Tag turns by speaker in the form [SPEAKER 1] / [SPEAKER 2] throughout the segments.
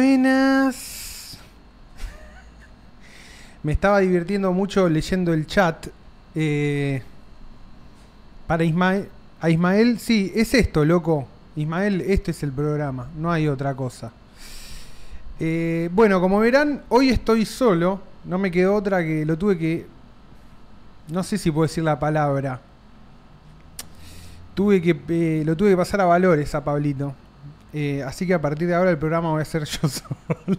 [SPEAKER 1] Buenas. Me estaba divirtiendo mucho leyendo el chat. Eh, para Ismael. A Ismael, sí, es esto, loco. Ismael, este es el programa. No hay otra cosa. Eh, bueno, como verán, hoy estoy solo. No me quedó otra que lo tuve que. No sé si puedo decir la palabra. Tuve que. eh, lo tuve que pasar a valores a Pablito. Eh, así que a partir de ahora el programa voy a ser yo solo.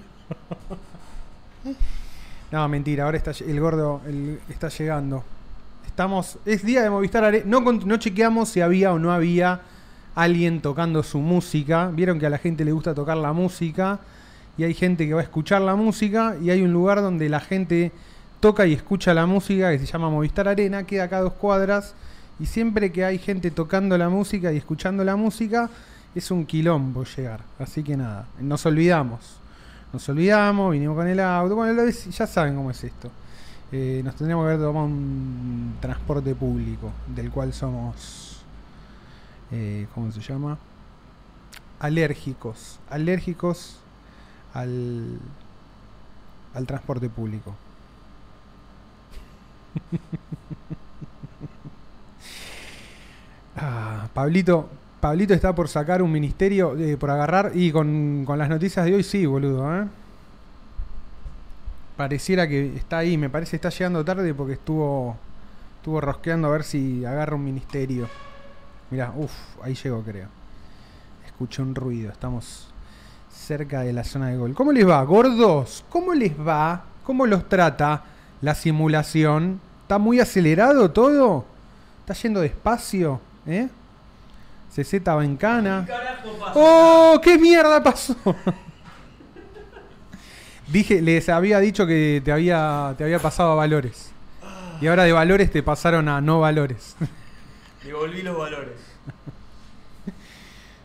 [SPEAKER 1] no, mentira, ahora está, ll- el gordo el- está llegando. Estamos. Es día de Movistar Arena. No, cont- no chequeamos si había o no había alguien tocando su música. Vieron que a la gente le gusta tocar la música. Y hay gente que va a escuchar la música. Y hay un lugar donde la gente toca y escucha la música que se llama Movistar Arena. Queda acá a dos cuadras. Y siempre que hay gente tocando la música y escuchando la música, es un quilombo llegar. Así que nada, nos olvidamos. Nos olvidamos, vinimos con el auto. Bueno, lo ves- ya saben cómo es esto. Eh, nos tendríamos que haber tomado un transporte público, del cual somos. eh, ¿Cómo se llama? Alérgicos. Alérgicos al, al transporte público. Ah, Pablito, Pablito está por sacar un ministerio, eh, por agarrar, y con, con las noticias de hoy sí, boludo, ¿eh? Pareciera que está ahí, me parece que está llegando tarde porque estuvo, estuvo rosqueando a ver si agarra un ministerio. Mirá, uff, ahí llegó creo. Escuché un ruido, estamos cerca de la zona de gol. ¿Cómo les va, gordos? ¿Cómo les va? ¿Cómo los trata la simulación? ¿Está muy acelerado todo? ¿Está yendo despacio? ¿Eh? CZ va en cana. ¡Oh! ¡Qué mierda pasó! Dije, les había dicho que te había, te había pasado a valores. Y ahora de valores te pasaron a no valores.
[SPEAKER 2] Devolví los valores.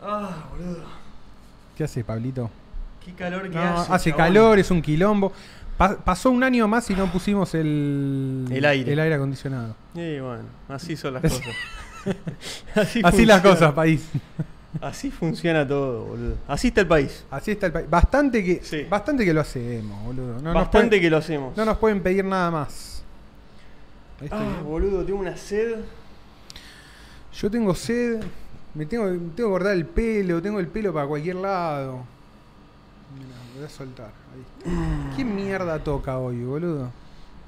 [SPEAKER 2] Ah, boludo.
[SPEAKER 1] ¿Qué hace, Pablito?
[SPEAKER 2] Qué calor que
[SPEAKER 1] No,
[SPEAKER 2] hace.
[SPEAKER 1] hace
[SPEAKER 2] chabón.
[SPEAKER 1] calor, es un quilombo. Pa- pasó un año más y no pusimos el,
[SPEAKER 2] El aire.
[SPEAKER 1] acondicionado.
[SPEAKER 2] Y bueno, así son las
[SPEAKER 1] Así-
[SPEAKER 2] cosas. así
[SPEAKER 1] Así las
[SPEAKER 2] funciona.
[SPEAKER 1] cosas, país.
[SPEAKER 2] Así funciona todo, boludo. Así está el país.
[SPEAKER 1] Así está el país. Bastante que,
[SPEAKER 2] Sí.
[SPEAKER 1] bastante que lo hacemos, boludo. No nos
[SPEAKER 2] Bastante
[SPEAKER 1] pueden-
[SPEAKER 2] que lo hacemos.
[SPEAKER 1] No nos pueden pedir nada más. Ahí estoy.
[SPEAKER 2] Ah, boludo, tengo una sed.
[SPEAKER 1] Yo tengo sed, me tengo, me tengo que cortar el pelo, tengo el pelo para cualquier lado. Mirá, lo voy a soltar. ahí está. ¿Qué mierda toca hoy, boludo?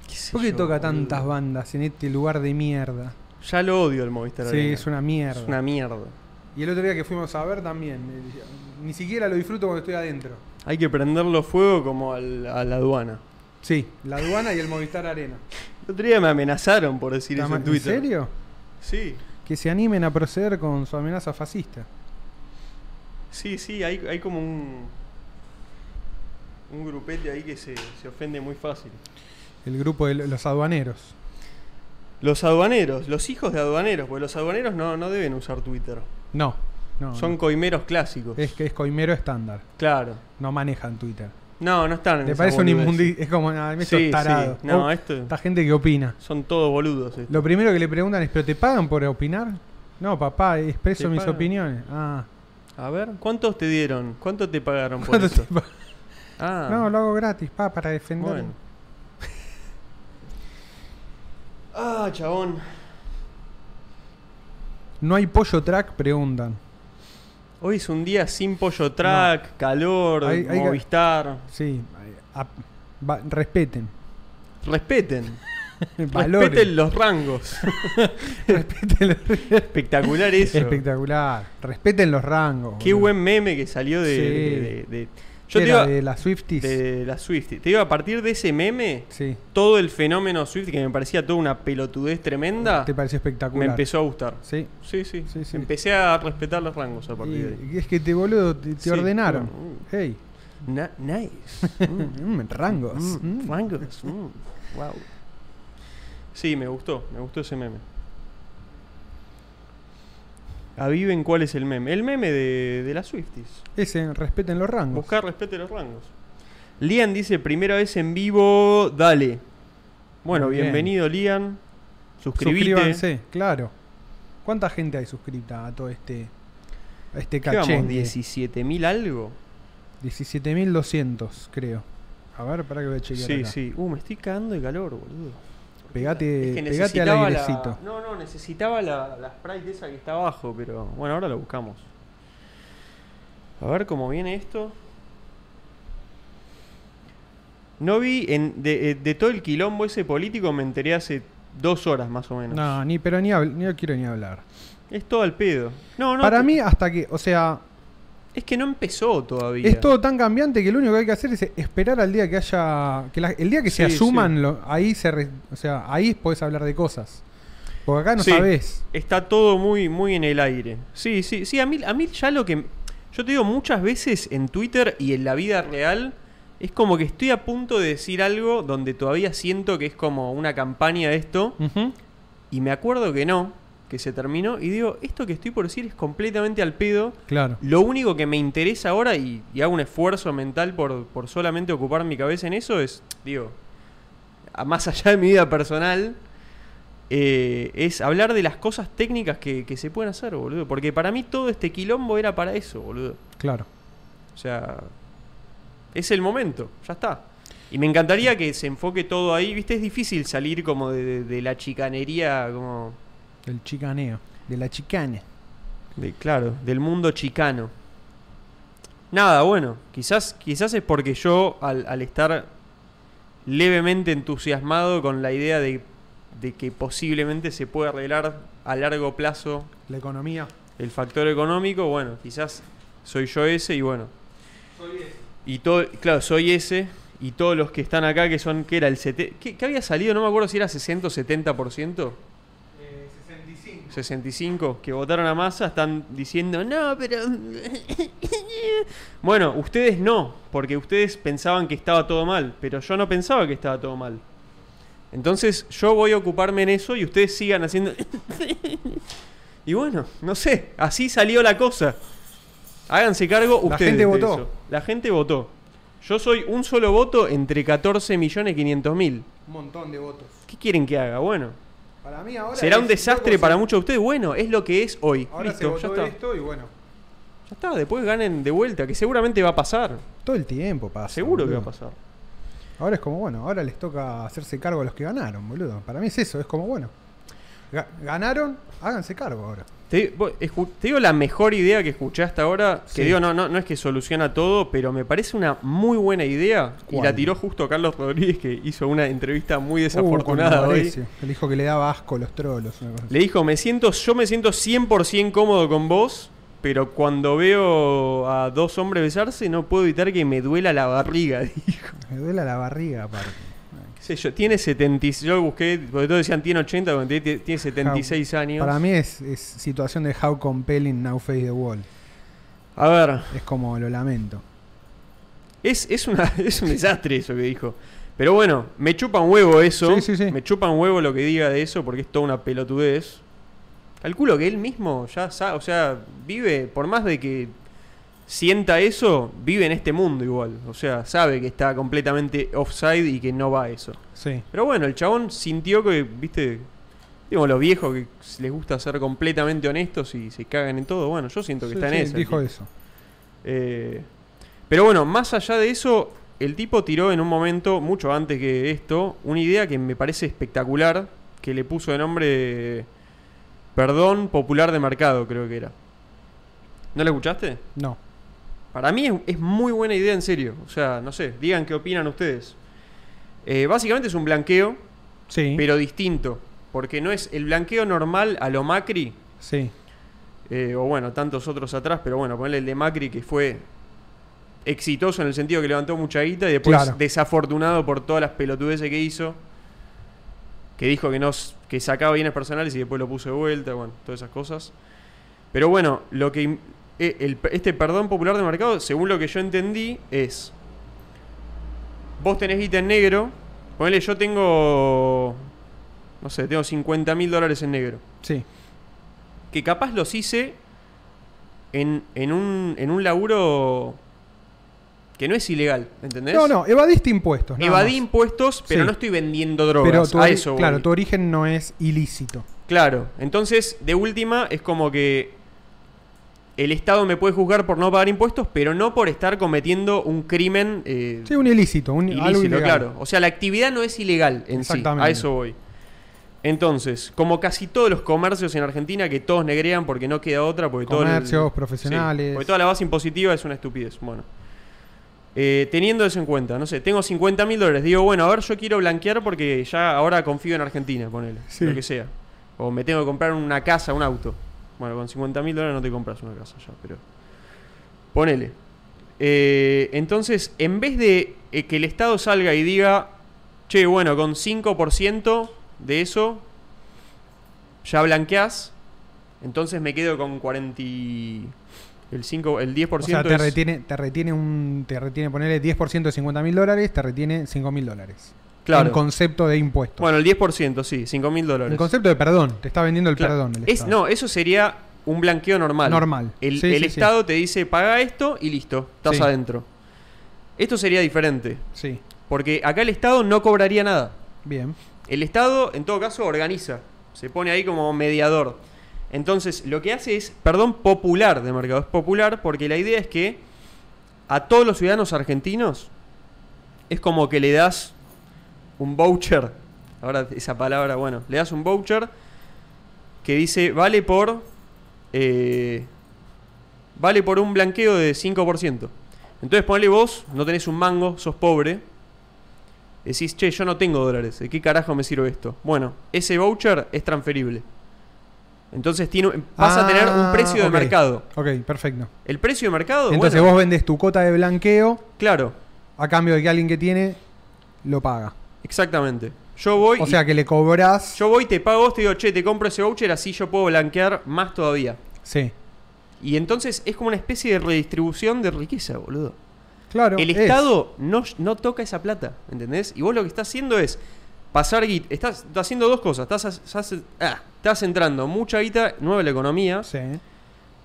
[SPEAKER 2] sé
[SPEAKER 1] ¿Por qué
[SPEAKER 2] Ah. yo,
[SPEAKER 1] toca
[SPEAKER 2] boludo?
[SPEAKER 1] tantas bandas en este lugar de mierda?
[SPEAKER 2] Ya lo odio el Movistar
[SPEAKER 1] Sí,
[SPEAKER 2] Arena.
[SPEAKER 1] es una mierda.
[SPEAKER 2] Es una mierda.
[SPEAKER 1] Y el otro día que fuimos a ver también, me decía, ni siquiera lo disfruto cuando estoy adentro.
[SPEAKER 2] Hay que prenderlo fuego como al- a la aduana.
[SPEAKER 1] Sí, la aduana y el Movistar Arena.
[SPEAKER 2] El otro día me amenazaron por decir eso
[SPEAKER 1] Tama-
[SPEAKER 2] en Twitter.
[SPEAKER 1] serio?
[SPEAKER 2] Sí.
[SPEAKER 1] Que se animen a proceder con su amenaza fascista.
[SPEAKER 2] Sí, sí, hay, hay como un. Un grupete ahí que se, se ofende muy fácil.
[SPEAKER 1] El grupo de lo- los aduaneros.
[SPEAKER 2] Los aduaneros, los hijos de aduaneros, porque los aduaneros no, no deben usar Twitter.
[SPEAKER 1] No, no.
[SPEAKER 2] Son
[SPEAKER 1] no.
[SPEAKER 2] coimeros clásicos.
[SPEAKER 1] Es que es coimero estándar.
[SPEAKER 2] Claro.
[SPEAKER 1] No manejan Twitter.
[SPEAKER 2] No, no están en
[SPEAKER 1] ¿Te
[SPEAKER 2] esas
[SPEAKER 1] parece un
[SPEAKER 2] boludeces.
[SPEAKER 1] inmundicio? Es como, ah, estos
[SPEAKER 2] Sí,
[SPEAKER 1] tarados.
[SPEAKER 2] sí. No,
[SPEAKER 1] Oh,
[SPEAKER 2] esto.
[SPEAKER 1] Esta gente que opina.
[SPEAKER 2] Son todos boludos. esto.
[SPEAKER 1] Lo primero que le preguntan es, ¿pero te pagan por opinar? No, papá, expreso
[SPEAKER 2] ¿Te
[SPEAKER 1] mis
[SPEAKER 2] pagan?
[SPEAKER 1] opiniones. Ah,
[SPEAKER 2] A ver, ¿cuántos te dieron? ¿Cuánto te pagaron por
[SPEAKER 1] ¿cuánto
[SPEAKER 2] eso?
[SPEAKER 1] te pagan?
[SPEAKER 2] Ah,
[SPEAKER 1] No, lo hago gratis, pa, para defender.
[SPEAKER 2] bueno. ah, chabón.
[SPEAKER 1] No hay pollo track, preguntan.
[SPEAKER 2] Hoy es un día sin pollo track, calor,
[SPEAKER 1] Hay- hay que-
[SPEAKER 2] Movistar.
[SPEAKER 1] Sí, a- va- respeten.
[SPEAKER 2] Respeten.
[SPEAKER 1] Valores.
[SPEAKER 2] Respeten los rangos.
[SPEAKER 1] Respeten los-
[SPEAKER 2] Espectacular eso.
[SPEAKER 1] Espectacular. Respeten los rangos.
[SPEAKER 2] Qué
[SPEAKER 1] boludo.
[SPEAKER 2] buen meme que salió de.
[SPEAKER 1] Sí.
[SPEAKER 2] de- de- de- Yo te
[SPEAKER 1] Era
[SPEAKER 2] iba.
[SPEAKER 1] de las Swifties.
[SPEAKER 2] de la Swift. Te digo, a partir de ese meme,
[SPEAKER 1] Sí.
[SPEAKER 2] todo el fenómeno Swift, que me parecía toda una pelotudez tremenda,
[SPEAKER 1] Te pareció
[SPEAKER 2] me
[SPEAKER 1] espectacular.
[SPEAKER 2] empezó a gustar.
[SPEAKER 1] Sí.
[SPEAKER 2] Sí, sí,
[SPEAKER 1] Sí, sí.
[SPEAKER 2] Empecé a respetar los rangos a partir de ahí.
[SPEAKER 1] Y- y es que te boludo, te, te
[SPEAKER 2] Sí,
[SPEAKER 1] ordenaron.
[SPEAKER 2] bueno, mm.
[SPEAKER 1] Hey.
[SPEAKER 2] Na- nice. Mm,
[SPEAKER 1] Mm, rangos.
[SPEAKER 2] mm,
[SPEAKER 1] Mm.
[SPEAKER 2] Rangos. mm, Wow. Sí, me gustó. Me gustó ese meme. Aviven cuál es el meme. El meme de, de las Swifties.
[SPEAKER 1] Ese, respeten los rangos.
[SPEAKER 2] Buscar respete los rangos. Lian dice, primera vez en vivo, dale. Bueno,
[SPEAKER 1] Muy bien.
[SPEAKER 2] bienvenido Lian. Suscríbete.
[SPEAKER 1] Suscríbanse, claro. ¿Cuánta gente hay suscrita a todo este a este
[SPEAKER 2] ¿Qué vamos?
[SPEAKER 1] cachengue?
[SPEAKER 2] ¿17.000 algo?
[SPEAKER 1] 17.200, creo. A ver, para que voy a chequear.
[SPEAKER 2] Sí,
[SPEAKER 1] acá.
[SPEAKER 2] sí. Uh, me estoy cagando de calor, boludo.
[SPEAKER 1] Pegate,
[SPEAKER 2] Es que
[SPEAKER 1] pegate al
[SPEAKER 2] necesitaba la-
[SPEAKER 1] airecito.
[SPEAKER 2] No, no, necesitaba la, la Sprite esa que está abajo, pero bueno, ahora la buscamos. A ver cómo viene esto. No vi, en, de, eh, de todo el quilombo ese político me enteré hace dos horas más o menos.
[SPEAKER 1] No, ni, pero ni, habl- ni quiero ni hablar.
[SPEAKER 2] Es todo al pedo. No, no.
[SPEAKER 1] Para
[SPEAKER 2] te-
[SPEAKER 1] mí, hasta que, o sea,
[SPEAKER 2] Es que no empezó todavía.
[SPEAKER 1] es todo tan cambiante que lo único que hay que hacer es esperar al día que haya. que la- el día que se
[SPEAKER 2] Sí,
[SPEAKER 1] asuman,
[SPEAKER 2] sí.
[SPEAKER 1] lo- ahí se re- o sea, ahí podés hablar de cosas. Porque acá no
[SPEAKER 2] Sí.
[SPEAKER 1] sabés.
[SPEAKER 2] Está todo muy, muy en el aire. Sí, sí, sí, a mí, a mí ya lo que... Yo te digo, muchas veces en Twitter y en la vida real, es como que estoy a punto de decir algo donde todavía siento que es como una campaña de esto,
[SPEAKER 1] Ujú.
[SPEAKER 2] y me acuerdo que no, que se terminó, y digo, esto que estoy por decir es completamente al pedo.
[SPEAKER 1] Claro.
[SPEAKER 2] Lo único que me interesa ahora, y, y hago un esfuerzo mental por, por solamente ocupar mi cabeza en eso, es, digo, a- más allá de mi vida personal, eh, es hablar de las cosas técnicas que, que se pueden hacer, boludo. Porque para mí todo este quilombo era para eso, boludo.
[SPEAKER 1] Claro.
[SPEAKER 2] O sea, es el momento, ya está. Y me encantaría que se enfoque todo ahí, viste, es difícil salir como de, de- de la chicanería, como...
[SPEAKER 1] Del chicaneo. De la chicana.
[SPEAKER 2] De, claro, del mundo chicano. Nada, bueno, quizás, quizás es porque yo, al, al estar levemente entusiasmado con la idea de, de que posiblemente se puede arreglar a largo plazo
[SPEAKER 1] La economía.
[SPEAKER 2] el factor económico, bueno, quizás soy yo ese y bueno. Y todo, claro, soy ese y todos los que están acá que son, ¿qué era? El 70, ¿qué, qué había salido? No me acuerdo si era 60 o 70%.
[SPEAKER 1] 65.
[SPEAKER 2] 65 que votaron a masa están diciendo, no, pero... bueno, ustedes no, porque ustedes pensaban que estaba todo mal, pero yo no pensaba que estaba todo mal. Entonces yo voy a ocuparme en eso y ustedes sigan haciendo... y bueno, no sé, así salió la cosa. Háganse cargo ustedes.
[SPEAKER 1] La gente
[SPEAKER 2] de
[SPEAKER 1] votó.
[SPEAKER 2] eso. La gente votó. Yo soy un solo voto entre 14 millones 500 mil.
[SPEAKER 1] Un montón de votos.
[SPEAKER 2] ¿Qué quieren que haga? Bueno.
[SPEAKER 1] Para mí ahora.
[SPEAKER 2] Será un desastre para muchos de ustedes. Bueno, es lo que es hoy. Listo, ya está.
[SPEAKER 1] esto y bueno.
[SPEAKER 2] Ya está, después ganen de vuelta, que seguramente va a pasar.
[SPEAKER 1] Todo el tiempo pasa.
[SPEAKER 2] Seguro que
[SPEAKER 1] boludo.
[SPEAKER 2] va a pasar.
[SPEAKER 1] Ahora es como, bueno, ahora les toca hacerse cargo a los que ganaron, boludo. Para mí es eso, es como, bueno. ga- ganaron, háganse cargo ahora.
[SPEAKER 2] Te, vos, escu- te digo la mejor idea que escuché hasta ahora,
[SPEAKER 1] Sí.
[SPEAKER 2] que digo, no, no, no es que soluciona todo, pero me parece una muy buena idea. Y
[SPEAKER 1] ¿Cuál?
[SPEAKER 2] la tiró justo Carlos Rodríguez, que hizo una entrevista muy
[SPEAKER 1] Uh, con
[SPEAKER 2] desafortunada hoy.
[SPEAKER 1] Novarese, que Le dijo que le daba asco los trolos. una cosa así.
[SPEAKER 2] Le dijo, me siento, yo me siento 100% cómodo con vos, pero cuando veo a dos hombres besarse no puedo evitar que me duela la barriga, dijo.
[SPEAKER 1] Me duela la barriga, aparte.
[SPEAKER 2] qué sé yo, tiene 76, yo busqué, porque todos decían tiene 80, pero tiene, tiene 76 años.
[SPEAKER 1] Para mí es, es situación de How Compelling Now Face the Wall.
[SPEAKER 2] A ver,
[SPEAKER 1] Es como, lo lamento.
[SPEAKER 2] es, es, una, es un desastre eso que dijo. Pero bueno, me chupa un huevo eso.
[SPEAKER 1] Sí, sí, sí.
[SPEAKER 2] Me chupa un huevo lo que diga de eso porque es toda una pelotudez. Calculo que él mismo ya sabe, o sea, vive, por más de que sienta eso, vive en este mundo igual. O sea, sabe que está completamente offside y que no va a eso.
[SPEAKER 1] Sí.
[SPEAKER 2] Pero bueno, el chabón sintió que, viste, digo, los viejos que les gusta ser completamente honestos y se cagan en todo. Bueno, yo siento que
[SPEAKER 1] Sí,
[SPEAKER 2] está
[SPEAKER 1] sí,
[SPEAKER 2] en eso. el
[SPEAKER 1] Dijo
[SPEAKER 2] tipo.
[SPEAKER 1] eso.
[SPEAKER 2] Eh, pero bueno, más allá de eso, el tipo tiró en un momento, mucho antes que esto, una idea que me parece espectacular, que le puso de nombre eh, Perdón Popular de Mercado, creo que era. ¿No la escuchaste?
[SPEAKER 1] No.
[SPEAKER 2] Para mí es, es muy buena idea, en serio. O sea, no sé, digan qué opinan ustedes. Eh, básicamente es un blanqueo
[SPEAKER 1] Sí.
[SPEAKER 2] pero distinto. Porque no es el blanqueo normal a lo Macri,
[SPEAKER 1] sí.
[SPEAKER 2] eh, o bueno, tantos otros atrás, pero bueno, ponerle el de Macri que fue exitoso en el sentido que levantó mucha guita y después
[SPEAKER 1] Claro.
[SPEAKER 2] desafortunado por todas las pelotudeces que hizo. Que dijo que, no, s- que sacaba bienes personales y después lo puso de vuelta, bueno, todas esas cosas. Pero bueno, lo que im- eh, el- este perdón popular de mercado, según lo que yo entendí, es. Vos tenés guita en negro. Ponele, yo tengo. No sé, tengo 50 mil dólares en negro
[SPEAKER 1] Sí.
[SPEAKER 2] que capaz los hice en, en, un, en un laburo que no es ilegal, ¿entendés?
[SPEAKER 1] No, no, evadiste impuestos. nada
[SPEAKER 2] Evadí
[SPEAKER 1] más.
[SPEAKER 2] impuestos, pero
[SPEAKER 1] Sí.
[SPEAKER 2] no estoy vendiendo
[SPEAKER 1] Pero
[SPEAKER 2] drogas.
[SPEAKER 1] tu,
[SPEAKER 2] a
[SPEAKER 1] ori-
[SPEAKER 2] eso voy.
[SPEAKER 1] claro, tu origen no es ilícito.
[SPEAKER 2] Claro. Entonces, de última, es como que el Estado me puede juzgar por no pagar impuestos, pero no por estar cometiendo un crimen eh,
[SPEAKER 1] Sí, un ilícito, un,
[SPEAKER 2] ilícito,
[SPEAKER 1] algo ilegal.
[SPEAKER 2] claro. O sea, la actividad no es ilegal en sí.
[SPEAKER 1] Exactamente.
[SPEAKER 2] A eso voy. Entonces, como casi todos los comercios en Argentina, que todos negrean porque no queda otra, porque todo el-
[SPEAKER 1] Comercios,
[SPEAKER 2] sí,
[SPEAKER 1] profesionales.
[SPEAKER 2] porque toda la base impositiva es una estupidez. Bueno. Eh, teniendo eso en cuenta, no sé, tengo 50 mil dólares. Digo, bueno, a ver, yo quiero blanquear porque ya ahora confío en Argentina, ponele.
[SPEAKER 1] Sí.
[SPEAKER 2] Lo que sea. O me tengo que comprar una casa, un auto. Bueno, con 50 mil dólares no te compras una casa ya, pero. Ponele. Eh, entonces, en vez de eh, que el Estado salga y diga, che, bueno, con 5% de eso ya blanqueás, entonces me quedo con 40. y- El, 5, el 10%
[SPEAKER 1] O sea, te
[SPEAKER 2] es-
[SPEAKER 1] retiene, te retiene un, te retiene, ponerle 10% de 50 mil dólares, te retiene 5 mil dólares.
[SPEAKER 2] Claro.
[SPEAKER 1] En concepto de impuesto.
[SPEAKER 2] Bueno, el 10%, sí, 5 mil
[SPEAKER 1] en
[SPEAKER 2] dólares.
[SPEAKER 1] concepto de perdón, te está vendiendo el
[SPEAKER 2] Claro.
[SPEAKER 1] perdón. el
[SPEAKER 2] Es-
[SPEAKER 1] Estado.
[SPEAKER 2] no, eso sería un blanqueo normal.
[SPEAKER 1] Normal.
[SPEAKER 2] El,
[SPEAKER 1] Sí,
[SPEAKER 2] el
[SPEAKER 1] sí, sí.
[SPEAKER 2] Estado te dice, paga esto y listo, estás
[SPEAKER 1] Sí.
[SPEAKER 2] adentro. Esto sería diferente,
[SPEAKER 1] Sí,
[SPEAKER 2] porque acá el Estado no cobraría nada.
[SPEAKER 1] bien.
[SPEAKER 2] El Estado, en todo caso, organiza, se pone ahí como mediador. Entonces, lo que hace es, perdón, popular de mercado, es popular porque la idea es que a todos los ciudadanos argentinos es como que le das un voucher, ahora esa palabra, bueno, le das un voucher que dice, vale por, eh, vale por un blanqueo de 5%. Entonces, ponle vos, no tenés un mango, sos pobre, Decís, che, yo no tengo dólares, ¿de qué carajo me sirve esto? Bueno, ese voucher es transferible. Entonces tiene, vas a tener un
[SPEAKER 1] Ah,
[SPEAKER 2] precio de
[SPEAKER 1] ok.
[SPEAKER 2] mercado.
[SPEAKER 1] Ok, perfecto.
[SPEAKER 2] El precio de mercado,
[SPEAKER 1] Entonces
[SPEAKER 2] bueno,
[SPEAKER 1] vos vendes tu cota de blanqueo
[SPEAKER 2] claro,
[SPEAKER 1] a cambio de que alguien que tiene lo paga.
[SPEAKER 2] exactamente. Yo voy,
[SPEAKER 1] O sea que le cobras.
[SPEAKER 2] yo voy, te pago, te digo, che, te compro ese voucher, así yo puedo blanquear más todavía.
[SPEAKER 1] Sí.
[SPEAKER 2] Y entonces es como una especie de redistribución de riqueza, boludo.
[SPEAKER 1] Claro.
[SPEAKER 2] El
[SPEAKER 1] es.
[SPEAKER 2] Estado no, no toca esa plata, ¿entendés? Y vos lo que estás haciendo es pasar guita. Estás, estás haciendo dos cosas. Estás, as- as- ah, estás entrando mucha guita nueva a la economía.
[SPEAKER 1] Sí.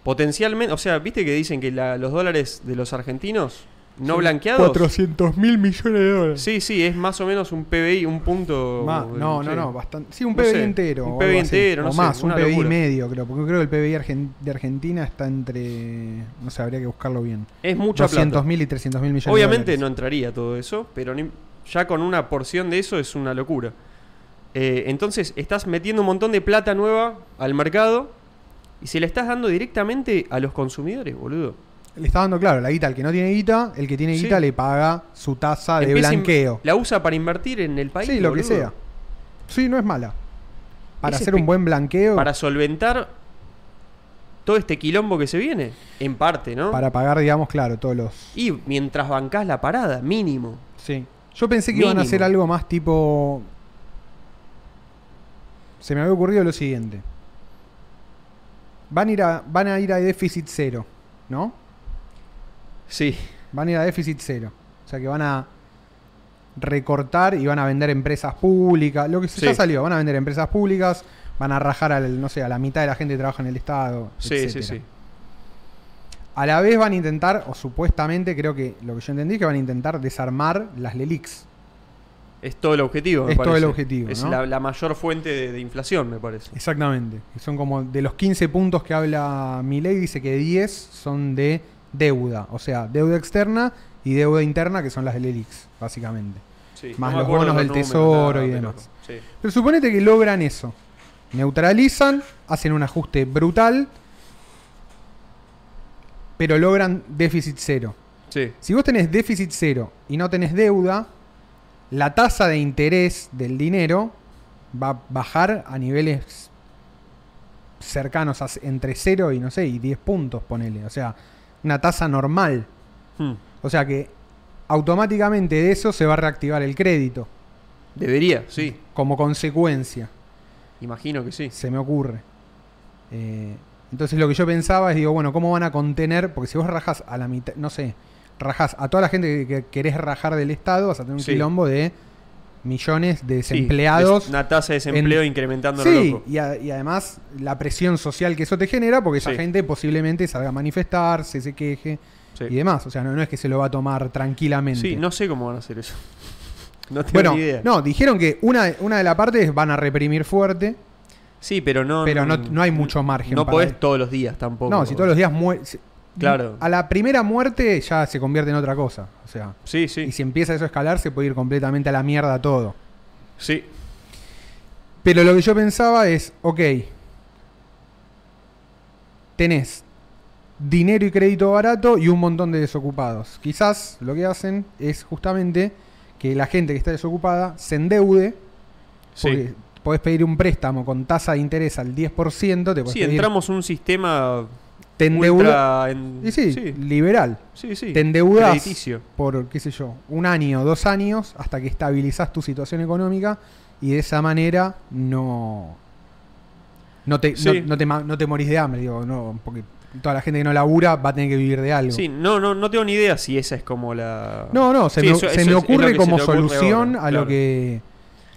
[SPEAKER 2] Potencialmente, o sea, viste que dicen que la- los dólares de los argentinos no blanqueados.
[SPEAKER 1] 400 mil millones de dólares.
[SPEAKER 2] Sí, sí, es más o menos un PBI, un punto.
[SPEAKER 1] Ma- no,
[SPEAKER 2] sí.
[SPEAKER 1] no, no, bastante. Sí, un
[SPEAKER 2] No
[SPEAKER 1] PBI
[SPEAKER 2] sé,
[SPEAKER 1] entero.
[SPEAKER 2] un
[SPEAKER 1] o
[SPEAKER 2] PBI
[SPEAKER 1] algo así.
[SPEAKER 2] entero, no
[SPEAKER 1] o
[SPEAKER 2] sé,
[SPEAKER 1] más,
[SPEAKER 2] una
[SPEAKER 1] un PBI
[SPEAKER 2] locura.
[SPEAKER 1] medio, creo. Porque creo que el PBI argen- de Argentina está entre. No sé, habría que buscarlo bien.
[SPEAKER 2] Es mucha plata.
[SPEAKER 1] 200 mil y 300 mil millones
[SPEAKER 2] Obviamente
[SPEAKER 1] de
[SPEAKER 2] no
[SPEAKER 1] dólares.
[SPEAKER 2] entraría todo eso, pero ni- ya con una porción de eso es una locura. Eh, entonces, estás metiendo un montón de plata nueva al mercado y se la estás dando directamente a los consumidores, boludo.
[SPEAKER 1] Le está dando claro la guita al que no tiene guita, el que tiene
[SPEAKER 2] Sí.
[SPEAKER 1] guita le paga su tasa Ah, de
[SPEAKER 2] Empieza a in-
[SPEAKER 1] blanqueo.
[SPEAKER 2] La usa para invertir en el país.
[SPEAKER 1] Sí, lo que
[SPEAKER 2] boludo.
[SPEAKER 1] sea. Sí, no es mala. Para
[SPEAKER 2] Es
[SPEAKER 1] hacer un
[SPEAKER 2] espe-
[SPEAKER 1] buen blanqueo,
[SPEAKER 2] Para
[SPEAKER 1] para,
[SPEAKER 2] solventar todo este quilombo que se viene, en parte, ¿no?
[SPEAKER 1] pagar, digamos, claro, todos los.
[SPEAKER 2] Y mientras bancás la parada, mínimo.
[SPEAKER 1] Sí. Yo pensé que iban a
[SPEAKER 2] Mínimo.
[SPEAKER 1] hacer algo más tipo. Se me había ocurrido lo siguiente. Van a ir a, van a, ir a déficit cero, ¿no?
[SPEAKER 2] Sí.
[SPEAKER 1] Van a ir a déficit cero. O sea que van a recortar y van a vender empresas públicas. Lo que se ya
[SPEAKER 2] Sí.
[SPEAKER 1] salió, van a vender empresas públicas, van a rajar al, no sé, a la mitad de la gente que trabaja en el Estado.
[SPEAKER 2] Sí,
[SPEAKER 1] etcétera.
[SPEAKER 2] sí, sí.
[SPEAKER 1] A la vez van a intentar, o supuestamente creo que lo que yo entendí es que van a intentar desarmar las LELIX.
[SPEAKER 2] Es todo el objetivo, me
[SPEAKER 1] Es todo
[SPEAKER 2] parece.
[SPEAKER 1] el objetivo,
[SPEAKER 2] Es
[SPEAKER 1] ¿no?
[SPEAKER 2] la, la mayor fuente de, de inflación, me parece.
[SPEAKER 1] Exactamente. Son como de los 15 puntos que habla Milei, dice que 10 son de deuda. O sea, deuda externa y deuda interna, que son las LELIX, básicamente.
[SPEAKER 2] Sí,
[SPEAKER 1] Más
[SPEAKER 2] me
[SPEAKER 1] los
[SPEAKER 2] acuerdo
[SPEAKER 1] bonos del
[SPEAKER 2] números,
[SPEAKER 1] tesoro y
[SPEAKER 2] pero-
[SPEAKER 1] demás.
[SPEAKER 2] sí.
[SPEAKER 1] Pero suponete que logran eso. Neutralizan, hacen un ajuste brutal, pero logran déficit cero.
[SPEAKER 2] Sí,
[SPEAKER 1] Si vos tenés déficit cero y no tenés deuda, la tasa de interés del dinero va a bajar a niveles cercanos a c- entre 0 y no sé, y 10 puntos, ponele. O sea, una tasa normal.
[SPEAKER 2] Hmm.
[SPEAKER 1] O sea que automáticamente de eso se va a reactivar el crédito
[SPEAKER 2] Debería, sí.
[SPEAKER 1] como consecuencia.
[SPEAKER 2] Imagino que sí.
[SPEAKER 1] se me ocurre. Eh, entonces lo que yo pensaba es, digo, bueno, ¿cómo van a contener? Porque si vos rajas a la mitad, no sé, rajas a toda la gente que, que querés rajar del Estado, vas a tener un
[SPEAKER 2] Sí.
[SPEAKER 1] quilombo de millones de
[SPEAKER 2] Sí,
[SPEAKER 1] desempleados.
[SPEAKER 2] des- Una tasa de desempleo
[SPEAKER 1] en-
[SPEAKER 2] incrementando lo
[SPEAKER 1] Sí,
[SPEAKER 2] loco.
[SPEAKER 1] y, a- y además la presión social que eso te genera, porque esa
[SPEAKER 2] Sí.
[SPEAKER 1] gente posiblemente salga a manifestarse, se queje
[SPEAKER 2] Sí.
[SPEAKER 1] y demás. O sea, no, no es que se lo va a tomar tranquilamente.
[SPEAKER 2] Sí, no sé cómo van a hacer eso. No tengo
[SPEAKER 1] bueno,
[SPEAKER 2] ni idea.
[SPEAKER 1] no, dijeron que una, de- una de las partes van a reprimir fuerte.
[SPEAKER 2] Sí, pero no.
[SPEAKER 1] Pero no- no hay mucho margen
[SPEAKER 2] No
[SPEAKER 1] para
[SPEAKER 2] podés
[SPEAKER 1] ir.
[SPEAKER 2] todos los días tampoco.
[SPEAKER 1] No, si todos los días muere.
[SPEAKER 2] Claro.
[SPEAKER 1] A la primera muerte ya se convierte en otra cosa. O sea,
[SPEAKER 2] Sí, sí.
[SPEAKER 1] y si empieza eso a escalar, se puede ir completamente a la mierda todo.
[SPEAKER 2] Sí.
[SPEAKER 1] Pero lo que yo pensaba es, ok, tenés dinero y crédito barato y un montón de desocupados. Quizás lo que hacen es justamente que la gente que está desocupada se endeude, porque
[SPEAKER 2] Sí.
[SPEAKER 1] podés pedir un préstamo con tasa de interés al 10%, te podés
[SPEAKER 2] Sí,
[SPEAKER 1] pedir-
[SPEAKER 2] entramos un sistema
[SPEAKER 1] te endeuda-
[SPEAKER 2] ultra en-
[SPEAKER 1] y sí,
[SPEAKER 2] sí,
[SPEAKER 1] liberal.
[SPEAKER 2] sí, sí.
[SPEAKER 1] Te endeudas
[SPEAKER 2] Crediticio.
[SPEAKER 1] por, qué sé yo, un año, dos años, hasta que estabilizás tu situación económica y de esa manera no. No te,
[SPEAKER 2] Sí.
[SPEAKER 1] no, no te, ma- no te morís de hambre, digo, no, porque toda la gente que no labura va a tener que vivir de algo.
[SPEAKER 2] Sí, no, no, no tengo ni idea si esa es como la.
[SPEAKER 1] No, no, se
[SPEAKER 2] Sí,
[SPEAKER 1] me,
[SPEAKER 2] eso-
[SPEAKER 1] se
[SPEAKER 2] eso
[SPEAKER 1] me
[SPEAKER 2] es- es lo
[SPEAKER 1] ocurre
[SPEAKER 2] que se
[SPEAKER 1] como
[SPEAKER 2] te ocurre
[SPEAKER 1] solución
[SPEAKER 2] ahora,
[SPEAKER 1] a
[SPEAKER 2] claro.
[SPEAKER 1] lo que.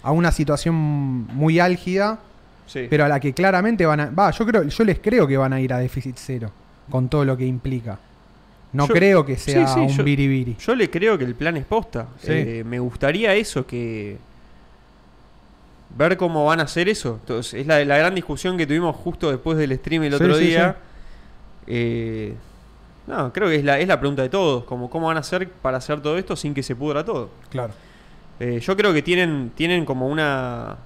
[SPEAKER 1] a una situación muy álgida,
[SPEAKER 2] Sí.
[SPEAKER 1] pero a la que claramente van a. Va, yo creo, yo les creo que van a ir a déficit cero, con todo lo que implica. No
[SPEAKER 2] Yo-
[SPEAKER 1] creo que sea
[SPEAKER 2] sí,
[SPEAKER 1] un
[SPEAKER 2] yo-
[SPEAKER 1] biribiri.
[SPEAKER 2] Yo le creo que el plan es posta.
[SPEAKER 1] Sí.
[SPEAKER 2] Eh, me gustaría eso, que. Ver cómo van a hacer eso. Entonces, es la, la gran discusión que tuvimos justo después del stream el
[SPEAKER 1] Sí,
[SPEAKER 2] otro
[SPEAKER 1] sí,
[SPEAKER 2] día. Eh, no, creo que es la, es la pregunta de todos. Como, ¿Cómo van a hacer para hacer todo esto sin que se pudra todo?
[SPEAKER 1] Claro.
[SPEAKER 2] Eh, yo creo que tienen, tienen como una.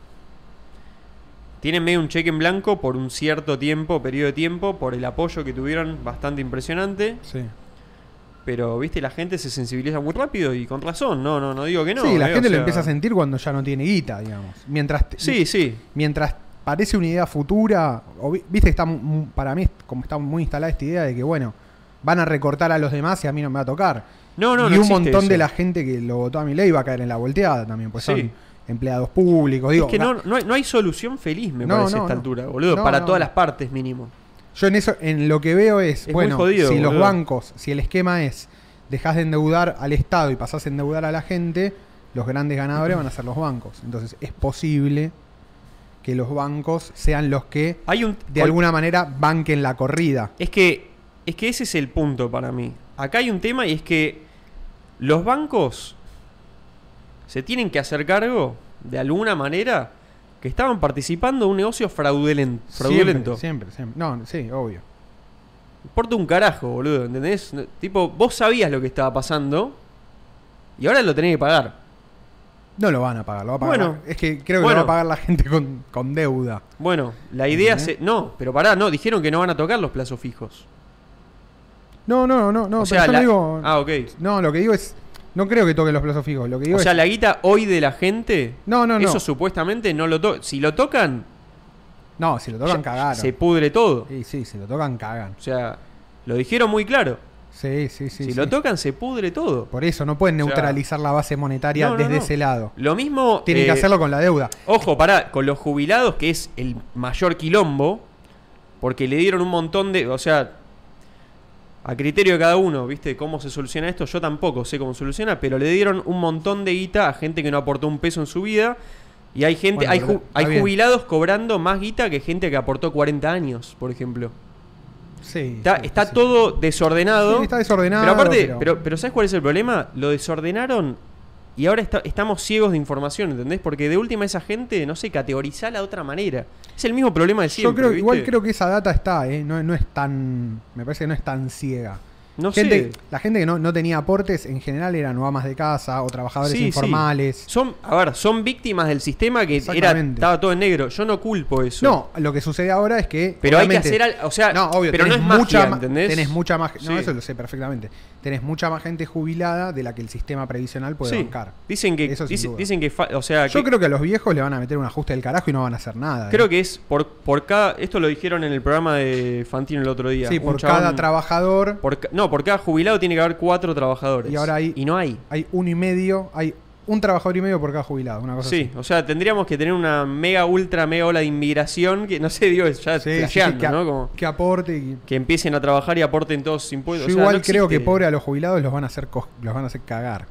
[SPEAKER 2] Tienen medio un cheque en blanco por un cierto tiempo, periodo de tiempo, por el apoyo que tuvieron bastante impresionante.
[SPEAKER 1] Sí.
[SPEAKER 2] Pero, viste, la gente se sensibiliza muy rápido y con razón. No, no, no digo que no.
[SPEAKER 1] sí, la
[SPEAKER 2] eh, o
[SPEAKER 1] gente lo
[SPEAKER 2] sea,
[SPEAKER 1] empieza a sentir cuando ya no tiene guita, digamos. Mientras, te-
[SPEAKER 2] Sí, sí.
[SPEAKER 1] mientras parece una idea futura, o vi- viste, está mu- mu- para mí es como está muy instalada esta idea de que, bueno, van a recortar a los demás y a mí no me va a tocar.
[SPEAKER 2] No, no,
[SPEAKER 1] y
[SPEAKER 2] no
[SPEAKER 1] un
[SPEAKER 2] existe
[SPEAKER 1] montón de
[SPEAKER 2] eso.
[SPEAKER 1] la gente que lo votó a mi ley va a caer en la volteada también, pues
[SPEAKER 2] Sí.
[SPEAKER 1] son empleados públicos. Digo,
[SPEAKER 2] es que
[SPEAKER 1] ga-
[SPEAKER 2] no, no, hay, no hay solución feliz, me
[SPEAKER 1] No,
[SPEAKER 2] parece,
[SPEAKER 1] no,
[SPEAKER 2] a esta
[SPEAKER 1] no.
[SPEAKER 2] altura, boludo.
[SPEAKER 1] No,
[SPEAKER 2] para
[SPEAKER 1] no,
[SPEAKER 2] todas
[SPEAKER 1] no.
[SPEAKER 2] las partes, mínimo.
[SPEAKER 1] Yo en eso, en lo que veo es,
[SPEAKER 2] muy
[SPEAKER 1] bueno,
[SPEAKER 2] jodido,
[SPEAKER 1] si los
[SPEAKER 2] boludo.
[SPEAKER 1] bancos, si el esquema es dejas de endeudar al Estado y pasás a endeudar a la gente, los grandes ganadores van a ser los bancos. Entonces es posible que los bancos sean los que
[SPEAKER 2] Hay un.
[SPEAKER 1] de alguna manera banquen la corrida.
[SPEAKER 2] Es que, es que ese es el punto para mí. Acá hay un tema y es que los bancos se tienen que hacer cargo, de alguna manera, que estaban participando de un negocio fraudelen- fraudulento.
[SPEAKER 1] Siempre, siempre, siempre. No, sí, obvio.
[SPEAKER 2] Importa un carajo, boludo, ¿entendés? No- Tipo, vos sabías lo que estaba pasando y ahora lo tenés que pagar.
[SPEAKER 1] No lo van a pagar, lo va a pagar.
[SPEAKER 2] Bueno.
[SPEAKER 1] es que creo que
[SPEAKER 2] Bueno.
[SPEAKER 1] lo va a pagar la gente con, con deuda.
[SPEAKER 2] Bueno, la idea
[SPEAKER 1] Ujú.
[SPEAKER 2] se... No, pero pará, no, dijeron que no van a tocar los plazos fijos.
[SPEAKER 1] No, no, no, no. pero
[SPEAKER 2] o sea,
[SPEAKER 1] yo no
[SPEAKER 2] la-
[SPEAKER 1] digo-
[SPEAKER 2] Ah, ok.
[SPEAKER 1] No, lo que digo es. No creo que toquen los plazos fijos. Lo que digo
[SPEAKER 2] O
[SPEAKER 1] es.
[SPEAKER 2] sea, la guita hoy de la gente...
[SPEAKER 1] no, no, no.
[SPEAKER 2] Eso supuestamente no lo tocan. Si lo tocan,
[SPEAKER 1] No, si lo tocan,
[SPEAKER 2] Ya-
[SPEAKER 1] cagaron.
[SPEAKER 2] Se pudre todo.
[SPEAKER 1] Sí, sí, si lo tocan, cagan.
[SPEAKER 2] O sea, lo dijeron muy claro.
[SPEAKER 1] Sí, sí, sí.
[SPEAKER 2] si
[SPEAKER 1] sí.
[SPEAKER 2] lo tocan, se pudre todo.
[SPEAKER 1] Por eso, no pueden
[SPEAKER 2] O sea,
[SPEAKER 1] neutralizar la base monetaria
[SPEAKER 2] no, no,
[SPEAKER 1] desde
[SPEAKER 2] no.
[SPEAKER 1] ese lado.
[SPEAKER 2] Lo mismo.
[SPEAKER 1] Tienen que
[SPEAKER 2] eh,
[SPEAKER 1] hacerlo con la deuda.
[SPEAKER 2] Ojo, pará, con los jubilados, que es el mayor quilombo, porque le dieron un montón de. O sea, a criterio de cada uno, ¿viste? ¿Cómo se soluciona esto? Yo tampoco sé cómo soluciona, pero le dieron un montón de guita a gente que no aportó un peso en su vida. Y hay gente,
[SPEAKER 1] Bueno,
[SPEAKER 2] hay,
[SPEAKER 1] pero
[SPEAKER 2] ju-
[SPEAKER 1] está
[SPEAKER 2] hay
[SPEAKER 1] bien.
[SPEAKER 2] jubilados cobrando más guita que gente que aportó 40 años, por ejemplo.
[SPEAKER 1] Sí.
[SPEAKER 2] Está,
[SPEAKER 1] sí,
[SPEAKER 2] está
[SPEAKER 1] sí.
[SPEAKER 2] todo desordenado.
[SPEAKER 1] Sí, está desordenado,
[SPEAKER 2] Pero aparte,
[SPEAKER 1] pero-
[SPEAKER 2] pero... Pero, ¿sabes cuál es el problema? Lo desordenaron y ahora está- estamos ciegos de información, ¿entendés? Porque de última esa gente, no sé, categorizala de otra manera. Es el mismo problema de siempre.
[SPEAKER 1] Yo creo,
[SPEAKER 2] ¿viste?
[SPEAKER 1] igual creo que esa data está, ¿eh? No, no es tan. Me parece que no es tan ciega.
[SPEAKER 2] No
[SPEAKER 1] Gente-
[SPEAKER 2] sé.
[SPEAKER 1] La gente que no, no tenía aportes en general eran o amas de casa o trabajadores
[SPEAKER 2] Sí, sí.
[SPEAKER 1] informales.
[SPEAKER 2] Son, a ver, son víctimas del sistema que era,
[SPEAKER 1] Exactamente.
[SPEAKER 2] estaba todo en negro. Yo no culpo eso.
[SPEAKER 1] No, lo que sucede ahora es que.
[SPEAKER 2] Pero hay que
[SPEAKER 1] obviamente,
[SPEAKER 2] hacer al- o sea,
[SPEAKER 1] no, obvio,
[SPEAKER 2] pero no
[SPEAKER 1] tenés
[SPEAKER 2] es magia,
[SPEAKER 1] mucha ma-
[SPEAKER 2] ¿entendés?
[SPEAKER 1] Tenés mucha más. No,
[SPEAKER 2] Sí.
[SPEAKER 1] eso lo sé perfectamente. Tenés mucha más gente jubilada de la que el sistema previsional puede
[SPEAKER 2] Sí.
[SPEAKER 1] bancar.
[SPEAKER 2] Dicen que,
[SPEAKER 1] Eso sin
[SPEAKER 2] dice-
[SPEAKER 1] duda.
[SPEAKER 2] dicen que, fa- o sea,
[SPEAKER 1] Yo
[SPEAKER 2] que-
[SPEAKER 1] creo eh. que a los viejos le van a meter un ajuste del carajo y no van a hacer nada.
[SPEAKER 2] creo que es por, por cada, esto lo dijeron en el programa de Fantino el otro día.
[SPEAKER 1] Sí,
[SPEAKER 2] Un
[SPEAKER 1] por
[SPEAKER 2] chabón-
[SPEAKER 1] cada trabajador
[SPEAKER 2] por ca- no, por cada jubilado tiene que haber cuatro trabajadores.
[SPEAKER 1] Y ahora hay-
[SPEAKER 2] Y no hay.
[SPEAKER 1] hay uno y medio, hay un trabajador y medio por cada jubilado, una cosa
[SPEAKER 2] Sí, o sea, tendríamos que tener una mega, ultra, mega ola de inmigración que, no sé, digo, ya
[SPEAKER 1] así. Sí, sí, sí,
[SPEAKER 2] flasheando,
[SPEAKER 1] que, a-
[SPEAKER 2] ¿no? Como
[SPEAKER 1] que aporte. y-
[SPEAKER 2] que empiecen a trabajar y aporten todos sus impuestos.
[SPEAKER 1] Yo
[SPEAKER 2] O sea,
[SPEAKER 1] igual
[SPEAKER 2] no
[SPEAKER 1] creo que
[SPEAKER 2] existe.
[SPEAKER 1] pobre a los jubilados los van a hacer cos- los van a hacer cagar.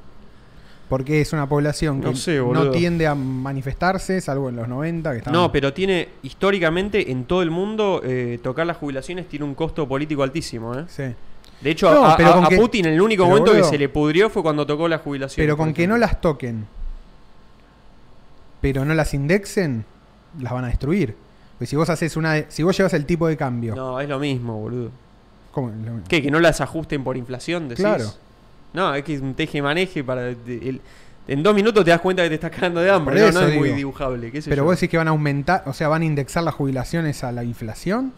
[SPEAKER 1] Porque es una población que
[SPEAKER 2] No sé,
[SPEAKER 1] no
[SPEAKER 2] boludo.
[SPEAKER 1] tiende a manifestarse, salvo en los 90 que estaban-
[SPEAKER 2] No, pero tiene, históricamente, en todo el mundo, eh, tocar las jubilaciones tiene un costo político altísimo, ¿eh?
[SPEAKER 1] Sí.
[SPEAKER 2] De hecho,
[SPEAKER 1] No,
[SPEAKER 2] a,
[SPEAKER 1] pero
[SPEAKER 2] a-
[SPEAKER 1] con
[SPEAKER 2] a
[SPEAKER 1] que-
[SPEAKER 2] Putin el único
[SPEAKER 1] pero,
[SPEAKER 2] momento
[SPEAKER 1] boludo,
[SPEAKER 2] que se le pudrió fue cuando tocó la jubilación.
[SPEAKER 1] Pero con que no las toquen, pero no las indexen, las van a destruir. Porque si vos haces una. de- si vos llevas el tipo de cambio.
[SPEAKER 2] No, es lo mismo, boludo.
[SPEAKER 1] ¿cómo es lo mismo?
[SPEAKER 2] ¿Qué? ¿Que no las ajusten por inflación? Decís?
[SPEAKER 1] Claro.
[SPEAKER 2] No, es que es un teje maneje para. de- el- en dos minutos te das cuenta que te estás cagando de hambre.
[SPEAKER 1] Por
[SPEAKER 2] no,
[SPEAKER 1] eso
[SPEAKER 2] no es muy
[SPEAKER 1] digo.
[SPEAKER 2] dibujable. qué sé
[SPEAKER 1] Pero
[SPEAKER 2] yo.
[SPEAKER 1] vos decís que van a aumentar, o sea, van a indexar las jubilaciones a la inflación.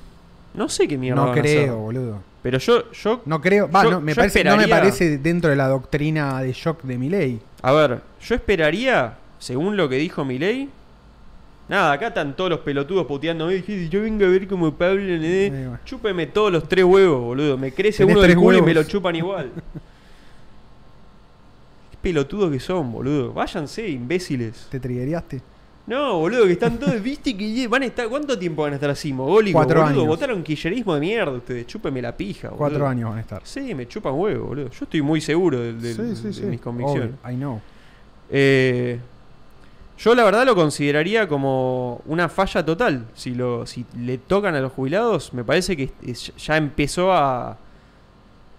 [SPEAKER 2] No sé qué mierda.
[SPEAKER 1] No
[SPEAKER 2] van a
[SPEAKER 1] creo,
[SPEAKER 2] hacer.
[SPEAKER 1] boludo.
[SPEAKER 2] Pero yo, yo.
[SPEAKER 1] No creo. Va,
[SPEAKER 2] Yo-
[SPEAKER 1] no, me
[SPEAKER 2] yo
[SPEAKER 1] parece, no me
[SPEAKER 2] esperaría-
[SPEAKER 1] parece dentro de la doctrina de shock de Milley.
[SPEAKER 2] A ver, yo esperaría, según lo que dijo Milei. Nada, acá están todos los pelotudos puteando. "Eh, si yo vengo a ver como Pablo. eh,
[SPEAKER 1] Eh, bueno.
[SPEAKER 2] Chúpeme todos los tres huevos, boludo. Me crece
[SPEAKER 1] Tenés
[SPEAKER 2] uno del
[SPEAKER 1] tres
[SPEAKER 2] culo y
[SPEAKER 1] huevos.
[SPEAKER 2] me lo chupan igual. qué pelotudos que son, boludo. Váyanse, imbéciles.
[SPEAKER 1] ¿Te trigueaste?
[SPEAKER 2] No, boludo, que están todos, viste que van a estar, ¿cuánto tiempo van a estar así? Mogólico,
[SPEAKER 1] Cuatro
[SPEAKER 2] boludo,
[SPEAKER 1] años.
[SPEAKER 2] votaron quillerismo de mierda ustedes, chúpeme la pija, boludo.
[SPEAKER 1] Cuatro años van a estar.
[SPEAKER 2] Sí, me chupan huevo, boludo. Yo estoy muy seguro de, de- de mis convicciones.
[SPEAKER 1] Obvio, I know.
[SPEAKER 2] Eh, yo la verdad lo consideraría como una falla total. Si, lo, si le tocan a los jubilados, me parece que es- ya empezó a,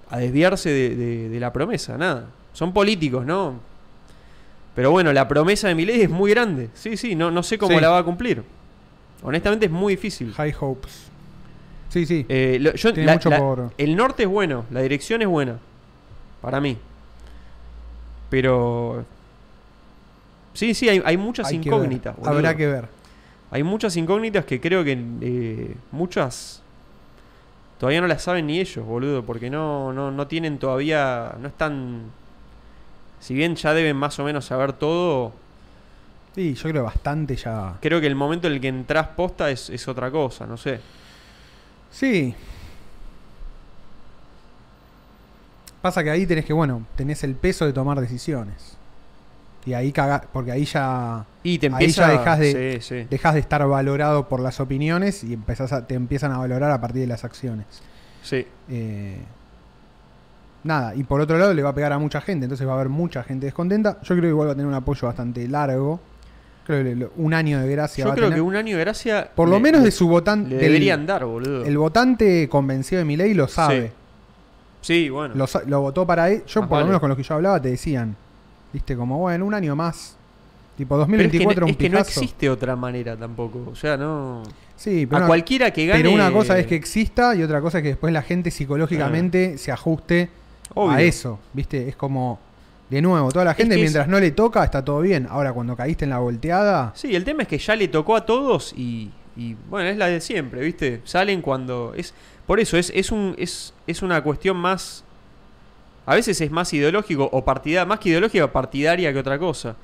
[SPEAKER 2] a desviarse de, de- de la promesa, nada. Son políticos, ¿no? Pero bueno, la promesa de Milei es muy grande. Sí, sí, no, no sé cómo
[SPEAKER 1] Sí.
[SPEAKER 2] la va a cumplir. Honestamente es muy difícil.
[SPEAKER 1] High hopes. Sí, sí.
[SPEAKER 2] Eh, lo- yo-
[SPEAKER 1] Tiene
[SPEAKER 2] la-
[SPEAKER 1] mucho
[SPEAKER 2] la-
[SPEAKER 1] por-
[SPEAKER 2] El norte es bueno, la dirección es buena. Para mí. Pero. Sí, sí, hay, hay muchas
[SPEAKER 1] Hay que ver.
[SPEAKER 2] incógnitas. boludo.
[SPEAKER 1] Habrá que ver.
[SPEAKER 2] Hay muchas incógnitas que creo que eh, muchas. Todavía no las saben ni ellos, boludo, porque no, no, no tienen todavía. No están. Si bien ya deben más o menos saber todo,
[SPEAKER 1] Sí, yo creo bastante ya.
[SPEAKER 2] creo que el momento en el que entras posta es, es otra cosa, no sé.
[SPEAKER 1] Sí. Pasa que ahí tenés que, bueno, tenés el peso de tomar decisiones. Y ahí caga, porque ahí ya
[SPEAKER 2] Y te
[SPEAKER 1] Ahí
[SPEAKER 2] empieza
[SPEAKER 1] ya dejás de-
[SPEAKER 2] Sí, sí.
[SPEAKER 1] dejas de estar valorado por las opiniones y empezás a- te empiezan a valorar a partir de las acciones.
[SPEAKER 2] sí.
[SPEAKER 1] Eh, nada, y por otro lado le va a pegar a mucha gente, entonces va a haber mucha gente descontenta. Yo creo que igual va a tener un apoyo bastante largo. Creo que lo- un año de gracia
[SPEAKER 2] Yo
[SPEAKER 1] va a
[SPEAKER 2] creo
[SPEAKER 1] tener.
[SPEAKER 2] que un año de gracia.
[SPEAKER 1] por lo
[SPEAKER 2] le-
[SPEAKER 1] menos
[SPEAKER 2] le-
[SPEAKER 1] de su votante.
[SPEAKER 2] Le
[SPEAKER 1] del-
[SPEAKER 2] deberían dar, boludo.
[SPEAKER 1] El votante convencido de mi ley lo sabe.
[SPEAKER 2] Sí, bueno.
[SPEAKER 1] Lo, sa- lo votó para él. Yo,
[SPEAKER 2] Más
[SPEAKER 1] por
[SPEAKER 2] Ah, vale.
[SPEAKER 1] lo menos con los que yo hablaba, te decían. Viste, como bueno, un año más. Tipo
[SPEAKER 2] Pero es que,
[SPEAKER 1] 2024
[SPEAKER 2] no, es
[SPEAKER 1] un
[SPEAKER 2] que no
[SPEAKER 1] pijazo.
[SPEAKER 2] existe otra manera tampoco. O sea, no.
[SPEAKER 1] sí,
[SPEAKER 2] a
[SPEAKER 1] pero, una,
[SPEAKER 2] cualquiera que gane.
[SPEAKER 1] pero una cosa es que exista y otra cosa es que después la gente psicológicamente se ajuste
[SPEAKER 2] Obvio.
[SPEAKER 1] a eso. Viste, es como. De nuevo, toda la
[SPEAKER 2] Es
[SPEAKER 1] gente
[SPEAKER 2] que es-
[SPEAKER 1] mientras no le toca está todo bien. Ahora, cuando caíste en la volteada.
[SPEAKER 2] Sí, el tema es que ya le tocó a todos y. y, bueno, es la de siempre, ¿viste? Salen cuando. es Por eso, es, es, un, es, es una cuestión más. A veces es más ideológico o partida, más que ideológica, partidaria que otra cosa.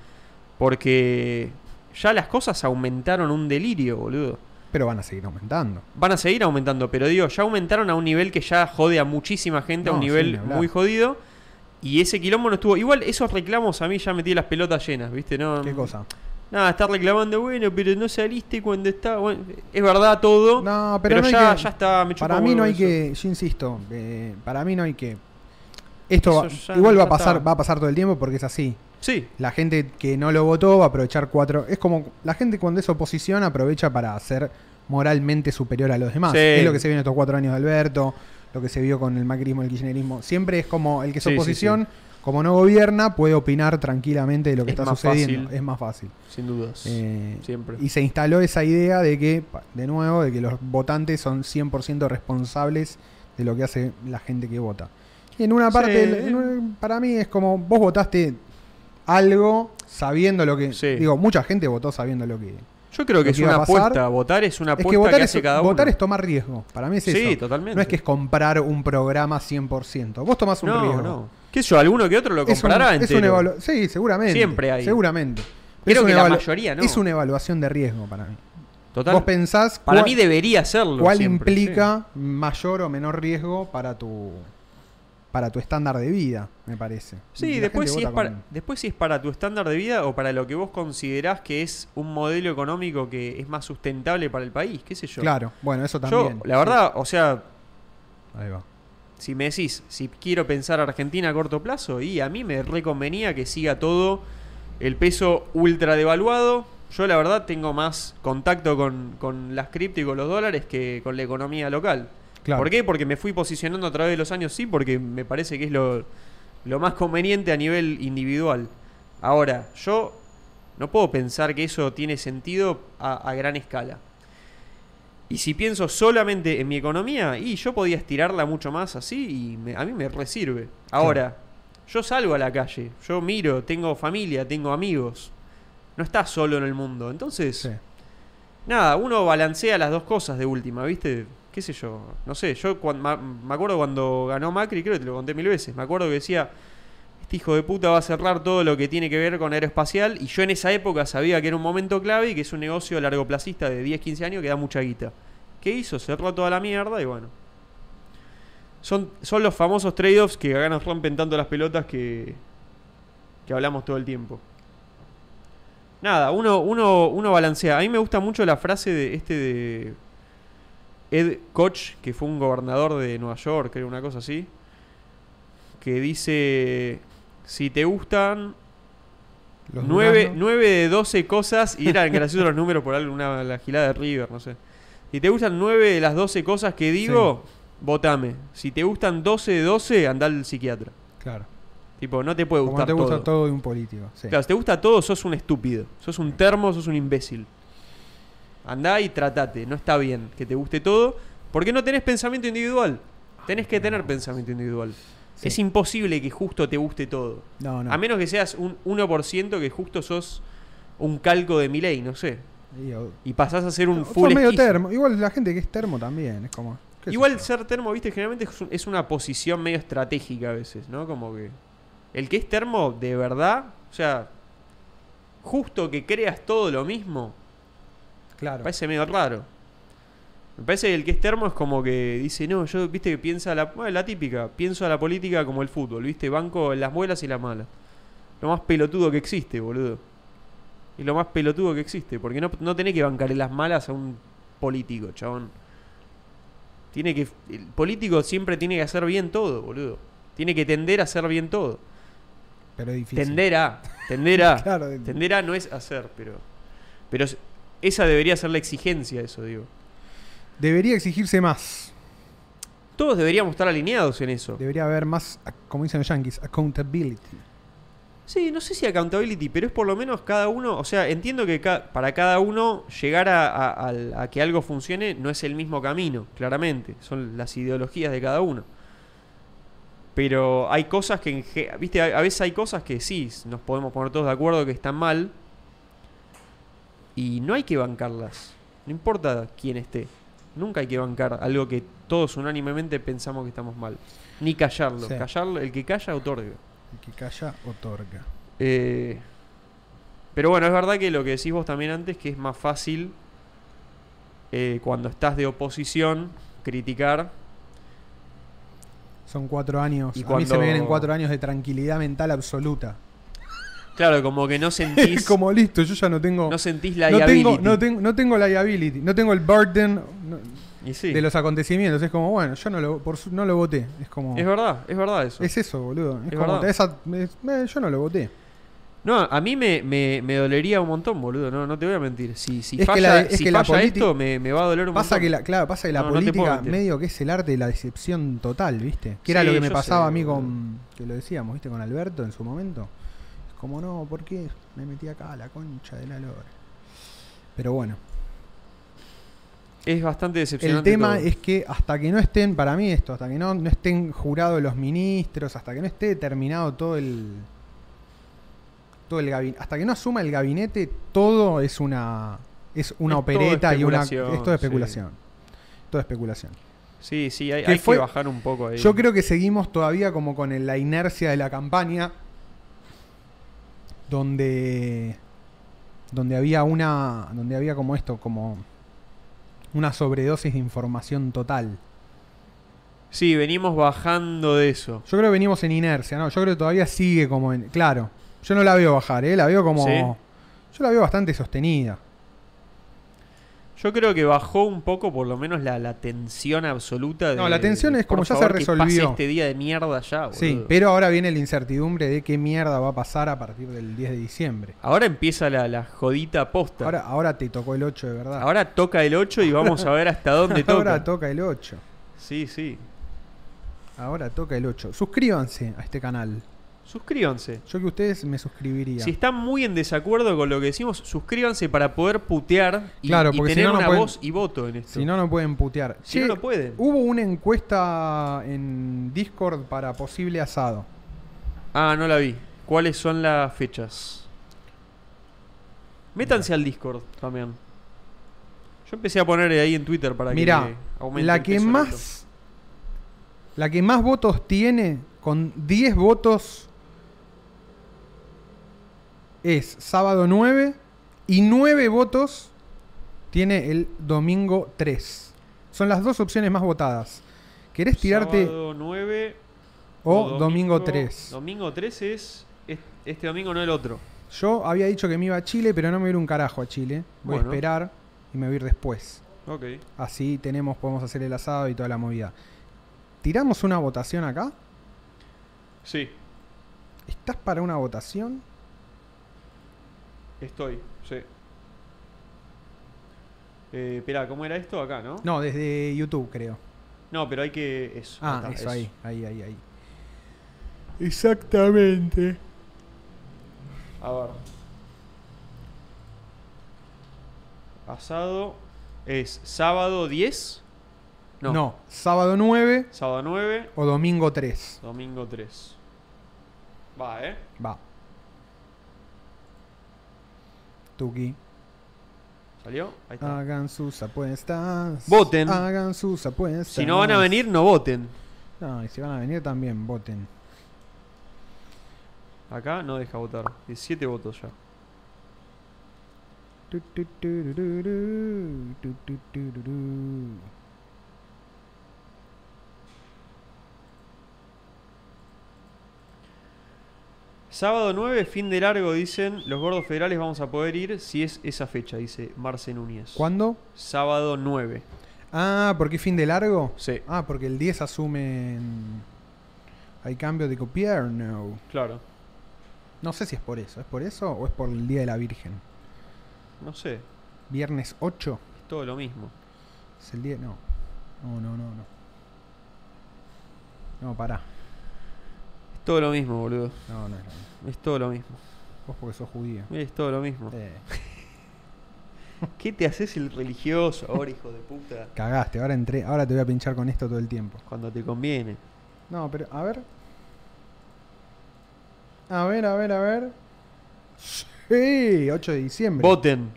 [SPEAKER 2] Porque ya las cosas aumentaron un delirio, boludo.
[SPEAKER 1] Pero van a seguir aumentando.
[SPEAKER 2] van a seguir aumentando, pero digo, ya aumentaron a un nivel que ya jode a muchísima gente, a un
[SPEAKER 1] No, sin
[SPEAKER 2] nivel
[SPEAKER 1] hablar.
[SPEAKER 2] muy jodido. Y ese quilombo no estuvo. Igual esos reclamos a mí ya metí las pelotas llenas, ¿viste? No,
[SPEAKER 1] ¿Qué cosa?
[SPEAKER 2] Nada, estar reclamando, bueno, pero no saliste cuando está. Bueno, es verdad todo.
[SPEAKER 1] No, pero,
[SPEAKER 2] pero
[SPEAKER 1] no hay
[SPEAKER 2] ya,
[SPEAKER 1] que-
[SPEAKER 2] ya está. me chupa
[SPEAKER 1] Para mí no
[SPEAKER 2] huevo
[SPEAKER 1] hay
[SPEAKER 2] eso.
[SPEAKER 1] que, yo insisto, eh, para mí no hay que. Esto
[SPEAKER 2] Eso
[SPEAKER 1] va-
[SPEAKER 2] ya-
[SPEAKER 1] igual va
[SPEAKER 2] ya
[SPEAKER 1] a pasar,
[SPEAKER 2] está.
[SPEAKER 1] va a pasar todo el tiempo porque es así.
[SPEAKER 2] Sí,
[SPEAKER 1] La gente que no lo votó va a aprovechar cuatro. Es como la gente cuando es oposición aprovecha para ser moralmente superior a los demás.
[SPEAKER 2] Sí.
[SPEAKER 1] Es lo que se vio en estos cuatro años de Alberto, lo que se vio con el macrismo, el kirchnerismo. Siempre es como el que es
[SPEAKER 2] Sí, sí,
[SPEAKER 1] oposición, como no gobierna, puede opinar tranquilamente de lo que
[SPEAKER 2] Es
[SPEAKER 1] está
[SPEAKER 2] más
[SPEAKER 1] sucediendo.
[SPEAKER 2] fácil.
[SPEAKER 1] Es más fácil.
[SPEAKER 2] sin dudas.
[SPEAKER 1] Eh,
[SPEAKER 2] Siempre.
[SPEAKER 1] Y se instaló esa idea de que, pa- de nuevo, de que los votantes son 100% responsables de lo que hace la gente que vota. Y en una
[SPEAKER 2] Sí.
[SPEAKER 1] parte, del- en un- para mí es como, vos votaste algo sabiendo lo que...
[SPEAKER 2] Sí.
[SPEAKER 1] Digo, mucha gente votó sabiendo lo que...
[SPEAKER 2] Yo creo que
[SPEAKER 1] lo
[SPEAKER 2] es
[SPEAKER 1] que iba
[SPEAKER 2] una
[SPEAKER 1] a pasar-
[SPEAKER 2] apuesta. Votar es
[SPEAKER 1] Es
[SPEAKER 2] una apuesta
[SPEAKER 1] que
[SPEAKER 2] que,
[SPEAKER 1] votar,
[SPEAKER 2] hace
[SPEAKER 1] es,
[SPEAKER 2] cada uno.
[SPEAKER 1] votar es tomar riesgo. Para mí es
[SPEAKER 2] sí,
[SPEAKER 1] eso.
[SPEAKER 2] totalmente.
[SPEAKER 1] No es que es comprar un programa 100%. Vos tomás un
[SPEAKER 2] No,
[SPEAKER 1] riesgo.
[SPEAKER 2] no. ¿Qué sé yo? Alguno que otro lo
[SPEAKER 1] Es un-
[SPEAKER 2] comprará
[SPEAKER 1] es
[SPEAKER 2] entero.
[SPEAKER 1] una evalu- Sí, seguramente.
[SPEAKER 2] Siempre hay.
[SPEAKER 1] Seguramente.
[SPEAKER 2] Creo
[SPEAKER 1] es
[SPEAKER 2] que
[SPEAKER 1] una
[SPEAKER 2] la
[SPEAKER 1] evalu-
[SPEAKER 2] mayoría no.
[SPEAKER 1] Es una evaluación de riesgo para mí.
[SPEAKER 2] Total.
[SPEAKER 1] Vos pensás
[SPEAKER 2] Para
[SPEAKER 1] cuál-
[SPEAKER 2] mí debería serlo.
[SPEAKER 1] cuál
[SPEAKER 2] siempre, sí.
[SPEAKER 1] implica mayor o menor riesgo para tu para tu estándar de vida, me parece. Y
[SPEAKER 2] Sí,
[SPEAKER 1] la
[SPEAKER 2] después si,
[SPEAKER 1] gente
[SPEAKER 2] es
[SPEAKER 1] vota
[SPEAKER 2] para,
[SPEAKER 1] con-
[SPEAKER 2] después si es para tu estándar de vida o para lo que vos considerás que es un modelo económico que es más sustentable para el país, qué sé yo.
[SPEAKER 1] Claro, bueno, eso
[SPEAKER 2] Yo,
[SPEAKER 1] también.
[SPEAKER 2] la verdad, o sea,
[SPEAKER 1] Ahí va.
[SPEAKER 2] si me decís, si quiero pensar Argentina a corto plazo, y a mí me reconvenía que siga todo el peso ultra devaluado. Yo la verdad tengo más contacto con, con las cripto y con los dólares que con la economía local.
[SPEAKER 1] Claro.
[SPEAKER 2] ¿Por qué? Porque me fui posicionando a través de los años, sí, porque me parece que es lo, lo más conveniente a nivel individual. Ahora, yo no puedo pensar que eso tiene sentido a, a gran escala. Y si pienso solamente en mi economía, y yo podía estirarla mucho más así y me- a mí me resirve. Ahora, yo salgo a la calle, yo miro, tengo familia, tengo amigos. No estás solo en el mundo. Entonces,
[SPEAKER 1] Sí.
[SPEAKER 2] nada, uno balancea las dos cosas de última, ¿viste? ¿Qué sé yo? No sé, yo cuan- ma- me acuerdo cuando ganó Macri, creo que te lo conté mil veces, me acuerdo que decía, este hijo de puta va a cerrar todo lo que tiene que ver con aeroespacial, y yo en esa época sabía que era un momento clave y que es un negocio largoplacista de 10, 15 años que da mucha guita. ¿Qué hizo? Cerró toda la mierda y bueno. Son, son los famosos trade-offs que acá nos rompen tanto las pelotas que, que hablamos todo el tiempo. Nada, uno, uno, uno balancea. A mí me gusta mucho la frase de este de Ed Koch, que fue un gobernador de Nueva York, creo, una cosa así, que dice, si te gustan
[SPEAKER 1] Los
[SPEAKER 2] 9,
[SPEAKER 1] duraznos.
[SPEAKER 2] de 12 cosas, y eran graciosos los números por alguna la gilada de River, no sé. Si te gustan 9 de las 12 cosas que digo, votame. Si te gustan 12 de 12, anda al psiquiatra.
[SPEAKER 1] Claro.
[SPEAKER 2] Tipo, no te puede
[SPEAKER 1] Como
[SPEAKER 2] gustar
[SPEAKER 1] te gusta
[SPEAKER 2] todo.
[SPEAKER 1] todo. de un político. sí.
[SPEAKER 2] Claro, si te gusta todo, sos un estúpido. Sos un termo, sos un imbécil. Andá y tratate. No está bien que te guste todo. Porque no tenés pensamiento individual. Tenés que tener pensamiento individual.
[SPEAKER 1] Sí.
[SPEAKER 2] Es imposible que justo te guste todo.
[SPEAKER 1] No, no.
[SPEAKER 2] A menos que seas un 1% que justo sos un calco de Milei, no sé.
[SPEAKER 1] Y, o-
[SPEAKER 2] Y pasás a ser un
[SPEAKER 1] no,
[SPEAKER 2] full
[SPEAKER 1] son medio
[SPEAKER 2] esquizo.
[SPEAKER 1] termo. Igual la gente que es termo también. Es como. qué sé
[SPEAKER 2] Igual
[SPEAKER 1] yo.
[SPEAKER 2] ser termo, viste, generalmente es un- es una posición medio estratégica a veces, ¿no? Como que. El que es termo, de verdad, o sea. Justo que creas todo lo mismo, me
[SPEAKER 1] Claro.
[SPEAKER 2] parece medio raro. Me parece que el que es termo es como que dice, no, yo, viste, que piensa la, bueno, la típica, pienso a la política como el fútbol, viste, banco en las buenas y las malas. Lo más pelotudo que existe, boludo. Es lo más pelotudo que existe, porque no, no tenés que bancar en las malas a un político, chabón. Tiene que, el político siempre tiene que hacer bien todo, boludo. Tiene que tender a hacer bien todo.
[SPEAKER 1] Pero es difícil.
[SPEAKER 2] Tender a, tender a.
[SPEAKER 1] Claro, de-
[SPEAKER 2] Tender a no es hacer, pero. Pero es- esa debería ser la exigencia, eso digo.
[SPEAKER 1] Debería exigirse más.
[SPEAKER 2] Todos deberíamos estar alineados en eso.
[SPEAKER 1] Debería haber más, ac- como dicen los yankees, accountability.
[SPEAKER 2] Sí, no sé si accountability, pero es por lo menos cada uno. O sea, entiendo que ca- para cada uno llegar a, a- al- a que algo funcione no es el mismo camino, claramente. Son las ideologías de cada uno. Pero hay cosas que, en ge- viste, a, a veces hay cosas que sí, nos podemos poner todos de acuerdo que están mal. Y no hay que bancarlas. No importa quién esté. Nunca hay que bancar algo que todos unánimemente pensamos que estamos mal. Ni callarlo.
[SPEAKER 1] Sí.
[SPEAKER 2] Callarlo, el que calla otorga.
[SPEAKER 1] El que calla, otorga.
[SPEAKER 2] Eh, pero bueno, es verdad que lo que decís vos también antes, que es más fácil eh, cuando estás de oposición criticar.
[SPEAKER 1] Son cuatro años. a mí
[SPEAKER 2] Y
[SPEAKER 1] se
[SPEAKER 2] cuando-
[SPEAKER 1] me vienen cuatro años de tranquilidad mental absoluta.
[SPEAKER 2] Claro, como que no
[SPEAKER 1] Es
[SPEAKER 2] sentís,
[SPEAKER 1] como listo, yo ya no tengo.
[SPEAKER 2] no sentís la
[SPEAKER 1] no tengo,
[SPEAKER 2] liability.
[SPEAKER 1] no, tengo, no tengo liability, no tengo el burden no,
[SPEAKER 2] Y sí,
[SPEAKER 1] de los acontecimientos. Es como, bueno, yo no lo, por su- no lo voté. Es como.
[SPEAKER 2] es verdad, es verdad eso.
[SPEAKER 1] Es eso, boludo. Es,
[SPEAKER 2] Es
[SPEAKER 1] como.
[SPEAKER 2] verdad.
[SPEAKER 1] te- esa- es- eh, yo no lo voté.
[SPEAKER 2] No, a mí me, me, me dolería un montón, boludo. No, no te voy a mentir. Si, si
[SPEAKER 1] Es que
[SPEAKER 2] falla,
[SPEAKER 1] la- es
[SPEAKER 2] si
[SPEAKER 1] que la
[SPEAKER 2] falla
[SPEAKER 1] politi-
[SPEAKER 2] esto, me, me va a doler un
[SPEAKER 1] Pasa
[SPEAKER 2] montón.
[SPEAKER 1] que la, claro, pasa que la
[SPEAKER 2] No, no te puedo
[SPEAKER 1] política
[SPEAKER 2] mentir.
[SPEAKER 1] medio que es el arte de la decepción total, ¿viste? Que era
[SPEAKER 2] Sí,
[SPEAKER 1] lo que me
[SPEAKER 2] yo
[SPEAKER 1] pasaba
[SPEAKER 2] sé,
[SPEAKER 1] a mí
[SPEAKER 2] boludo.
[SPEAKER 1] con. que lo decíamos, ¿viste? Con Alberto en su momento. Es como, no, ¿por qué me metí acá a la concha de la lora? Pero bueno.
[SPEAKER 2] Es bastante
[SPEAKER 1] El
[SPEAKER 2] decepcionante.
[SPEAKER 1] tema
[SPEAKER 2] todo.
[SPEAKER 1] es que hasta que no estén, para mí esto, hasta que no, no estén jurados los ministros, hasta que no esté determinado todo el. todo el gabinete. Hasta que no asuma el gabinete, todo es una. es una
[SPEAKER 2] Es todo
[SPEAKER 1] opereta y una. Es
[SPEAKER 2] especulación,
[SPEAKER 1] todo
[SPEAKER 2] sí.
[SPEAKER 1] especulación. Todo especulación.
[SPEAKER 2] Sí, sí, hay,
[SPEAKER 1] que
[SPEAKER 2] hay
[SPEAKER 1] fue-
[SPEAKER 2] que bajar un poco ahí.
[SPEAKER 1] Yo creo que seguimos todavía como con el- la inercia de la campaña. Donde. Donde había una. Donde había como esto, como. Una sobredosis de información total.
[SPEAKER 2] Sí, venimos bajando de eso.
[SPEAKER 1] Yo creo que venimos en inercia, ¿no? Yo creo que todavía sigue como en. Claro. Yo no la veo bajar, ¿eh? La veo como.
[SPEAKER 2] Sí. Ah,
[SPEAKER 1] Yo la veo bastante sostenida.
[SPEAKER 2] Yo creo que bajó un poco, por lo menos, la, la tensión absoluta. De,
[SPEAKER 1] No, la tensión es
[SPEAKER 2] por
[SPEAKER 1] como ya se
[SPEAKER 2] favor, que
[SPEAKER 1] resolvió.
[SPEAKER 2] pase este día de mierda ya, boludo.
[SPEAKER 1] Sí, pero ahora viene la incertidumbre de qué mierda va a pasar a partir del 10 de diciembre.
[SPEAKER 2] Ahora empieza la, la jodita posta.
[SPEAKER 1] Ahora,
[SPEAKER 2] Ahora,
[SPEAKER 1] ahora te tocó el 8 de verdad.
[SPEAKER 2] toca el 8 y vamos a ver hasta dónde toca.
[SPEAKER 1] Ahora toca el 8.
[SPEAKER 2] sí, sí.
[SPEAKER 1] Ahora toca el 8. Suscríbanse a este canal.
[SPEAKER 2] Suscríbanse.
[SPEAKER 1] Yo que ustedes me suscribiría.
[SPEAKER 2] Si están muy en desacuerdo con lo que decimos, suscríbanse para poder putear y,
[SPEAKER 1] Claro,
[SPEAKER 2] y
[SPEAKER 1] porque si
[SPEAKER 2] tener
[SPEAKER 1] no, no
[SPEAKER 2] una
[SPEAKER 1] pueden-
[SPEAKER 2] voz y voto en esto.
[SPEAKER 1] Si no, no pueden putear.
[SPEAKER 2] Si
[SPEAKER 1] Che,
[SPEAKER 2] no, no pueden.
[SPEAKER 1] Hubo una encuesta en Discord para posible asado.
[SPEAKER 2] Ah, no la vi. ¿Cuáles son las fechas? Métanse al Discord también. Yo empecé a poner ahí en Twitter para
[SPEAKER 1] Mirá,
[SPEAKER 2] que aumente
[SPEAKER 1] la
[SPEAKER 2] el
[SPEAKER 1] que
[SPEAKER 2] peso en esto.
[SPEAKER 1] más. La que más votos tiene, con 10 votos, es sábado 9. Y 9 votos tiene el domingo 3. Son las dos opciones más votadas. ¿Querés tirarte
[SPEAKER 2] Sábado 9
[SPEAKER 1] o domingo 3?
[SPEAKER 2] Domingo 3 es es- este domingo, no el otro.
[SPEAKER 1] Yo había dicho que me iba a Chile, pero no me voy a ir un carajo a Chile. Voy
[SPEAKER 2] Bueno.
[SPEAKER 1] a esperar y me voy a ir después.
[SPEAKER 2] Ok.
[SPEAKER 1] Así tenemos, podemos hacer el asado y toda la movida. ¿Tiramos una votación acá?
[SPEAKER 2] Sí,
[SPEAKER 1] ¿Estás para una votación?
[SPEAKER 2] estoy. Sí. Eh, esperá, ¿cómo era esto? Acá, ¿no?
[SPEAKER 1] No, desde YouTube creo.
[SPEAKER 2] No, pero hay que. Eso,
[SPEAKER 1] Ah,
[SPEAKER 2] está,
[SPEAKER 1] eso, ahí, ahí, ahí, ahí. Exactamente.
[SPEAKER 2] A ver. Asado es sábado 10.
[SPEAKER 1] No. sábado 9
[SPEAKER 2] Sábado 9,
[SPEAKER 1] o domingo 3.
[SPEAKER 2] domingo 3. Va, ¿eh?
[SPEAKER 1] Va. Tuki.
[SPEAKER 2] ¿Salió? Ahí está.
[SPEAKER 1] Hagan sus apuestas.
[SPEAKER 2] Voten.
[SPEAKER 1] Hagan sus apuestas.
[SPEAKER 2] si no van a venir, no voten.
[SPEAKER 1] No, y si van a venir también, voten.
[SPEAKER 2] Acá no deja votar. 17 votos ya.
[SPEAKER 1] Tu, tu, tururú, tu, tu, tururú.
[SPEAKER 2] Sábado 9, fin de largo, dicen. Los gordos federales vamos a poder ir si es esa fecha, dice Marce Núñez.
[SPEAKER 1] ¿Cuándo?
[SPEAKER 2] Sábado 9.
[SPEAKER 1] Ah, ¿por qué fin de largo?
[SPEAKER 2] Sí,
[SPEAKER 1] Ah, porque el 10 asumen. Hay cambio de gobierno.
[SPEAKER 2] claro.
[SPEAKER 1] No sé si es por eso. ¿Es por eso o es por el Día de la Virgen?
[SPEAKER 2] No sé. Es
[SPEAKER 1] ¿Viernes 8?
[SPEAKER 2] todo lo mismo.
[SPEAKER 1] ¿Es el día? No. No, no, no, no. No, pará.
[SPEAKER 2] Es todo lo mismo, boludo.
[SPEAKER 1] No, no, no.
[SPEAKER 2] Es todo lo mismo.
[SPEAKER 1] Vos porque sos judío.
[SPEAKER 2] Es todo lo mismo.
[SPEAKER 1] Eh,
[SPEAKER 2] ¿Qué te haces el religioso ahora, hijo de puta?
[SPEAKER 1] cagaste. Ahora entré. Ahora te voy a pinchar con esto todo el tiempo.
[SPEAKER 2] Cuando te conviene.
[SPEAKER 1] No, pero a ver. A ver, a ver, a ver. Sí, 8 de diciembre.
[SPEAKER 2] Voten,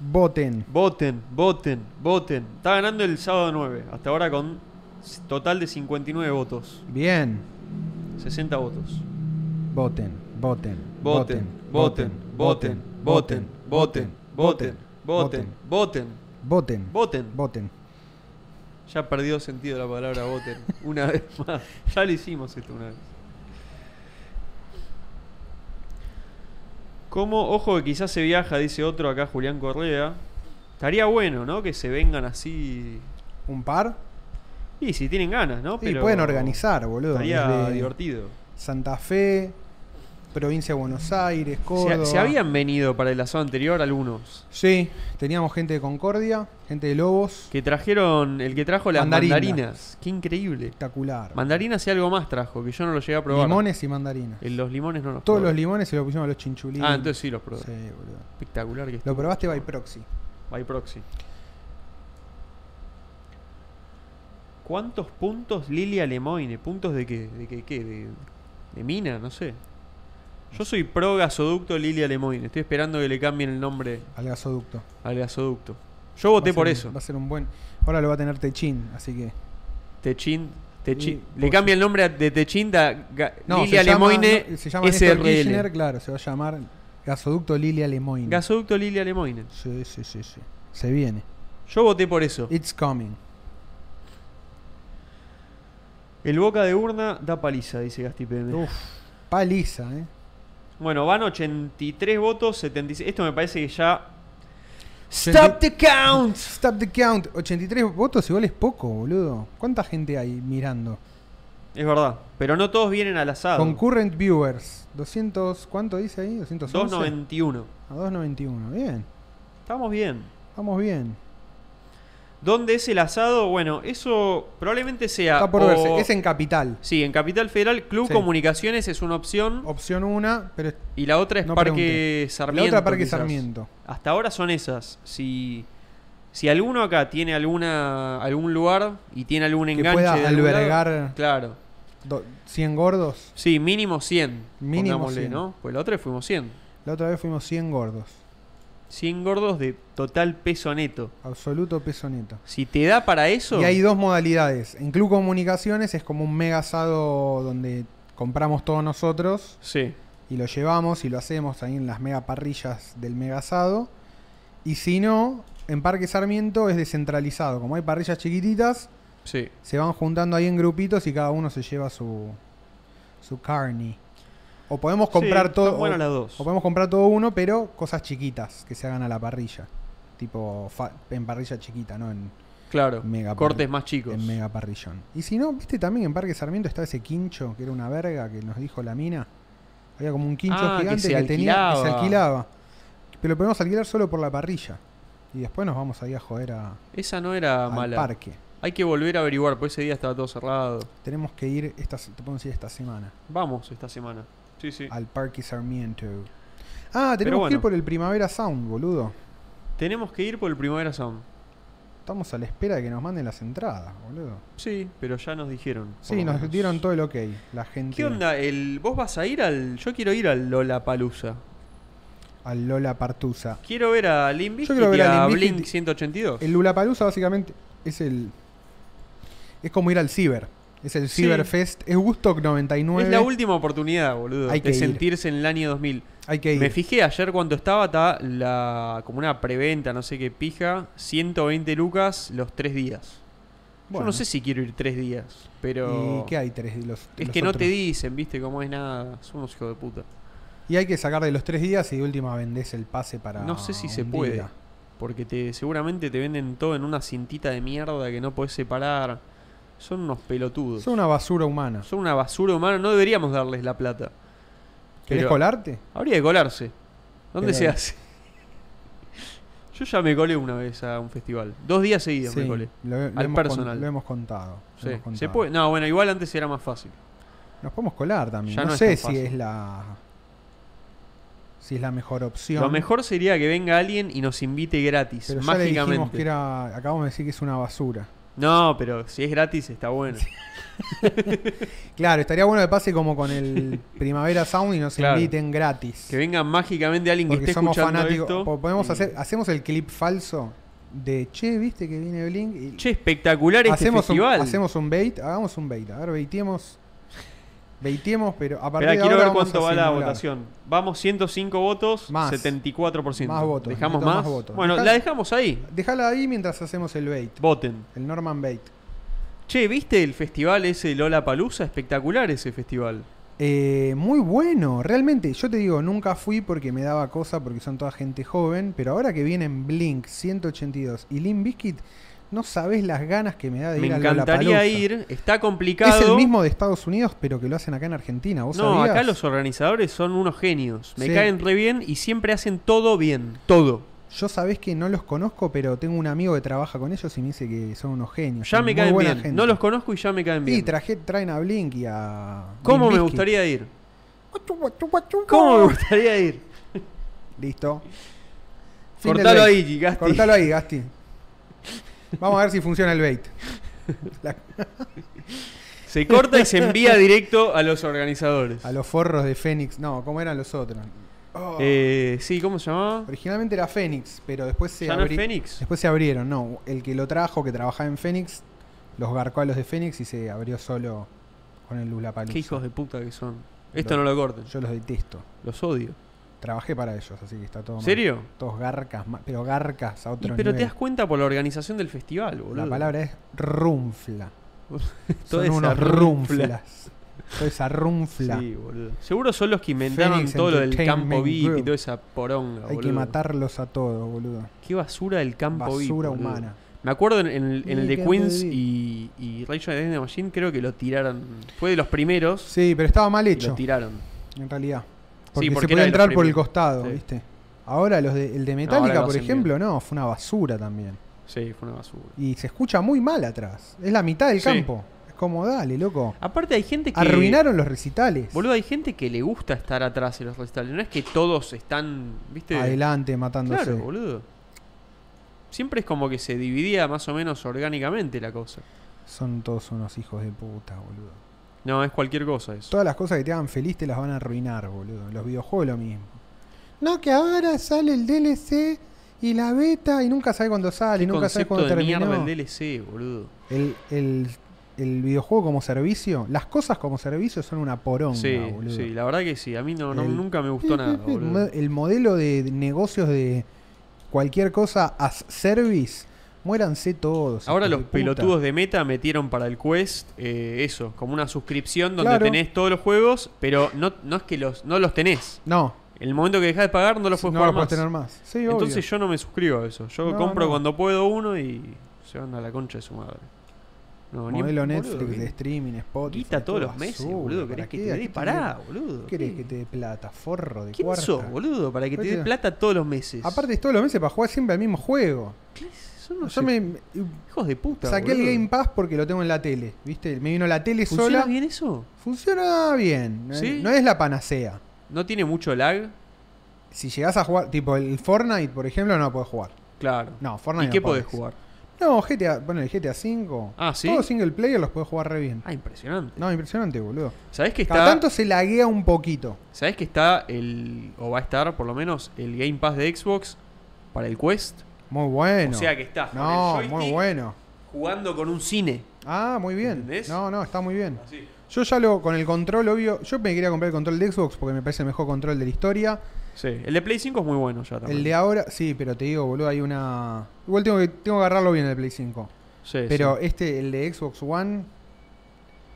[SPEAKER 1] Voten.
[SPEAKER 2] voten, voten, voten. Está ganando el sábado 9, hasta ahora con s- total de 59 votos.
[SPEAKER 1] Bien.
[SPEAKER 2] 60 votos.
[SPEAKER 1] Voten, voten,
[SPEAKER 2] Voten, voten, voten, voten, voten, voten, voten, voten,
[SPEAKER 1] voten,
[SPEAKER 2] voten.
[SPEAKER 1] voten.
[SPEAKER 2] Ya perdió sentido la palabra voten una vez más. Ya lo hicimos esto una vez. Como, ojo que quizás se viaja, dice otro acá Julián Correa. Estaría bueno, ¿no? Que se vengan así.
[SPEAKER 1] ¿Un par?
[SPEAKER 2] Y si tienen ganas, ¿no?
[SPEAKER 1] Sí, pueden organizar, boludo.
[SPEAKER 2] Estaría
[SPEAKER 1] desde
[SPEAKER 2] divertido.
[SPEAKER 1] Santa Fe, provincia de Buenos Aires, Córdoba.
[SPEAKER 2] Se, se habían venido para el asado anterior algunos.
[SPEAKER 1] Sí, teníamos gente de Concordia, gente de Lobos.
[SPEAKER 2] Que trajeron, el que trajo las mandarinas.
[SPEAKER 1] Mandarinas.
[SPEAKER 2] Qué increíble.
[SPEAKER 1] Espectacular.
[SPEAKER 2] Mandarinas y algo más trajo, que yo no lo llegué a probar.
[SPEAKER 1] Limones y mandarinas.
[SPEAKER 2] Eh, Los limones no los
[SPEAKER 1] Todos
[SPEAKER 2] probé.
[SPEAKER 1] los limones se los pusimos a los chinchulines.
[SPEAKER 2] Ah, entonces sí los probé.
[SPEAKER 1] Sí, boludo.
[SPEAKER 2] Espectacular que
[SPEAKER 1] Lo
[SPEAKER 2] estuvo.
[SPEAKER 1] probaste by proxy.
[SPEAKER 2] By proxy. ¿Cuántos puntos Lilia Lemoine? ¿Puntos de qué? ¿De qué? qué? ¿De, de mina? No sé. Yo soy pro gasoducto Lilia Lemoine. Estoy esperando que le cambien el nombre
[SPEAKER 1] Al gasoducto.
[SPEAKER 2] al gasoducto. Yo
[SPEAKER 1] Va
[SPEAKER 2] voté
[SPEAKER 1] a
[SPEAKER 2] por
[SPEAKER 1] ser-
[SPEAKER 2] eso.
[SPEAKER 1] Va a ser un buen. Ahora lo va a tener Techín, así que.
[SPEAKER 2] Techín. Techín.
[SPEAKER 1] Y
[SPEAKER 2] le
[SPEAKER 1] vos-
[SPEAKER 2] cambia el nombre a- de Techín a Ga- Lilia
[SPEAKER 1] se llama-
[SPEAKER 2] Lemoine
[SPEAKER 1] no, se llama Néstor Kirchner,
[SPEAKER 2] SRL.
[SPEAKER 1] claro, se va a llamar Gasoducto Lilia Lemoine.
[SPEAKER 2] Gasoducto Lilia Lemoine.
[SPEAKER 1] sí, sí, sí, sí. Se viene.
[SPEAKER 2] Yo voté por eso.
[SPEAKER 1] It's coming.
[SPEAKER 2] El boca de urna da paliza, dice Gasti PM.
[SPEAKER 1] Uf, paliza, ¿eh?
[SPEAKER 2] Bueno, van 83 votos, 76. Esto me parece que ya.
[SPEAKER 1] Stop
[SPEAKER 2] the count!
[SPEAKER 1] Stop the count. 83 votos igual es poco, boludo. ¿Cuánta gente hay mirando?
[SPEAKER 2] Es verdad, pero no todos vienen al asado.
[SPEAKER 1] Concurrent viewers. 200, ¿cuánto dice ahí? 211.
[SPEAKER 2] 291.
[SPEAKER 1] A 291. Bien.
[SPEAKER 2] Estamos bien.
[SPEAKER 1] Vamos bien.
[SPEAKER 2] ¿Dónde es el asado? Bueno, eso probablemente sea.
[SPEAKER 1] Está por
[SPEAKER 2] o-
[SPEAKER 1] verse. Es en Capital.
[SPEAKER 2] Sí, en Capital Federal, Club
[SPEAKER 1] Sí.
[SPEAKER 2] Comunicaciones es una opción.
[SPEAKER 1] Opción una, pero
[SPEAKER 2] Y la otra es
[SPEAKER 1] No
[SPEAKER 2] Parque
[SPEAKER 1] pregunté. La
[SPEAKER 2] Sarmiento.
[SPEAKER 1] otra Parque
[SPEAKER 2] quizás.
[SPEAKER 1] Sarmiento.
[SPEAKER 2] Hasta ahora son esas. Si, si alguno acá tiene alguna algún lugar y tiene algún enganche.
[SPEAKER 1] pueda
[SPEAKER 2] de algún lado,
[SPEAKER 1] albergar-
[SPEAKER 2] claro.
[SPEAKER 1] do- 100 gordos.
[SPEAKER 2] Sí, mínimo 100.
[SPEAKER 1] Mínimo
[SPEAKER 2] pongámosle,
[SPEAKER 1] 100.
[SPEAKER 2] ¿no? Pues la otra vez fuimos 100.
[SPEAKER 1] La otra vez fuimos 100 gordos.
[SPEAKER 2] 100 gordos de total peso neto.
[SPEAKER 1] Absoluto peso neto.
[SPEAKER 2] Si te da para eso.
[SPEAKER 1] Y hay dos modalidades. En Club Comunicaciones es como un mega asado donde compramos todos nosotros
[SPEAKER 2] Sí.
[SPEAKER 1] y lo llevamos y lo hacemos ahí en las mega parrillas del mega asado. Y si no, en Parque Sarmiento es descentralizado. Como hay parrillas chiquititas,
[SPEAKER 2] Sí.
[SPEAKER 1] se van juntando ahí en grupitos y cada uno se lleva su, su carne. O podemos comprar
[SPEAKER 2] Sí,
[SPEAKER 1] todo.
[SPEAKER 2] están buenas
[SPEAKER 1] o-
[SPEAKER 2] las dos.
[SPEAKER 1] O podemos comprar todo uno, pero cosas chiquitas que se hagan a la parrilla. Tipo fa- en parrilla chiquita, ¿no? En,
[SPEAKER 2] Claro.
[SPEAKER 1] Mega
[SPEAKER 2] cortes
[SPEAKER 1] parri-
[SPEAKER 2] más chicos.
[SPEAKER 1] en mega parrillón. Y si no, viste también en Parque Sarmiento estaba ese quincho que era una verga que nos dijo la mina. Había como un quincho
[SPEAKER 2] Ah, que
[SPEAKER 1] gigante
[SPEAKER 2] se
[SPEAKER 1] que, tenía que se
[SPEAKER 2] alquilaba.
[SPEAKER 1] alquilaba. Pero lo podemos alquilar solo por la parrilla. Y después nos vamos ahí a joder a,
[SPEAKER 2] Esa no era
[SPEAKER 1] al
[SPEAKER 2] Ah, mala.
[SPEAKER 1] parque.
[SPEAKER 2] Hay que volver a averiguar, pues ese día estaba todo cerrado.
[SPEAKER 1] Tenemos que ir esta, se- te podemos ir esta semana
[SPEAKER 2] Vamos esta semana. Sí, sí.
[SPEAKER 1] al Parque Sarmiento. Ah,
[SPEAKER 2] Pero
[SPEAKER 1] tenemos que ir
[SPEAKER 2] bueno.
[SPEAKER 1] por el Primavera Sound, boludo.
[SPEAKER 2] Tenemos que ir por el Primavera Sound.
[SPEAKER 1] Estamos a la espera de que nos manden las entradas, boludo.
[SPEAKER 2] Sí, pero ya nos dijeron. por
[SPEAKER 1] Sí,
[SPEAKER 2] lo
[SPEAKER 1] nos
[SPEAKER 2] menos.
[SPEAKER 1] dieron todo el ok. La gente
[SPEAKER 2] ¿Qué onda? El, ¿Vos vas a ir al.? Yo quiero ir al Lollapalooza.
[SPEAKER 1] al Lola Partusa.
[SPEAKER 2] Quiero ver a Limp Bizkit
[SPEAKER 1] quiero ver
[SPEAKER 2] y
[SPEAKER 1] a
[SPEAKER 2] a,
[SPEAKER 1] Limp Bizkit.
[SPEAKER 2] Blink 182.
[SPEAKER 1] El Lulapalooza básicamente es el. Es como ir al Ciber. Es el
[SPEAKER 2] Sí.
[SPEAKER 1] Ciberfest. Es Gustock 99.
[SPEAKER 2] es la última oportunidad, boludo,
[SPEAKER 1] Hay que
[SPEAKER 2] de
[SPEAKER 1] ir.
[SPEAKER 2] sentirse en el año 2000.
[SPEAKER 1] Hay que ir.
[SPEAKER 2] Me fijé ayer cuando estaba, estaba la, como una preventa, no sé qué pija, 120 lucas los tres días. Yo
[SPEAKER 1] Bueno.
[SPEAKER 2] no sé si quiero ir tres días, pero.
[SPEAKER 1] ¿Y qué hay tres de los de
[SPEAKER 2] Es
[SPEAKER 1] los
[SPEAKER 2] que no te
[SPEAKER 1] otros?
[SPEAKER 2] dicen, viste, cómo es nada. Son unos hijos de puta.
[SPEAKER 1] Y hay que sacar de los tres días y de última vendés el pase para.
[SPEAKER 2] No sé si
[SPEAKER 1] un
[SPEAKER 2] se puede.
[SPEAKER 1] día.
[SPEAKER 2] Porque te, seguramente te venden todo en una cintita de mierda que no podés separar. Son unos pelotudos.
[SPEAKER 1] Son una basura humana.
[SPEAKER 2] Son una basura humana. No deberíamos darles la plata.
[SPEAKER 1] ¿Querés
[SPEAKER 2] Pero
[SPEAKER 1] colarte?
[SPEAKER 2] Habría que colarse. ¿Dónde
[SPEAKER 1] Pero-
[SPEAKER 2] se hace? Yo ya me colé una vez a un festival. Dos días seguidos me colé.
[SPEAKER 1] lo, lo
[SPEAKER 2] Al
[SPEAKER 1] hemos
[SPEAKER 2] personal.
[SPEAKER 1] con- lo hemos contado. lo
[SPEAKER 2] Sí.
[SPEAKER 1] hemos contado.
[SPEAKER 2] Se puede. No, bueno, igual antes era más fácil.
[SPEAKER 1] Nos podemos colar también.
[SPEAKER 2] Ya
[SPEAKER 1] no,
[SPEAKER 2] no es
[SPEAKER 1] sé
[SPEAKER 2] tan
[SPEAKER 1] si
[SPEAKER 2] fácil.
[SPEAKER 1] es la. Si es la mejor opción.
[SPEAKER 2] Lo mejor sería que venga alguien y nos invite gratis,
[SPEAKER 1] Pero ya le dijimos
[SPEAKER 2] mágicamente.
[SPEAKER 1] que era. Acabamos de decir que es una basura.
[SPEAKER 2] No, pero si es gratis está bueno.
[SPEAKER 1] Claro, estaría bueno que pase como con el Primavera Sound y nos
[SPEAKER 2] Claro.
[SPEAKER 1] inviten gratis.
[SPEAKER 2] Que venga mágicamente alguien que
[SPEAKER 1] porque
[SPEAKER 2] esté
[SPEAKER 1] somos
[SPEAKER 2] escuchando
[SPEAKER 1] fanáticos.
[SPEAKER 2] esto.
[SPEAKER 1] Po- Podemos
[SPEAKER 2] y-
[SPEAKER 1] hacer, hacemos el clip falso de che, viste que viene Blink y
[SPEAKER 2] Che, espectacular este
[SPEAKER 1] hacemos
[SPEAKER 2] festival.
[SPEAKER 1] un, hacemos un bait, hagamos un bait, a ver, baitemos, baitemos, pero a partir
[SPEAKER 2] Esperá,
[SPEAKER 1] de ahora
[SPEAKER 2] quiero ver
[SPEAKER 1] vamos
[SPEAKER 2] cuánto
[SPEAKER 1] a
[SPEAKER 2] va la
[SPEAKER 1] simular.
[SPEAKER 2] votación. Vamos 105 votos,
[SPEAKER 1] Más.
[SPEAKER 2] 74%.
[SPEAKER 1] Más votos,
[SPEAKER 2] ¿Dejamos
[SPEAKER 1] necesitamos
[SPEAKER 2] más?
[SPEAKER 1] más votos.
[SPEAKER 2] Bueno,
[SPEAKER 1] Dejá-
[SPEAKER 2] la dejamos ahí.
[SPEAKER 1] Dejala ahí mientras hacemos el bait,
[SPEAKER 2] Voten.
[SPEAKER 1] el Norman bait.
[SPEAKER 2] Che, ¿viste el festival ese Lola Palusa? Espectacular ese festival.
[SPEAKER 1] Eh, muy bueno, realmente, yo te digo, nunca fui porque me daba cosa, porque son toda gente joven, pero ahora que vienen Blink 182 y Lim Biscuit, no sabes las ganas que me da de
[SPEAKER 2] Me
[SPEAKER 1] ir a
[SPEAKER 2] encantaría
[SPEAKER 1] Lollapalooza.
[SPEAKER 2] ir, está complicado.
[SPEAKER 1] Es el mismo de Estados Unidos, pero que lo hacen acá en Argentina, ¿vos
[SPEAKER 2] No,
[SPEAKER 1] sabías?
[SPEAKER 2] acá los organizadores son unos genios. Me
[SPEAKER 1] Sí.
[SPEAKER 2] caen re bien y siempre hacen todo bien. Todo.
[SPEAKER 1] Yo sabés que no los conozco, pero tengo un amigo que trabaja con ellos y me dice que son unos genios.
[SPEAKER 2] Ya
[SPEAKER 1] son
[SPEAKER 2] me
[SPEAKER 1] muy
[SPEAKER 2] caen
[SPEAKER 1] buena
[SPEAKER 2] bien.
[SPEAKER 1] gente.
[SPEAKER 2] No los conozco y ya me caen
[SPEAKER 1] Y
[SPEAKER 2] bien.
[SPEAKER 1] traje, traen a Blink y a...
[SPEAKER 2] ¿Cómo
[SPEAKER 1] Limp
[SPEAKER 2] me
[SPEAKER 1] Bizkit.
[SPEAKER 2] gustaría ir? ¿Cómo me gustaría ir?
[SPEAKER 1] Listo. Fin del
[SPEAKER 2] Cortalo
[SPEAKER 1] bait.
[SPEAKER 2] ahí, Gigasti.
[SPEAKER 1] Cortalo ahí, Gasti. Vamos a ver si funciona el bait. La-
[SPEAKER 2] Se corta y se envía directo a los organizadores.
[SPEAKER 1] a los forros de Fénix. No, ¿cómo eran los otros? Oh.
[SPEAKER 2] Eh, sí, ¿cómo se llamaba?
[SPEAKER 1] Originalmente era Fénix, pero después se
[SPEAKER 2] ¿Ya no es
[SPEAKER 1] abri-
[SPEAKER 2] Fénix?
[SPEAKER 1] Después se abrieron, no. El que lo trajo, que trabajaba en Fénix, los garcó a los de Fénix y se abrió solo con el Lula
[SPEAKER 2] Qué hijos de puta que son. Esto
[SPEAKER 1] Lo-
[SPEAKER 2] no lo corten.
[SPEAKER 1] Yo los detesto.
[SPEAKER 2] Los odio.
[SPEAKER 1] Trabajé para ellos, así que está todo
[SPEAKER 2] ¿En
[SPEAKER 1] mal.
[SPEAKER 2] serio?
[SPEAKER 1] Todos garcas, ma- pero garcas a
[SPEAKER 2] Y
[SPEAKER 1] otro
[SPEAKER 2] pero te
[SPEAKER 1] nivel.
[SPEAKER 2] das cuenta por la organización del festival, boludo.
[SPEAKER 1] La palabra es runfla.
[SPEAKER 2] Toda
[SPEAKER 1] Son
[SPEAKER 2] esa
[SPEAKER 1] unos
[SPEAKER 2] runfla.
[SPEAKER 1] runflas. Toda esa runfla.
[SPEAKER 2] Sí, boludo. Seguro son los que inventaron
[SPEAKER 1] Phoenix
[SPEAKER 2] todo lo del
[SPEAKER 1] Entertainment
[SPEAKER 2] campo VIP y
[SPEAKER 1] Group.
[SPEAKER 2] toda esa poronga,
[SPEAKER 1] Hay
[SPEAKER 2] boludo.
[SPEAKER 1] que matarlos a todos, boludo.
[SPEAKER 2] Qué basura del campo VIP.
[SPEAKER 1] Basura
[SPEAKER 2] boludo.
[SPEAKER 1] humana.
[SPEAKER 2] Me acuerdo en, en el- en el
[SPEAKER 1] Sí,
[SPEAKER 2] de
[SPEAKER 1] campo
[SPEAKER 2] Queens
[SPEAKER 1] VIP.
[SPEAKER 2] y, y Rage Against the Machine, creo que lo tiraron. Fue de los primeros.
[SPEAKER 1] Sí, pero estaba mal
[SPEAKER 2] y
[SPEAKER 1] hecho.
[SPEAKER 2] Lo tiraron.
[SPEAKER 1] En realidad. Porque,
[SPEAKER 2] porque
[SPEAKER 1] se puede
[SPEAKER 2] era de los
[SPEAKER 1] entrar por el
[SPEAKER 2] primeros.
[SPEAKER 1] costado,
[SPEAKER 2] Sí.
[SPEAKER 1] ¿viste? Ahora los de, el de
[SPEAKER 2] ahora
[SPEAKER 1] Metallica,
[SPEAKER 2] lo
[SPEAKER 1] por
[SPEAKER 2] hacen
[SPEAKER 1] ejemplo, no, fue una basura también.
[SPEAKER 2] Sí, fue una basura.
[SPEAKER 1] Y se escucha muy mal atrás. Es la mitad del
[SPEAKER 2] Sí.
[SPEAKER 1] campo. Es como, dale, loco.
[SPEAKER 2] Aparte hay gente que...
[SPEAKER 1] Arruinaron los recitales.
[SPEAKER 2] Boludo, hay gente que le gusta estar atrás en los recitales. No es que todos están, ¿viste?
[SPEAKER 1] Adelante, matándose.
[SPEAKER 2] este- Claro, boludo. Siempre es como que se dividía más o menos orgánicamente la cosa.
[SPEAKER 1] Son todos unos hijos de puta, boludo.
[SPEAKER 2] No, es cualquier cosa eso.
[SPEAKER 1] Todas las cosas que te hagan feliz te las van a arruinar, boludo. Los videojuegos lo mismo. No, que ahora sale el DLC y la beta y nunca sabe cuándo sale, y
[SPEAKER 2] Qué
[SPEAKER 1] nunca sabe
[SPEAKER 2] concepto
[SPEAKER 1] cuándo
[SPEAKER 2] de
[SPEAKER 1] termina.
[SPEAKER 2] mierda el DLC, boludo.
[SPEAKER 1] El, el- el videojuego como servicio, las cosas como servicio son una poronga,
[SPEAKER 2] sí,
[SPEAKER 1] boludo.
[SPEAKER 2] sí, la verdad que sí. A mí no, no-
[SPEAKER 1] El-
[SPEAKER 2] nunca me gustó nada, boludo.
[SPEAKER 1] El modelo de negocios de cualquier cosa as service, muéranse todos.
[SPEAKER 2] Ahora
[SPEAKER 1] hijos
[SPEAKER 2] los
[SPEAKER 1] de puta.
[SPEAKER 2] pelotudos de Meta metieron para el Quest eh, eso, como una suscripción donde
[SPEAKER 1] Claro.
[SPEAKER 2] tenés todos los juegos, pero no, no es que los no los tenés.
[SPEAKER 1] No,
[SPEAKER 2] El momento que dejás de pagar no los puedes
[SPEAKER 1] no
[SPEAKER 2] jugar
[SPEAKER 1] lo puedes
[SPEAKER 2] más.
[SPEAKER 1] tener más. Sí, obvio.
[SPEAKER 2] Entonces yo no me suscribo a eso. Yo
[SPEAKER 1] No,
[SPEAKER 2] compro
[SPEAKER 1] no.
[SPEAKER 2] cuando puedo uno y se van a la concha de su madre. No, ni-
[SPEAKER 1] Modelo
[SPEAKER 2] boludo,
[SPEAKER 1] Netflix
[SPEAKER 2] que
[SPEAKER 1] de streaming, Spotify.
[SPEAKER 2] Quita todos los
[SPEAKER 1] basura,
[SPEAKER 2] meses, boludo.
[SPEAKER 1] ¿para
[SPEAKER 2] ¿Querés que
[SPEAKER 1] qué?
[SPEAKER 2] te
[SPEAKER 1] ¿A
[SPEAKER 2] dé
[SPEAKER 1] qué
[SPEAKER 2] pará,
[SPEAKER 1] ¿Qué
[SPEAKER 2] boludo?
[SPEAKER 1] querés que te dé plata? Forro de
[SPEAKER 2] ¿Quién
[SPEAKER 1] cuarta.
[SPEAKER 2] sos, boludo? Para que te
[SPEAKER 1] Oye.
[SPEAKER 2] dé plata todos los meses.
[SPEAKER 1] Aparte, es todos los meses para jugar siempre al mismo juego.
[SPEAKER 2] ¿Qué? son unos
[SPEAKER 1] Yo me me-
[SPEAKER 2] hijos de puta.
[SPEAKER 1] saqué el
[SPEAKER 2] boludo.
[SPEAKER 1] Game Pass porque lo tengo en la tele, ¿viste? Me vino la tele
[SPEAKER 2] ¿Funciona
[SPEAKER 1] sola.
[SPEAKER 2] bien eso?
[SPEAKER 1] Funciona bien. No es-
[SPEAKER 2] ¿Sí?
[SPEAKER 1] No es la panacea.
[SPEAKER 2] ¿No tiene mucho lag?
[SPEAKER 1] Si llegás a jugar, tipo el Fortnite, por ejemplo, no podés jugar.
[SPEAKER 2] Claro.
[SPEAKER 1] No, Fortnite
[SPEAKER 2] ¿Y
[SPEAKER 1] no
[SPEAKER 2] qué podés
[SPEAKER 1] podés.
[SPEAKER 2] jugar?
[SPEAKER 1] No, GTA, bueno, el GTA V.
[SPEAKER 2] Ah, ¿sí?
[SPEAKER 1] Todos single player los podés jugar re bien.
[SPEAKER 2] Ah, impresionante.
[SPEAKER 1] No, impresionante, boludo.
[SPEAKER 2] ¿Sabés que
[SPEAKER 1] Cada
[SPEAKER 2] está,
[SPEAKER 1] tanto se laguea un poquito.
[SPEAKER 2] ¿sabés que está el o va a estar por lo menos el Game Pass de Xbox para el Quest?
[SPEAKER 1] Muy bueno.
[SPEAKER 2] O sea que estás con
[SPEAKER 1] Eh, No,
[SPEAKER 2] el
[SPEAKER 1] muy
[SPEAKER 2] joystick
[SPEAKER 1] bueno.
[SPEAKER 2] jugando con un cine.
[SPEAKER 1] Ah, muy bien.
[SPEAKER 2] ¿Entendés?
[SPEAKER 1] No, no, está muy bien.
[SPEAKER 2] Así.
[SPEAKER 1] Yo ya lo, con el control, obvio, yo me quería comprar el control de Xbox porque me parece el mejor control de la historia.
[SPEAKER 2] Sí, el de Play 5 es muy bueno ya también.
[SPEAKER 1] El de ahora, sí, pero te digo, boludo, hay una... Igual tengo que, tengo que agarrarlo bien el Play 5.
[SPEAKER 2] Sí,
[SPEAKER 1] Pero
[SPEAKER 2] sí.
[SPEAKER 1] este, el de Xbox One,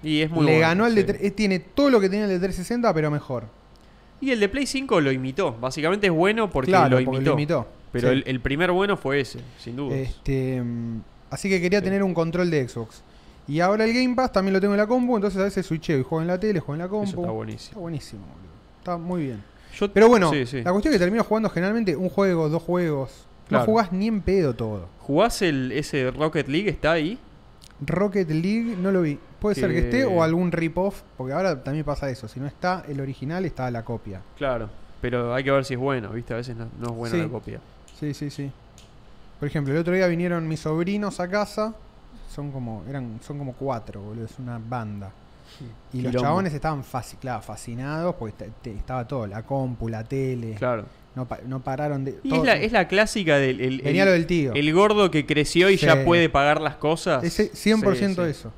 [SPEAKER 2] Y es
[SPEAKER 1] le
[SPEAKER 2] muy bueno,
[SPEAKER 1] ganó al de...
[SPEAKER 2] sí.
[SPEAKER 1] tre- eh, Tiene todo lo que tiene el de 360, pero mejor.
[SPEAKER 2] Y el de Play 5 lo imitó. Básicamente es bueno porque
[SPEAKER 1] claro,
[SPEAKER 2] lo
[SPEAKER 1] porque
[SPEAKER 2] imitó.
[SPEAKER 1] lo imitó.
[SPEAKER 2] Pero
[SPEAKER 1] Sí.
[SPEAKER 2] el, el primer bueno fue ese, sin duda.
[SPEAKER 1] Este, mm, así que quería
[SPEAKER 2] Sí.
[SPEAKER 1] tener un control de Xbox. Y ahora el Game Pass también lo tengo en la compu, entonces a veces switcheo y juego en la tele, juego en la compu.
[SPEAKER 2] Eso está
[SPEAKER 1] Está
[SPEAKER 2] buenísimo.
[SPEAKER 1] buenísimo, boludo. Está muy bien.
[SPEAKER 2] Yo-
[SPEAKER 1] Pero bueno,
[SPEAKER 2] sí, sí.
[SPEAKER 1] la cuestión es que termino jugando generalmente un juego, dos juegos.
[SPEAKER 2] Claro.
[SPEAKER 1] No jugás ni en pedo todo.
[SPEAKER 2] ¿Jugás el, ese Rocket League? ¿Está ahí?
[SPEAKER 1] Rocket League no lo vi. Puede ser que
[SPEAKER 2] Que-
[SPEAKER 1] esté o algún rip-off, porque ahora también pasa eso. Si no está el original, está la copia.
[SPEAKER 2] Claro. Pero hay que ver si es bueno, ¿viste? A veces no, no es buena
[SPEAKER 1] Sí.
[SPEAKER 2] la copia.
[SPEAKER 1] Sí, sí, sí. Por ejemplo, el otro día vinieron mis sobrinos a casa. Son como, eran, son como cuatro, boludo. Es una banda. Y
[SPEAKER 2] Quilombo.
[SPEAKER 1] los chabones estaban fasci- claro, fascinados porque esta- te- estaba todo, la compu, la tele.
[SPEAKER 2] Claro.
[SPEAKER 1] No, pa- no pararon de.
[SPEAKER 2] Y
[SPEAKER 1] todo-
[SPEAKER 2] es la, es la clásica del el, el-
[SPEAKER 1] Venía lo del tío.
[SPEAKER 2] el gordo que creció y
[SPEAKER 1] Sí.
[SPEAKER 2] ya puede pagar las cosas.
[SPEAKER 1] Ese 100%
[SPEAKER 2] Sí, sí.
[SPEAKER 1] eso.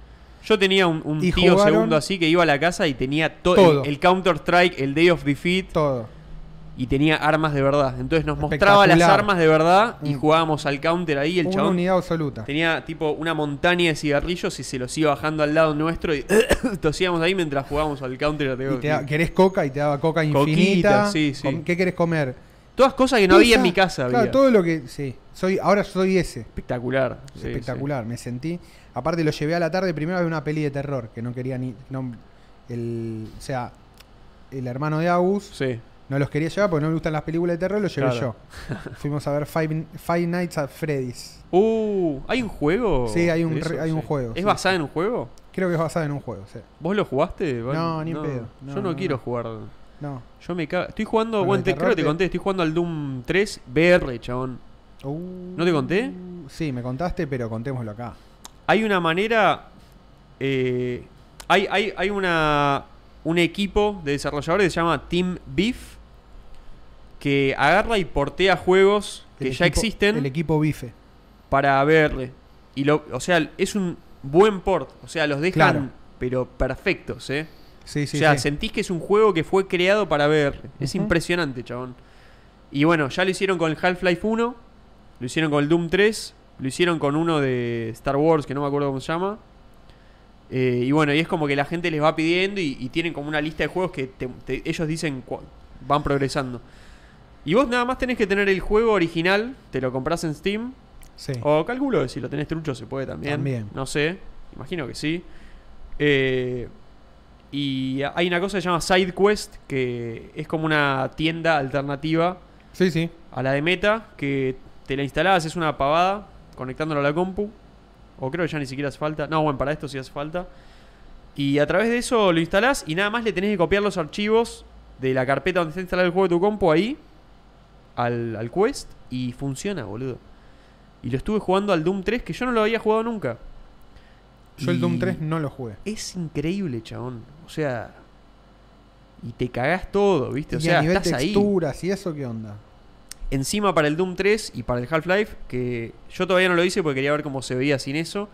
[SPEAKER 2] Yo tenía un, un
[SPEAKER 1] Y
[SPEAKER 2] tío
[SPEAKER 1] jugaron-
[SPEAKER 2] segundo así que iba a la casa y tenía to-
[SPEAKER 1] Todo.
[SPEAKER 2] El, Counter Strike, el Day of Defeat
[SPEAKER 1] Todo.
[SPEAKER 2] y tenía armas de verdad. Entonces nos mostraba las
[SPEAKER 1] Espectacular.
[SPEAKER 2] armas de verdad y
[SPEAKER 1] Mm.
[SPEAKER 2] jugábamos al Counter ahí. El
[SPEAKER 1] Una
[SPEAKER 2] chabón
[SPEAKER 1] unidad absoluta.
[SPEAKER 2] tenía tipo una montaña de cigarrillos y se los iba bajando al lado nuestro y tosíamos ahí mientras jugábamos al Counter. al Day of
[SPEAKER 1] Y te da-
[SPEAKER 2] Defeat.
[SPEAKER 1] querés coca y te daba coca
[SPEAKER 2] Coquita,
[SPEAKER 1] infinita.
[SPEAKER 2] sí, sí.
[SPEAKER 1] Com- ¿Qué querés comer?
[SPEAKER 2] Todas cosas que no había en mi casa.
[SPEAKER 1] Claro,
[SPEAKER 2] había.
[SPEAKER 1] todo lo que. Sí. Soy, ahora soy ese.
[SPEAKER 2] Espectacular. sí,
[SPEAKER 1] Espectacular. Me sentí. Aparte, lo llevé a la tarde primero a ver una peli de terror que no quería ni. No, el, o sea, el hermano de Agus
[SPEAKER 2] Sí. Sí.
[SPEAKER 1] no los quería llevar porque no me gustan las películas de terror, los llevé
[SPEAKER 2] Claro.
[SPEAKER 1] yo. Fuimos a ver Five, Five Nights at Freddy's.
[SPEAKER 2] Uh, ¿hay un juego?
[SPEAKER 1] Sí, hay un
[SPEAKER 2] de
[SPEAKER 1] re- hay un juego,
[SPEAKER 2] ¿Es
[SPEAKER 1] sí,
[SPEAKER 2] basada
[SPEAKER 1] sí.
[SPEAKER 2] en un juego?
[SPEAKER 1] Creo que es basado en un juego. sí.
[SPEAKER 2] ¿Vos lo jugaste? Val?
[SPEAKER 1] No, ni en pedo. No,
[SPEAKER 2] yo no,
[SPEAKER 1] no,
[SPEAKER 2] quiero
[SPEAKER 1] no.
[SPEAKER 2] jugar.
[SPEAKER 1] No.
[SPEAKER 2] Yo me cago. Estoy jugando.
[SPEAKER 1] Con
[SPEAKER 2] Bueno,
[SPEAKER 1] el
[SPEAKER 2] te- creo que te
[SPEAKER 1] terror
[SPEAKER 2] conté. Estoy jugando al Doom 3 VR, chabón.
[SPEAKER 1] Uh,
[SPEAKER 2] ¿No te conté?
[SPEAKER 1] Sí, me contaste, pero contémoslo acá.
[SPEAKER 2] Hay una manera. eh, hay, hay, hay una. Un equipo de desarrolladores que se llama Team Beef. Que agarra y portea juegos que
[SPEAKER 1] El
[SPEAKER 2] ya
[SPEAKER 1] equipo-
[SPEAKER 2] existen.
[SPEAKER 1] El equipo bife.
[SPEAKER 2] para verle. Y lo, o sea, es un buen port. O sea, los dejan,
[SPEAKER 1] Claro.
[SPEAKER 2] pero perfectos, ¿eh?
[SPEAKER 1] Sí, sí,
[SPEAKER 2] o sea,
[SPEAKER 1] sí.
[SPEAKER 2] sentís que es un juego que fue creado para VR. Es
[SPEAKER 1] Ujú.
[SPEAKER 2] impresionante, chabón. Y bueno, ya lo hicieron con el Half-Life 1, lo hicieron con el Doom 3, lo hicieron con uno de Star Wars, que no me acuerdo cómo se llama. Eh, y bueno, y es como que la gente les va pidiendo y, y tienen como una lista de juegos que te- te- ellos dicen cua- van progresando. Y vos nada más tenés que tener el juego original, te lo compras en Steam,
[SPEAKER 1] Sí.
[SPEAKER 2] o calculo que si lo tenés trucho se puede también.
[SPEAKER 1] También.
[SPEAKER 2] No sé, imagino que sí. Eh, y hay una cosa que se llama Side Quest, que es como una tienda alternativa
[SPEAKER 1] Sí, sí.
[SPEAKER 2] a la de Meta, que te la instalás, es una pavada, conectándolo a la compu. O creo que ya ni siquiera hace falta. No, bueno, para esto sí hace falta. Y a través de eso lo instalás y nada más le tenés que copiar los archivos de la carpeta donde está instalado el juego de tu compu ahí al, al Quest y funciona, boludo. Y lo estuve jugando al Doom 3 que yo no lo había jugado nunca.
[SPEAKER 1] Yo el Doom
[SPEAKER 2] Y
[SPEAKER 1] 3 no lo jugué.
[SPEAKER 2] Es increíble, chabón. O sea. Y te cagás todo, ¿viste? O
[SPEAKER 1] y
[SPEAKER 2] sea,
[SPEAKER 1] a nivel
[SPEAKER 2] estás ahí
[SPEAKER 1] texturas y eso, ¿qué onda?
[SPEAKER 2] encima para el Doom 3 y para el Half-Life, que yo todavía no lo hice porque quería ver cómo se veía sin eso,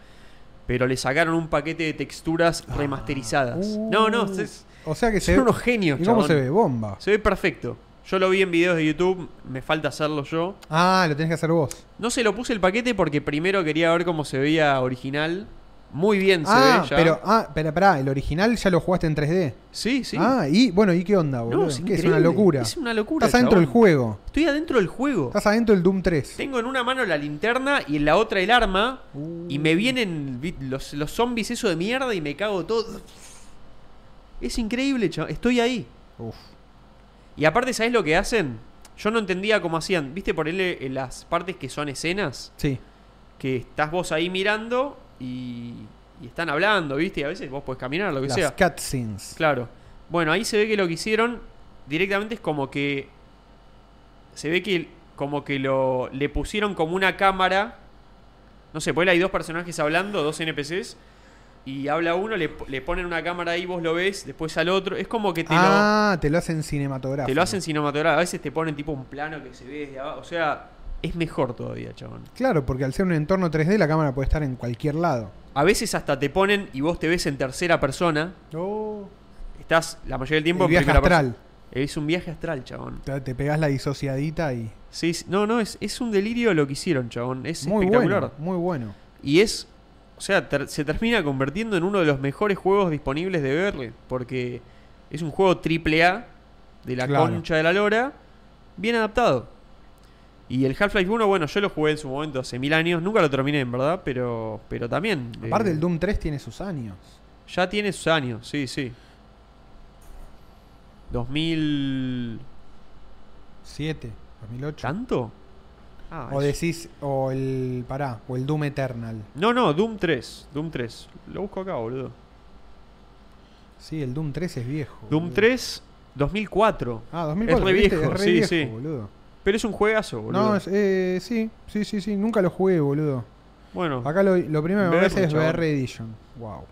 [SPEAKER 2] pero le sacaron un paquete de texturas remasterizadas.
[SPEAKER 1] Ah. Uh,
[SPEAKER 2] Ah. no, no, es-
[SPEAKER 1] O sea que se
[SPEAKER 2] son
[SPEAKER 1] ve.
[SPEAKER 2] unos genios.
[SPEAKER 1] ¿Y cómo
[SPEAKER 2] chabón.
[SPEAKER 1] se ve? Bomba.
[SPEAKER 2] Se ve perfecto. Yo lo vi en videos de YouTube, me falta hacerlo yo.
[SPEAKER 1] Ah, lo tenés que hacer vos.
[SPEAKER 2] No se lo puse el paquete porque primero quería ver cómo se veía original. Muy bien se
[SPEAKER 1] ah,
[SPEAKER 2] ve ya.
[SPEAKER 1] pero, ah, pero pará, el original ya lo jugaste en 3D.
[SPEAKER 2] Sí, sí.
[SPEAKER 1] Ah, y bueno, ¿y qué onda,
[SPEAKER 2] No,
[SPEAKER 1] boludo? ¿Qué
[SPEAKER 2] es
[SPEAKER 1] es
[SPEAKER 2] increíble.
[SPEAKER 1] una locura.
[SPEAKER 2] Es una locura.
[SPEAKER 1] Estás adentro
[SPEAKER 2] chabón.
[SPEAKER 1] del juego.
[SPEAKER 2] Estoy adentro del juego.
[SPEAKER 1] Estás adentro del Doom 3.
[SPEAKER 2] Tengo en una mano la linterna y en la otra el arma.
[SPEAKER 1] Uh.
[SPEAKER 2] Y me vienen vi- los, los zombies eso de mierda y me cago todo. Es increíble, chaval. Estoy ahí.
[SPEAKER 1] Uf.
[SPEAKER 2] Y aparte, ¿sabes lo que hacen? Yo no entendía cómo hacían. ¿Viste por él eh, las partes que son escenas?
[SPEAKER 1] Sí.
[SPEAKER 2] Que estás vos ahí mirando y, y están hablando, ¿viste? Y a veces vos podés caminar, lo que
[SPEAKER 1] Las
[SPEAKER 2] sea.
[SPEAKER 1] cutscenes.
[SPEAKER 2] Claro. Bueno, ahí se ve que lo que hicieron directamente es como que. Se ve que como que lo. le pusieron como una cámara. No sé, pues hay dos personajes hablando, dos NPCs. Y habla uno, le, po- le ponen una cámara ahí, vos lo ves, después al otro. Es como que te lo.
[SPEAKER 1] ah, te lo hacen
[SPEAKER 2] Te
[SPEAKER 1] cinematográfico.
[SPEAKER 2] lo hacen cinematográfico. A veces te ponen tipo un plano que se ve desde abajo. O sea, es mejor todavía, chabón.
[SPEAKER 1] Claro, porque al ser un entorno 3D la cámara puede estar en cualquier lado.
[SPEAKER 2] A veces hasta te ponen y vos te ves en tercera persona.
[SPEAKER 1] Oh.
[SPEAKER 2] Estás la mayoría del tiempo
[SPEAKER 1] El
[SPEAKER 2] en
[SPEAKER 1] viaje
[SPEAKER 2] primera
[SPEAKER 1] astral.
[SPEAKER 2] persona. Es un viaje astral, chabón.
[SPEAKER 1] Te, te pegás la disociadita y.
[SPEAKER 2] Sí, sí. no, no, es, es un delirio lo que hicieron, chabón. Es
[SPEAKER 1] muy
[SPEAKER 2] espectacular.
[SPEAKER 1] bueno. Muy bueno.
[SPEAKER 2] Y es, o sea, ter- se termina convirtiendo en uno de los mejores juegos disponibles de VR, porque es un juego triple A de la
[SPEAKER 1] Claro.
[SPEAKER 2] concha de la lora, bien adaptado. Y el Half-Life 1, bueno, yo lo jugué en su momento hace mil años, nunca lo terminé en verdad, pero, pero también. eh,
[SPEAKER 1] Aparte, el Doom 3 tiene sus años.
[SPEAKER 2] Ya tiene sus años, sí, sí. 2000...
[SPEAKER 1] 7, 2008.
[SPEAKER 2] ¿Tanto? Ah,
[SPEAKER 1] o
[SPEAKER 2] es-
[SPEAKER 1] decís, o el. Pará, o el Doom Eternal.
[SPEAKER 2] No, no, Doom 3. Doom 3. Lo busco acá, boludo.
[SPEAKER 1] Sí, el Doom 3 es viejo.
[SPEAKER 2] Doom
[SPEAKER 1] boludo.
[SPEAKER 2] 3, 2004.
[SPEAKER 1] Ah, 2004.
[SPEAKER 2] Es re
[SPEAKER 1] ¿viste?
[SPEAKER 2] viejo,
[SPEAKER 1] es re
[SPEAKER 2] sí,
[SPEAKER 1] viejo,
[SPEAKER 2] sí.
[SPEAKER 1] boludo.
[SPEAKER 2] Pero es un juegazo, boludo.
[SPEAKER 1] No, es- eh, sí, sí, sí, sí. Nunca lo jugué, boludo.
[SPEAKER 2] Bueno,
[SPEAKER 1] Acá lo, lo primero que me
[SPEAKER 2] VR,
[SPEAKER 1] parece es
[SPEAKER 2] chabón.
[SPEAKER 1] VR Edition. Wow.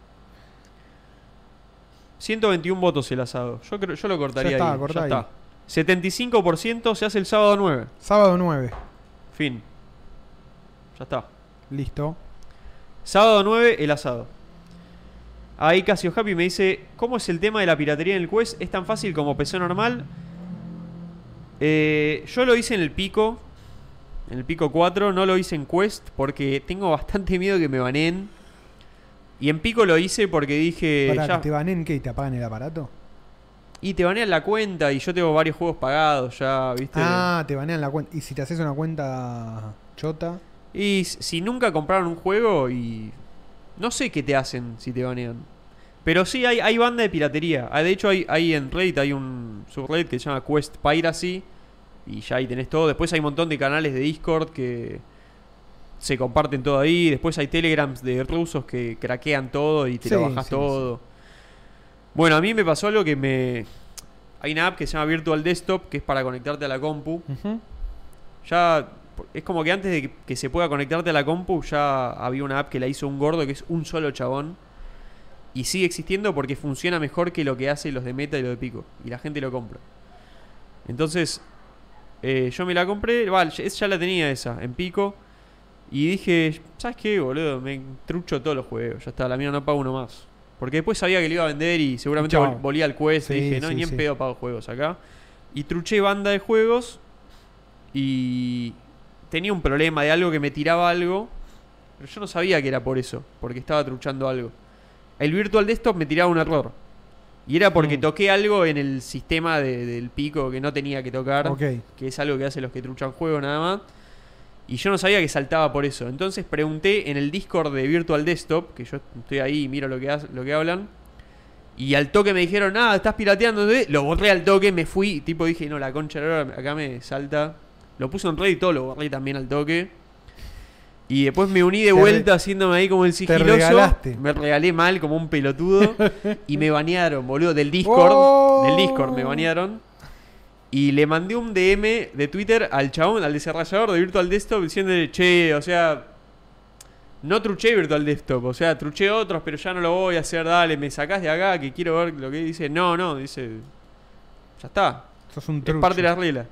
[SPEAKER 2] 121 votos el asado. Yo creo, yo lo cortaría
[SPEAKER 1] Ya está,
[SPEAKER 2] ahí.
[SPEAKER 1] cortá
[SPEAKER 2] ya
[SPEAKER 1] ahí.
[SPEAKER 2] está. 75% se hace el sábado 9.
[SPEAKER 1] Sábado 9.
[SPEAKER 2] Fin. Ya está.
[SPEAKER 1] Listo.
[SPEAKER 2] Sábado 9, el asado. Ahí Casio Happy me dice, ¿cómo es el tema de la piratería en el Quest? ¿Es tan fácil como PC normal? Eh, yo lo hice en el Pico, en el Pico 4, no lo hice en Quest porque tengo bastante miedo que me baneen. Y en Pico lo hice porque dije,
[SPEAKER 1] Pará,
[SPEAKER 2] Eh, ya,
[SPEAKER 1] que te banen que y te apagan el aparato.
[SPEAKER 2] y te banean la cuenta y yo tengo varios juegos pagados ya, ¿viste?
[SPEAKER 1] Ah, te banean la cuenta. Y si te haces una cuenta chota.
[SPEAKER 2] Y s- si nunca compraron un juego y. No sé qué te hacen si te banean. Pero sí, hay, hay banda de piratería. Ah, De hecho, hay, hay en Reddit, hay un subreddit que se llama Quest Piracy. Y ya ahí tenés todo. Después hay un montón de canales de Discord que se comparten todo ahí. Después hay telegrams de rusos que craquean todo y te lo
[SPEAKER 1] Sí,
[SPEAKER 2] bajas
[SPEAKER 1] sí,
[SPEAKER 2] todo. Bueno, a mí me pasó algo que me. Hay una app que se llama Virtual Desktop, que es para conectarte a la compu. Ya es como que antes de que- que se pueda conectarte a la compu ya había una app que la hizo un gordo que es un solo chabón y sigue existiendo porque funciona mejor que lo que hace los de Meta y los de Pico y la gente lo compra. Entonces eh, yo me la compré, va, ya ya la tenía esa en Pico y dije, ¿sabes qué, boludo? Me trucho todos los juegos, ya está, la mía no pago uno más. Porque después sabía que le iba a vender y seguramente
[SPEAKER 1] Chao.
[SPEAKER 2] vol- volía al Quest,
[SPEAKER 1] Sí,
[SPEAKER 2] dije, no,
[SPEAKER 1] sí,
[SPEAKER 2] ni en
[SPEAKER 1] sí.
[SPEAKER 2] pedo pago juegos acá. Y truché banda de juegos y tenía un problema de algo que me tiraba algo, pero yo no sabía que era por eso, porque estaba truchando algo. El Virtual Desktop me tiraba un error. Y era porque
[SPEAKER 1] Mm.
[SPEAKER 2] toqué algo en el sistema de- del pico que no tenía que tocar,
[SPEAKER 1] Ok.
[SPEAKER 2] que es algo que hacen los que truchan juego nada más. Y yo no sabía que saltaba por eso. Entonces pregunté en el Discord de Virtual Desktop, que yo estoy ahí y miro lo que, hace- lo que hablan. Y al toque me dijeron, ah, estás pirateando. ¿eh? Lo borré al toque, me fui. Tipo dije, no, la concha de la lora, acá me salta. Lo puse en Reddit y todo, lo borré también al toque. Y después me uní de
[SPEAKER 1] Te re-
[SPEAKER 2] vuelta haciéndome ahí como el sigiloso.
[SPEAKER 1] regalaste.
[SPEAKER 2] Me regalé mal como un pelotudo. y me banearon, boludo, del Discord.
[SPEAKER 1] Oh.
[SPEAKER 2] Del Discord me banearon. Y le mandé un DM de Twitter al chabón, al desarrollador de Virtual Desktop, diciéndole, che, o sea, no truché Virtual Desktop, o sea, truché otros, pero ya no lo voy a hacer, dale, me sacás de acá, que quiero ver lo que dice. No, no, dice, ya está,
[SPEAKER 1] Esto es un
[SPEAKER 2] es
[SPEAKER 1] truco.
[SPEAKER 2] parte de las reglas.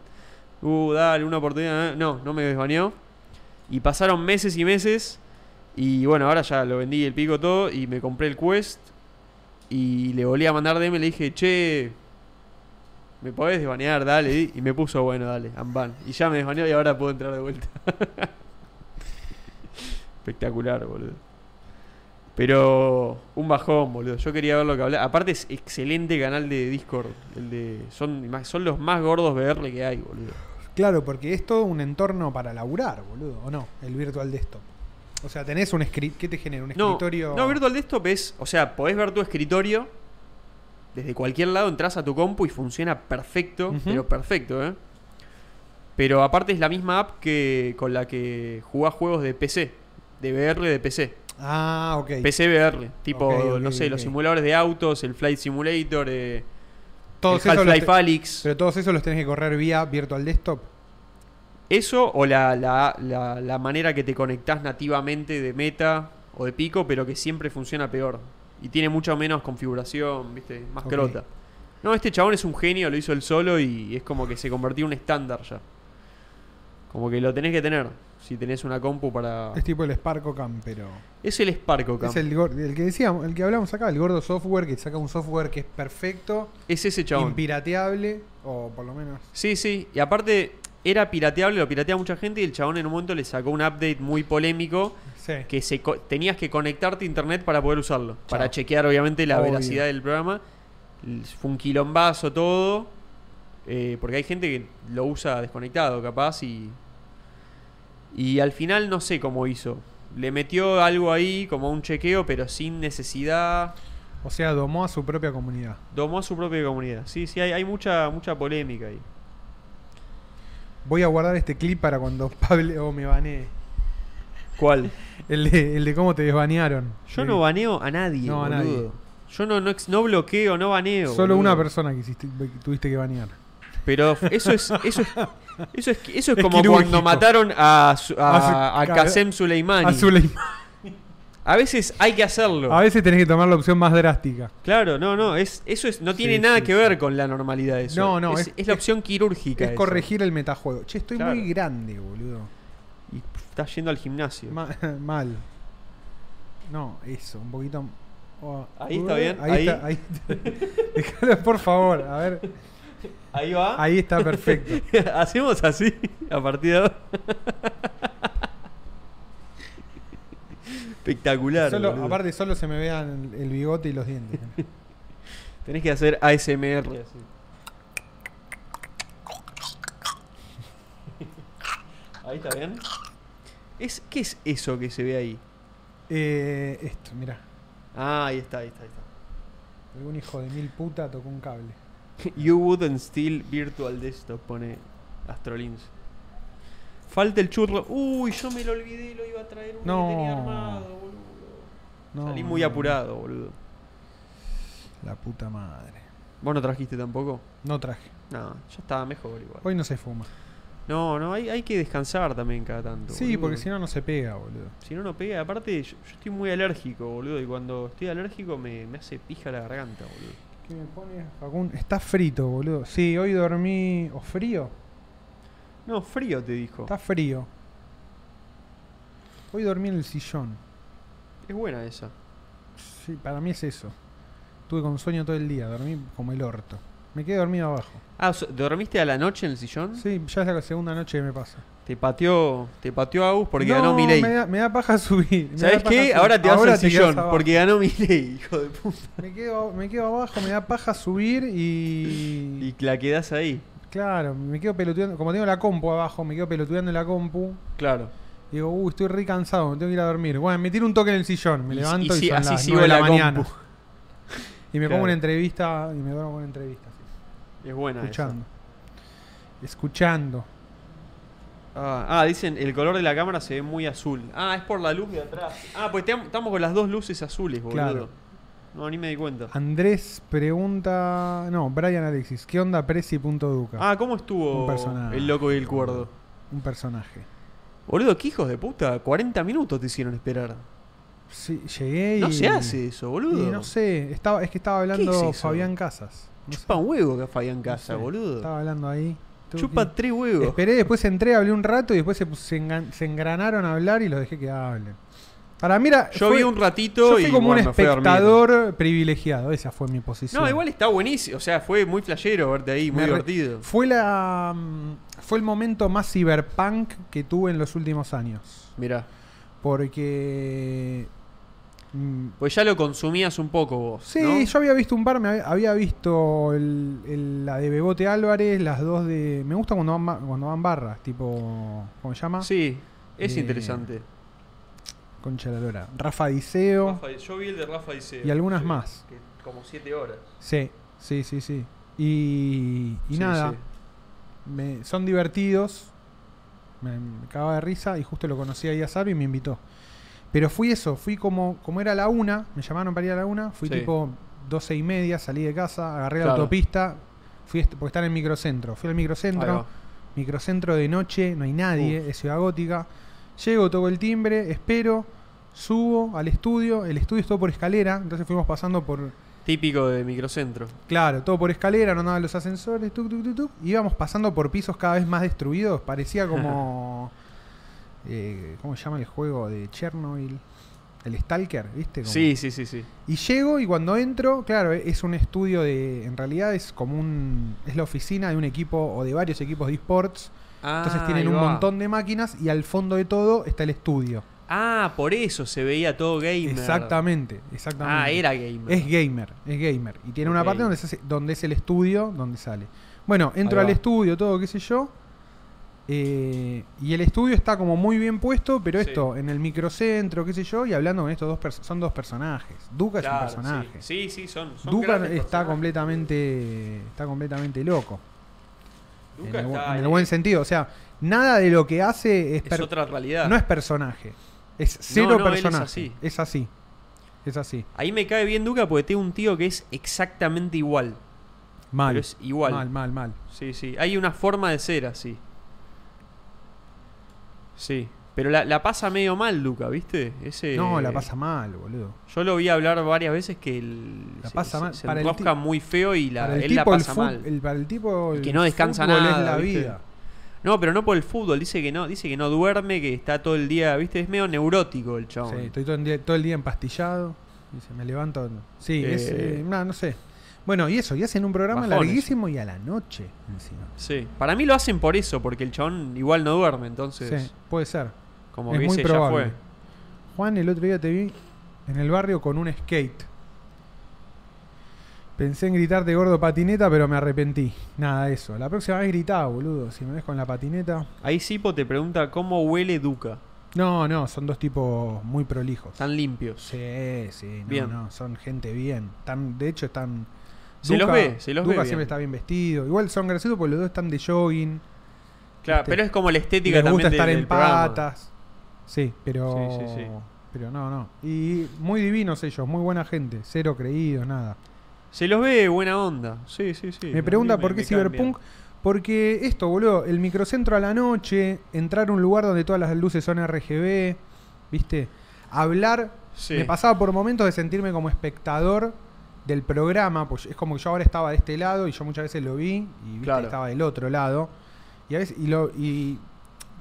[SPEAKER 2] Uh, dale, una oportunidad. eh. No, no me desbaneó. Y pasaron meses y meses. Y bueno, ahora ya lo vendí el pico todo. Y me compré el Quest. Y le volví a mandar DM. Le dije, che, ¿me podés desbanear? Dale. Y me puso, bueno, dale, amban. Y ya me desbaneó y ahora puedo entrar de vuelta. Espectacular, boludo. Pero un bajón, boludo. Yo quería ver lo que hablaba. Aparte es excelente canal de Discord. El de, son, más- son los más gordos VR que hay, boludo.
[SPEAKER 1] Claro, porque es todo un entorno para laburar, boludo, ¿o no? El virtual desktop. O sea, tenés un script. ¿Qué te genera? ¿Un
[SPEAKER 2] No,
[SPEAKER 1] escritorio?
[SPEAKER 2] no, Virtual Desktop es... O sea, podés ver tu escritorio. Desde cualquier lado entras a tu compu y funciona perfecto.
[SPEAKER 1] Ujú.
[SPEAKER 2] Pero perfecto, ¿eh? Pero aparte es la misma app que con la que jugás juegos de PC. De VR de PC.
[SPEAKER 1] Ah, ok.
[SPEAKER 2] PC VR. Tipo,
[SPEAKER 1] Ok, ok,
[SPEAKER 2] no sé, los
[SPEAKER 1] ok.
[SPEAKER 2] simuladores de autos, el Flight Simulator, eh,
[SPEAKER 1] Todos
[SPEAKER 2] el
[SPEAKER 1] esos los
[SPEAKER 2] Half-Life
[SPEAKER 1] te-
[SPEAKER 2] Alyx.
[SPEAKER 1] Pero todos esos los tenés que correr vía virtual desktop.
[SPEAKER 2] Eso o la, la- la- la manera que te conectás nativamente de meta o de pico, pero que siempre funciona peor. Y tiene mucho menos configuración, ¿viste? Más
[SPEAKER 1] Ok.
[SPEAKER 2] crota. No, este chabón es un genio, lo hizo él solo y es como que se convirtió en un estándar ya. Como que lo tenés que tener si tenés una compu para.
[SPEAKER 1] Es tipo el Spark Cam, pero.
[SPEAKER 2] Es el Sparko Cam.
[SPEAKER 1] Es el, gor- el que decíamos, el que hablamos acá, el gordo software que saca un software que es perfecto,
[SPEAKER 2] Es ese chabón.
[SPEAKER 1] impirateable, o por lo menos.
[SPEAKER 2] Sí, sí. Y aparte, era pirateable, lo piratea mucha gente y el chabón en un momento le sacó un update muy polémico.
[SPEAKER 1] Sí.
[SPEAKER 2] que se co- tenías que conectarte a internet para poder usarlo.
[SPEAKER 1] Chao.
[SPEAKER 2] Para chequear, obviamente, la
[SPEAKER 1] Obvio.
[SPEAKER 2] veracidad del programa. L- Fue un quilombazo todo. eh, porque hay gente que lo usa desconectado, capaz, y. Y al final no sé cómo hizo. Le metió algo ahí, como un chequeo, pero sin necesidad.
[SPEAKER 1] O sea, domó a su propia comunidad.
[SPEAKER 2] Domó a su propia comunidad. Sí, sí, hay, hay mucha, mucha polémica ahí.
[SPEAKER 1] Voy a guardar este clip para cuando Pablo me banee.
[SPEAKER 2] ¿Cuál?
[SPEAKER 1] El de, el de cómo te desbanearon.
[SPEAKER 2] Yo
[SPEAKER 1] Sí.
[SPEAKER 2] no baneo a nadie.
[SPEAKER 1] No, a nadie.
[SPEAKER 2] boludo. Yo no, no, ex- no bloqueo, no baneo.
[SPEAKER 1] Solo
[SPEAKER 2] boludo.
[SPEAKER 1] una persona que, hiciste- que tuviste que banear.
[SPEAKER 2] Pero f- eso es eso es, eso es, eso es
[SPEAKER 1] Es
[SPEAKER 2] como
[SPEAKER 1] quirúrgico.
[SPEAKER 2] cuando mataron a su- a,
[SPEAKER 1] A
[SPEAKER 2] a,
[SPEAKER 1] su-
[SPEAKER 2] Qasem Soleimani.
[SPEAKER 1] A,
[SPEAKER 2] A,
[SPEAKER 1] Zuleima-
[SPEAKER 2] veces hay que hacerlo.
[SPEAKER 1] a veces tenés que tomar la opción más drástica.
[SPEAKER 2] Claro, no, no, es eso es no tiene
[SPEAKER 1] Sí,
[SPEAKER 2] nada
[SPEAKER 1] sí,
[SPEAKER 2] que
[SPEAKER 1] sí.
[SPEAKER 2] ver con la normalidad eso.
[SPEAKER 1] No, no,
[SPEAKER 2] es,
[SPEAKER 1] es-
[SPEAKER 2] es la
[SPEAKER 1] es-
[SPEAKER 2] opción quirúrgica.
[SPEAKER 1] Es
[SPEAKER 2] eso.
[SPEAKER 1] corregir el metajuego. Che, estoy
[SPEAKER 2] Claro.
[SPEAKER 1] muy grande, boludo.
[SPEAKER 2] Y pf, estás yendo al gimnasio.
[SPEAKER 1] Ma- mal. No, eso, un poquito. oh,
[SPEAKER 2] Ahí está bien,
[SPEAKER 1] Ahí,
[SPEAKER 2] ahí.
[SPEAKER 1] está. Ahí está. Dejalo, por favor. A ver,
[SPEAKER 2] Ahí va.
[SPEAKER 1] ahí está perfecto.
[SPEAKER 2] Hacemos así a partir de ahora. Espectacular.
[SPEAKER 1] Solo-
[SPEAKER 2] boludo.
[SPEAKER 1] aparte, solo se me vean el bigote y los dientes.
[SPEAKER 2] Tenés que hacer ASMR. así. Ahí está bien. Es, ¿Qué es eso que se ve ahí?
[SPEAKER 1] Eh, esto, mirá.
[SPEAKER 2] Ah, ahí está, ahí está, ahí está.
[SPEAKER 1] Algún hijo de mil puta tocó un cable.
[SPEAKER 2] You wouldn't steal virtual desktop, pone Astrolins. Falta el churro. Uy, yo me lo olvidé, lo iba a traer uno
[SPEAKER 1] No.
[SPEAKER 2] que tenía armado, boludo.
[SPEAKER 1] No,
[SPEAKER 2] Salí muy
[SPEAKER 1] no,
[SPEAKER 2] apurado, boludo.
[SPEAKER 1] La puta madre.
[SPEAKER 2] ¿Vos no trajiste tampoco?
[SPEAKER 1] No traje.
[SPEAKER 2] No, ya estaba mejor igual.
[SPEAKER 1] Hoy no se fuma.
[SPEAKER 2] No, no, hay, hay que descansar también cada tanto.
[SPEAKER 1] Sí,
[SPEAKER 2] boludo.
[SPEAKER 1] porque si no, no se pega, boludo.
[SPEAKER 2] Si no, no pega. Aparte, yo, yo estoy muy alérgico, boludo. Y cuando estoy alérgico me, me hace pija la garganta, boludo.
[SPEAKER 1] ¿Qué me pone Facundo? Está frito, boludo. Sí, hoy dormí. ¿O frío?
[SPEAKER 2] No, frío te dijo.
[SPEAKER 1] Está frío. Hoy dormí en el sillón.
[SPEAKER 2] Es buena esa.
[SPEAKER 1] Sí, para mí es eso. Estuve con sueño todo el día, dormí como el orto. Me quedé dormido abajo.
[SPEAKER 2] Ah, so- ¿dormiste a la noche en el sillón?
[SPEAKER 1] Sí, ya es la segunda noche que me pasa.
[SPEAKER 2] Te pateó, te pateó Agus porque
[SPEAKER 1] No,
[SPEAKER 2] ganó Milei.
[SPEAKER 1] Me da, me da paja subir. me
[SPEAKER 2] ¿Sabes
[SPEAKER 1] da paja
[SPEAKER 2] qué?
[SPEAKER 1] subir.
[SPEAKER 2] Ahora te vas al
[SPEAKER 1] quedás
[SPEAKER 2] sillón
[SPEAKER 1] abajo.
[SPEAKER 2] porque ganó Milei, hijo de puta.
[SPEAKER 1] Me quedo, me quedo abajo, me da paja subir y...
[SPEAKER 2] Y la quedás ahí.
[SPEAKER 1] Claro, me quedo pelotudeando. Como tengo la compu abajo, me quedo pelotudeando en la compu.
[SPEAKER 2] Claro.
[SPEAKER 1] Digo, uh, estoy re cansado, me tengo que ir a dormir. Bueno, me tiro un toque en el sillón, me
[SPEAKER 2] Y-
[SPEAKER 1] levanto
[SPEAKER 2] y
[SPEAKER 1] y,
[SPEAKER 2] sí,
[SPEAKER 1] son
[SPEAKER 2] así
[SPEAKER 1] las
[SPEAKER 2] sigo
[SPEAKER 1] nueve de la
[SPEAKER 2] la
[SPEAKER 1] mañana.
[SPEAKER 2] compu.
[SPEAKER 1] Y me
[SPEAKER 2] Claro.
[SPEAKER 1] pongo una entrevista y me duermo con una entrevista. así,
[SPEAKER 2] Es buena
[SPEAKER 1] escuchando. Escuchando.
[SPEAKER 2] Ah, ah, dicen, el color de la cámara se ve muy azul. Ah, es por la luz de atrás. Ah, pues tem- estamos con las dos luces azules, boludo.
[SPEAKER 1] Claro.
[SPEAKER 2] No, ni me di cuenta.
[SPEAKER 1] Andrés pregunta. No, Brian Alexis. ¿Qué onda Prezi.duca?
[SPEAKER 2] Ah, ¿cómo
[SPEAKER 1] Un
[SPEAKER 2] estuvo
[SPEAKER 1] personaje.
[SPEAKER 2] el loco y el cuerdo?
[SPEAKER 1] Un personaje.
[SPEAKER 2] Boludo, qué hijos de puta. 40 minutos te hicieron esperar.
[SPEAKER 1] Sí, llegué y.
[SPEAKER 2] No se hace eso, boludo.
[SPEAKER 1] y no sé. Estaba, es que estaba hablando
[SPEAKER 2] es eso?
[SPEAKER 1] Fabián Casas. No sé,
[SPEAKER 2] Chupa un huevo que falla en
[SPEAKER 1] no sé.
[SPEAKER 2] casa, boludo.
[SPEAKER 1] Estaba hablando ahí. Tuve
[SPEAKER 2] Chupa
[SPEAKER 1] que-
[SPEAKER 2] tres huevos.
[SPEAKER 1] Esperé, después entré, hablé un rato y después se, pus- se engan- se engranaron a hablar y los dejé que hablen. Para mí era-
[SPEAKER 2] Yo
[SPEAKER 1] fue-
[SPEAKER 2] vi un ratito
[SPEAKER 1] yo fui
[SPEAKER 2] y
[SPEAKER 1] como
[SPEAKER 2] bueno,
[SPEAKER 1] un
[SPEAKER 2] me fui a dormir.
[SPEAKER 1] espectador privilegiado. Esa fue mi posición.
[SPEAKER 2] No, igual está buenísimo. O sea, fue muy flashero verte ahí, muy
[SPEAKER 1] Me re-
[SPEAKER 2] divertido.
[SPEAKER 1] Fue, la, mm, fue el momento más cyberpunk que tuve en los últimos años.
[SPEAKER 2] Mirá.
[SPEAKER 1] Porque. mm,
[SPEAKER 2] Pues ya lo consumías un poco vos.
[SPEAKER 1] Sí,
[SPEAKER 2] ¿no?
[SPEAKER 1] yo había visto un par, me había, había visto el- el- la de Bebote Álvarez, las dos de. Me gusta cuando van, ba- cuando van barras, tipo. ¿Cómo se llama?
[SPEAKER 2] Sí, es
[SPEAKER 1] Eh,
[SPEAKER 2] interesante.
[SPEAKER 1] Concha de la lora. Rafa Diceo.
[SPEAKER 2] yo vi el de Rafa Diceo.
[SPEAKER 1] Y algunas Sí, más.
[SPEAKER 2] como siete horas.
[SPEAKER 1] Sí, sí, sí, sí. Y, y nada, me- son divertidos. Me, me cagaba de risa y justo lo conocí ahí a Saro y me invitó. Pero fui eso, fui como, como era la una, me llamaron para ir a la una, fui
[SPEAKER 2] Sí.
[SPEAKER 1] tipo 12 y media, salí de casa, agarré la
[SPEAKER 2] Claro.
[SPEAKER 1] autopista, fui est- porque está en el microcentro. Fui al microcentro, microcentro de noche, no hay nadie, es ciudad gótica. Llego, toco el timbre, espero, subo al estudio, el estudio es todo por escalera, entonces fuimos pasando por,
[SPEAKER 2] Típico de microcentro.
[SPEAKER 1] Claro, todo por escalera, no andaban los ascensores, tuc, tuc, tuc, tuc. Íbamos pasando por pisos cada vez más destruidos. Parecía como. eh, ¿Cómo se llama el juego de Chernobyl? El Stalker, ¿viste? Como-
[SPEAKER 2] Sí, sí, sí, sí.
[SPEAKER 1] Y llego y cuando entro, claro, es un estudio de. En realidad es como un. Es la oficina de un equipo o de varios equipos de esports. Entonces
[SPEAKER 2] Ah,
[SPEAKER 1] tienen
[SPEAKER 2] ahí
[SPEAKER 1] un
[SPEAKER 2] va.
[SPEAKER 1] montón de máquinas y al fondo de todo está el estudio.
[SPEAKER 2] Ah, por eso se veía todo gamer.
[SPEAKER 1] Exactamente, exactamente.
[SPEAKER 2] Ah, era gamer.
[SPEAKER 1] Es gamer, es gamer. Y tiene una
[SPEAKER 2] Ok.
[SPEAKER 1] parte donde, se hace- donde es el estudio, donde sale. Bueno, entro
[SPEAKER 2] Ahí
[SPEAKER 1] al
[SPEAKER 2] va.
[SPEAKER 1] estudio, todo, qué sé yo. eh, y el estudio está como muy bien puesto, pero
[SPEAKER 2] Sí.
[SPEAKER 1] esto, en el microcentro, qué sé yo, y hablando con estos dos perso- son dos personajes. Duca
[SPEAKER 2] Claro,
[SPEAKER 1] es un personaje.
[SPEAKER 2] Sí, sí, sí, son. son
[SPEAKER 1] Duca
[SPEAKER 2] grandes
[SPEAKER 1] está
[SPEAKER 2] personajes.
[SPEAKER 1] completamente. está completamente loco.
[SPEAKER 2] Duca
[SPEAKER 1] en el, bu-
[SPEAKER 2] está
[SPEAKER 1] en el
[SPEAKER 2] ahí.
[SPEAKER 1] buen sentido. O sea, nada de lo que hace es,
[SPEAKER 2] Es
[SPEAKER 1] per-
[SPEAKER 2] otra realidad.
[SPEAKER 1] no es personaje. Es cero
[SPEAKER 2] no, él es
[SPEAKER 1] personaje.
[SPEAKER 2] así.
[SPEAKER 1] Es así. Es así.
[SPEAKER 2] Ahí me cae bien Duca porque tengo un tío que es exactamente igual.
[SPEAKER 1] Mal.
[SPEAKER 2] Pero es igual.
[SPEAKER 1] Mal, mal, mal.
[SPEAKER 2] Sí, sí. Hay una forma de ser así. Sí. Pero la, la pasa medio mal, Duca, ¿viste? Ese,
[SPEAKER 1] No, la pasa mal, boludo.
[SPEAKER 2] Yo lo vi hablar varias veces que el,
[SPEAKER 1] La pasa
[SPEAKER 2] se,
[SPEAKER 1] mal.
[SPEAKER 2] se
[SPEAKER 1] Para el
[SPEAKER 2] enrosca
[SPEAKER 1] ti-
[SPEAKER 2] muy feo y la,
[SPEAKER 1] para el
[SPEAKER 2] él la
[SPEAKER 1] tipo, el
[SPEAKER 2] pasa
[SPEAKER 1] fut-
[SPEAKER 2] mal.
[SPEAKER 1] el- para el tipo.
[SPEAKER 2] Y que
[SPEAKER 1] el
[SPEAKER 2] no descansa
[SPEAKER 1] fútbol
[SPEAKER 2] nada,
[SPEAKER 1] Es la
[SPEAKER 2] ¿viste?
[SPEAKER 1] vida.
[SPEAKER 2] No, pero no por el fútbol. Dice que no, dice que no duerme, que está todo el día, ¿viste? Es medio neurótico el
[SPEAKER 1] Sí,
[SPEAKER 2] chabón.
[SPEAKER 1] estoy todo el, día, todo el día empastillado. Dice, me levanto. Sí,
[SPEAKER 2] Eh.
[SPEAKER 1] es, eh, nah, no sé. Bueno, y eso, y hacen un programa
[SPEAKER 2] Bajón eso.
[SPEAKER 1] larguísimo y a la noche encima.
[SPEAKER 2] Sí. Para mí lo hacen por eso, porque el chabón igual no duerme, entonces.
[SPEAKER 1] Sí, puede ser.
[SPEAKER 2] Como
[SPEAKER 1] es
[SPEAKER 2] que
[SPEAKER 1] muy
[SPEAKER 2] ese
[SPEAKER 1] probable.
[SPEAKER 2] ya fue.
[SPEAKER 1] Juan, el otro día te vi en el barrio con un skate. Pensé en gritarte gordo patineta, pero me arrepentí. Nada de eso. La próxima vez gritá, boludo. Si me ves con la patineta.
[SPEAKER 2] Ahí Sipo te pregunta cómo huele Duca.
[SPEAKER 1] No, no, son dos tipos muy prolijos.
[SPEAKER 2] Están limpios.
[SPEAKER 1] Sí, sí, no,
[SPEAKER 2] Bien.
[SPEAKER 1] no, son gente bien. Tan, de hecho, están.
[SPEAKER 2] Se los ve, se los
[SPEAKER 1] Duca
[SPEAKER 2] ve bien.
[SPEAKER 1] siempre está bien vestido. Igual son graciosos porque los dos están de jogging.
[SPEAKER 2] Claro,
[SPEAKER 1] Viste.
[SPEAKER 2] pero es como la
[SPEAKER 1] Y
[SPEAKER 2] estética
[SPEAKER 1] les
[SPEAKER 2] también
[SPEAKER 1] gusta estar
[SPEAKER 2] del-
[SPEAKER 1] en
[SPEAKER 2] del programa.
[SPEAKER 1] patas. Sí, pero.
[SPEAKER 2] Sí, sí, sí.
[SPEAKER 1] Pero no, no. Y muy divinos ellos, muy buena gente. Cero creídos, nada.
[SPEAKER 2] Se los ve buena onda. Sí, sí, sí. A
[SPEAKER 1] me
[SPEAKER 2] mí
[SPEAKER 1] pregunta por qué
[SPEAKER 2] me caen
[SPEAKER 1] Cyberpunk.
[SPEAKER 2] bien.
[SPEAKER 1] Porque esto, boludo, el microcentro a la noche, entrar a un lugar donde todas las luces son RGB, ¿viste? Hablar
[SPEAKER 2] Sí.
[SPEAKER 1] Me pasaba por momentos de sentirme como espectador del programa, pues es como que yo ahora estaba de este lado y yo muchas veces lo vi y viste,
[SPEAKER 2] Claro.
[SPEAKER 1] estaba del otro lado. Y, a veces, y, lo, y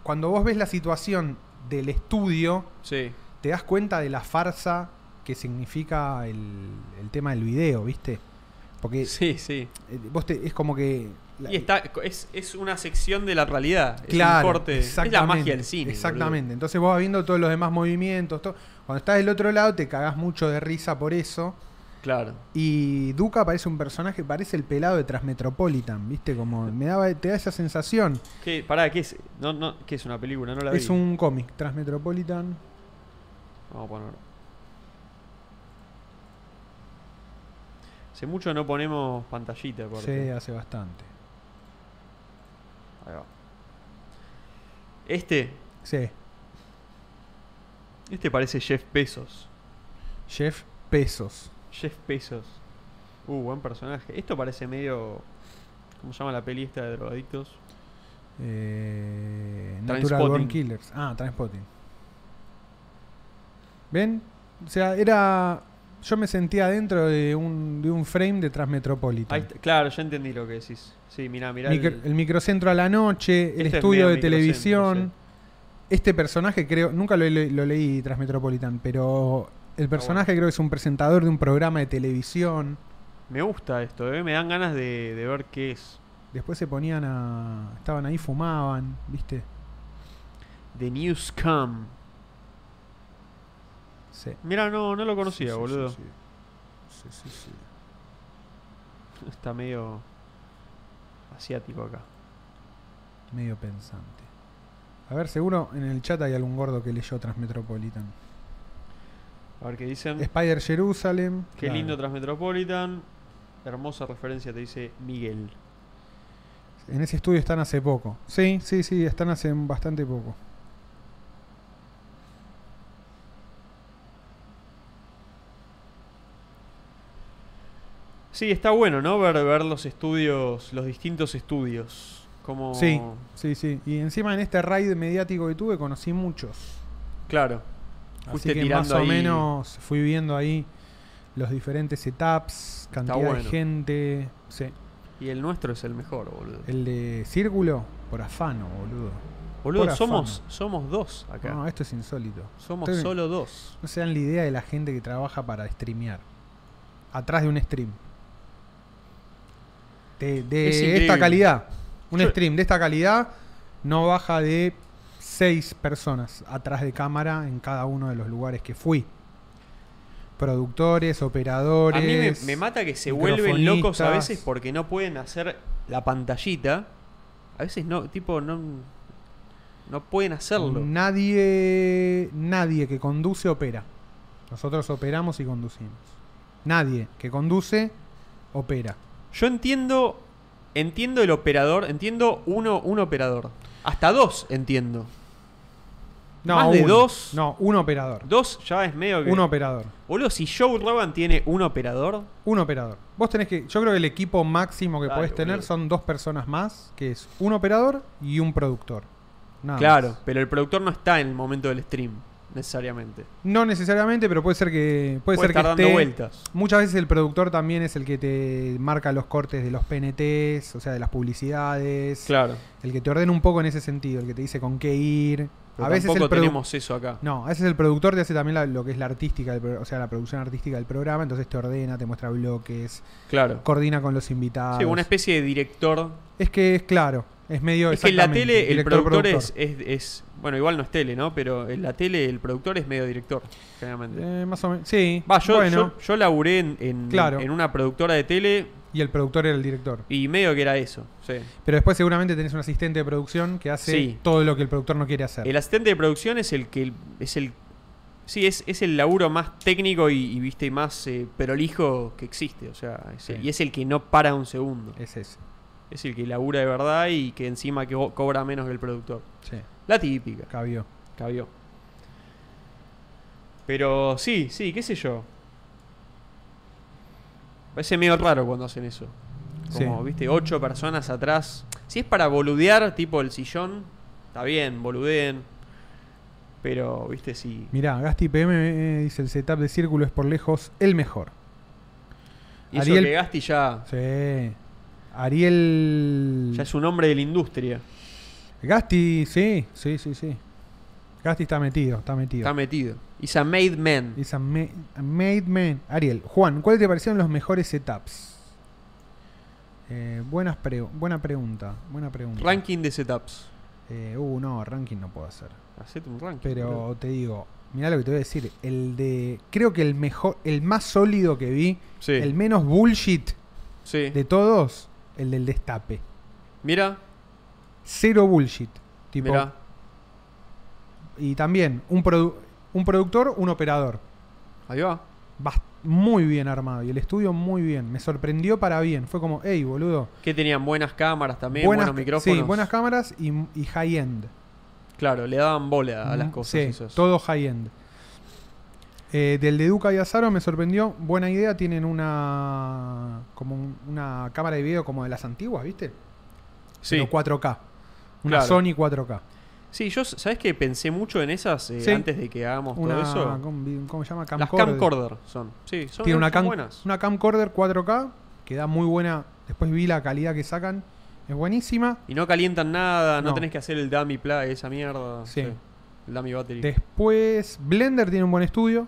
[SPEAKER 1] cuando vos ves la situación del estudio,
[SPEAKER 2] Sí.
[SPEAKER 1] te das cuenta de la farsa que significa el, el tema del video, ¿viste? Porque
[SPEAKER 2] Sí, sí.
[SPEAKER 1] eh, vos te- es como que... la-
[SPEAKER 2] Y está, es, es una sección de la realidad. Es
[SPEAKER 1] Claro,
[SPEAKER 2] un corte. Es la
[SPEAKER 1] exactamente,
[SPEAKER 2] magia del cine.
[SPEAKER 1] Exactamente. Entonces vos vas viendo todos los demás movimientos. todo. Cuando estás del otro lado te cagás mucho de risa por eso.
[SPEAKER 2] boludo. Claro.
[SPEAKER 1] Y Duca parece un personaje, parece el pelado de Transmetropolitan, ¿viste? Como me daba, te da esa sensación.
[SPEAKER 2] ¿Qué, pará, ¿qué es? No, no, ¿qué es una película? No la
[SPEAKER 1] Es
[SPEAKER 2] vi.
[SPEAKER 1] un cómic, Transmetropolitan.
[SPEAKER 2] Vamos a poner. Hace mucho no ponemos pantallita. aparte.
[SPEAKER 1] Se hace bastante.
[SPEAKER 2] Ahí va. Este,
[SPEAKER 1] Sí.
[SPEAKER 2] este parece Jeff Bezos.
[SPEAKER 1] Jeff Pesos.
[SPEAKER 2] Jeff Bezos. Uh, buen personaje. Esto parece medio. ¿Cómo se llama la peli esta de drogadictos?
[SPEAKER 1] Eh, Natural
[SPEAKER 2] Trainspotting.
[SPEAKER 1] Born Killers. Ah, Transpotting. ¿Ven? O sea, era. Yo me sentía dentro de un, de un frame de Transmetropolitan.
[SPEAKER 2] Ahí está- claro, ya entendí lo que decís. Sí, mirá, mirá.
[SPEAKER 1] Micro- el, microcentro a la noche, el
[SPEAKER 2] Este es
[SPEAKER 1] estudio
[SPEAKER 2] medio
[SPEAKER 1] de
[SPEAKER 2] microcentro,
[SPEAKER 1] televisión. Este personaje creo, nunca lo, le- lo leí tras Metropolitan, pero el personaje creo que es un presentador de un programa de televisión.
[SPEAKER 2] Me gusta esto, eh, me dan ganas de, de ver qué es.
[SPEAKER 1] Después se ponían a... Estaban ahí, fumaban, ¿viste?
[SPEAKER 2] The News Come.
[SPEAKER 1] Sí.
[SPEAKER 2] Mira, no, no lo conocía,
[SPEAKER 1] Sí, sí,
[SPEAKER 2] boludo.
[SPEAKER 1] sí, sí. Sí, sí, sí.
[SPEAKER 2] Está medio asiático acá.
[SPEAKER 1] Medio pensante. A ver, seguro en el chat hay algún gordo que leyó Transmetropolitan.
[SPEAKER 2] A ver qué dicen.
[SPEAKER 1] Spider Jerusalem.
[SPEAKER 2] Em. Qué
[SPEAKER 1] claro.
[SPEAKER 2] lindo Transmetropolitan. Hermosa referencia te dice Miguel.
[SPEAKER 1] En ese estudio están hace poco. Sí, sí, sí, están hace bastante poco.
[SPEAKER 2] Sí, está bueno, ¿no? Ver, ver los estudios, los distintos estudios. Como...
[SPEAKER 1] Sí, sí, sí. Y encima en este raid mediático que tuve conocí muchos.
[SPEAKER 2] Claro. Fuiste
[SPEAKER 1] Así que
[SPEAKER 2] tirando
[SPEAKER 1] más o
[SPEAKER 2] ahí.
[SPEAKER 1] menos fui viendo ahí los diferentes setups, cantidad de
[SPEAKER 2] bueno.
[SPEAKER 1] gente. Sí.
[SPEAKER 2] Y el nuestro es el mejor, boludo.
[SPEAKER 1] El de Círculo, por afano, boludo.
[SPEAKER 2] Boludo,
[SPEAKER 1] por
[SPEAKER 2] somos,
[SPEAKER 1] afano.
[SPEAKER 2] somos dos acá.
[SPEAKER 1] No, esto es insólito.
[SPEAKER 2] somos
[SPEAKER 1] estoy-
[SPEAKER 2] solo dos.
[SPEAKER 1] No se dan la idea de la gente que trabaja para streamear. Atrás de un stream. De, de
[SPEAKER 2] Es
[SPEAKER 1] esta
[SPEAKER 2] increíble.
[SPEAKER 1] calidad. Un
[SPEAKER 2] Yo-
[SPEAKER 1] stream de esta calidad no baja de seis personas atrás de cámara en cada uno de los lugares que fui. Productores, operadores.
[SPEAKER 2] A mí me, me mata que se vuelven locos a
[SPEAKER 1] microfonistas.
[SPEAKER 2] veces porque no pueden hacer la pantallita. A veces no, tipo, no, no pueden hacerlo.
[SPEAKER 1] Nadie, nadie que conduce opera. Nosotros operamos y conducimos. Nadie que conduce opera.
[SPEAKER 2] Yo entiendo, entiendo el operador, entiendo uno, un operador. Hasta dos entiendo. Más de
[SPEAKER 1] uno.
[SPEAKER 2] dos.
[SPEAKER 1] No, un operador.
[SPEAKER 2] Dos ya es medio que...
[SPEAKER 1] Un operador.
[SPEAKER 2] Boludo, si Joe Rogan tiene un operador,
[SPEAKER 1] Un operador. Vos tenés que. Yo creo que el equipo máximo que
[SPEAKER 2] Dale,
[SPEAKER 1] podés tener
[SPEAKER 2] boludo.
[SPEAKER 1] son dos personas más, que es un operador y un productor. Nada
[SPEAKER 2] claro,
[SPEAKER 1] más.
[SPEAKER 2] pero el productor no está en el momento del stream, necesariamente.
[SPEAKER 1] No necesariamente, pero puede ser que. Puede,
[SPEAKER 2] Puede,
[SPEAKER 1] ser
[SPEAKER 2] estar
[SPEAKER 1] que
[SPEAKER 2] dando
[SPEAKER 1] esté-
[SPEAKER 2] vueltas.
[SPEAKER 1] Muchas veces el productor también es el que te marca los cortes de los PNTs, o sea, de las publicidades.
[SPEAKER 2] Claro.
[SPEAKER 1] El que te ordena un poco en ese sentido, el que te dice con qué ir.
[SPEAKER 2] Pero
[SPEAKER 1] a veces el
[SPEAKER 2] tampoco
[SPEAKER 1] produ-
[SPEAKER 2] tenemos eso acá.
[SPEAKER 1] No, a veces el productor te hace también la- lo que es la artística, del pro- o sea, la producción artística del programa, entonces te ordena, te muestra bloques,
[SPEAKER 2] Claro.
[SPEAKER 1] coordina con los invitados.
[SPEAKER 2] Sí, una especie de director.
[SPEAKER 1] Es que es claro, es medio.
[SPEAKER 2] Es que en la
[SPEAKER 1] exactamente,
[SPEAKER 2] tele el
[SPEAKER 1] director,
[SPEAKER 2] productor, Es, es- es- Bueno, igual no es tele, ¿no? Pero en la tele el productor es medio director, generalmente.
[SPEAKER 1] Eh, más o menos. Sí.
[SPEAKER 2] Va, yo,
[SPEAKER 1] bueno,
[SPEAKER 2] yo, yo laburé en, en-
[SPEAKER 1] Claro.
[SPEAKER 2] en una productora de tele
[SPEAKER 1] Y el productor era el director.
[SPEAKER 2] y medio que era eso. sí.
[SPEAKER 1] Pero después seguramente tenés un asistente de producción que hace
[SPEAKER 2] Sí.
[SPEAKER 1] todo lo que el productor no quiere hacer.
[SPEAKER 2] El asistente de producción es el que es el sí es, es el laburo más técnico y, y, viste y más eh, prolijo que existe, o sea, es-
[SPEAKER 1] Sí. Eh.
[SPEAKER 2] y es el que no para un segundo.
[SPEAKER 1] Es ese.
[SPEAKER 2] Es el que labura de verdad y que encima que cobra menos que el productor.
[SPEAKER 1] Sí,
[SPEAKER 2] La típica,
[SPEAKER 1] cabió.
[SPEAKER 2] cabió. Pero sí, sí, qué sé yo. Parece medio raro cuando hacen eso. Como,
[SPEAKER 1] Sí.
[SPEAKER 2] viste, ocho personas atrás. Si es para boludear, tipo el sillón, está bien, boludeen. Pero, viste, si.
[SPEAKER 1] Mirá, Gasti PM eh, dice: el setup de círculo es por lejos el mejor.
[SPEAKER 2] Y eso
[SPEAKER 1] Ariel-
[SPEAKER 2] que Gasti ya,
[SPEAKER 1] Sí. Ariel.
[SPEAKER 2] ya es un hombre de la industria.
[SPEAKER 1] Gasti, sí, sí, sí, sí. Gasti está metido, está metido.
[SPEAKER 2] Está metido. Is a made man.
[SPEAKER 1] Dice "Ma- Made Man. Ariel, Juan, ¿cuál te parecieron los mejores setups? Eh, buenas pre- buena pregunta, buena pregunta.
[SPEAKER 2] Ranking de setups.
[SPEAKER 1] Eh, uh, no, ranking no puedo hacer.
[SPEAKER 2] Hacete un ranking. boludo.
[SPEAKER 1] Pero te digo, mirá lo que te voy a decir. El de. Creo que el mejor, el más sólido que vi,
[SPEAKER 2] Sí.
[SPEAKER 1] el menos bullshit
[SPEAKER 2] sí.
[SPEAKER 1] de todos, el del destape.
[SPEAKER 2] Mira,
[SPEAKER 1] Cero bullshit. Tipo,
[SPEAKER 2] mira.
[SPEAKER 1] y también un, produ- un productor, un operador.
[SPEAKER 2] Ahí va.
[SPEAKER 1] Bast- muy bien armado y el estudio muy bien. Me sorprendió para bien. Fue como, hey, boludo.
[SPEAKER 2] Que tenían buenas cámaras también,
[SPEAKER 1] buenas,
[SPEAKER 2] buenos micrófonos.
[SPEAKER 1] sí, buenas cámaras y, y high-end. Mm,
[SPEAKER 2] Claro, le daban bola a Ah, las cosas.
[SPEAKER 1] Sí,
[SPEAKER 2] esas.
[SPEAKER 1] todo high-end. Eh, del de Duca y Azaro me sorprendió. Buena idea, tienen una como un- una cámara de video como de las antiguas, ¿viste?
[SPEAKER 2] Sí.
[SPEAKER 1] Pero 4K. Una
[SPEAKER 2] Claro.
[SPEAKER 1] Sony 4K.
[SPEAKER 2] Sí, yo, ¿sabes que Pensé mucho en esas eh,
[SPEAKER 1] Sí.
[SPEAKER 2] antes de que hagamos
[SPEAKER 1] Una,
[SPEAKER 2] todo eso.
[SPEAKER 1] ¿cómo, cómo se llama?
[SPEAKER 2] Las
[SPEAKER 1] Camcorder.
[SPEAKER 2] camcorder son. Sí, son,
[SPEAKER 1] Tiene una,
[SPEAKER 2] son
[SPEAKER 1] cam-
[SPEAKER 2] buenas.
[SPEAKER 1] una camcorder 4K que da muy buena. Después vi la calidad que sacan. Es buenísima.
[SPEAKER 2] Y no calientan nada, no,
[SPEAKER 1] No.
[SPEAKER 2] tenés que hacer el dummy play, esa mierda.
[SPEAKER 1] Sí.
[SPEAKER 2] El dummy battery.
[SPEAKER 1] Después, Blender tiene un buen estudio.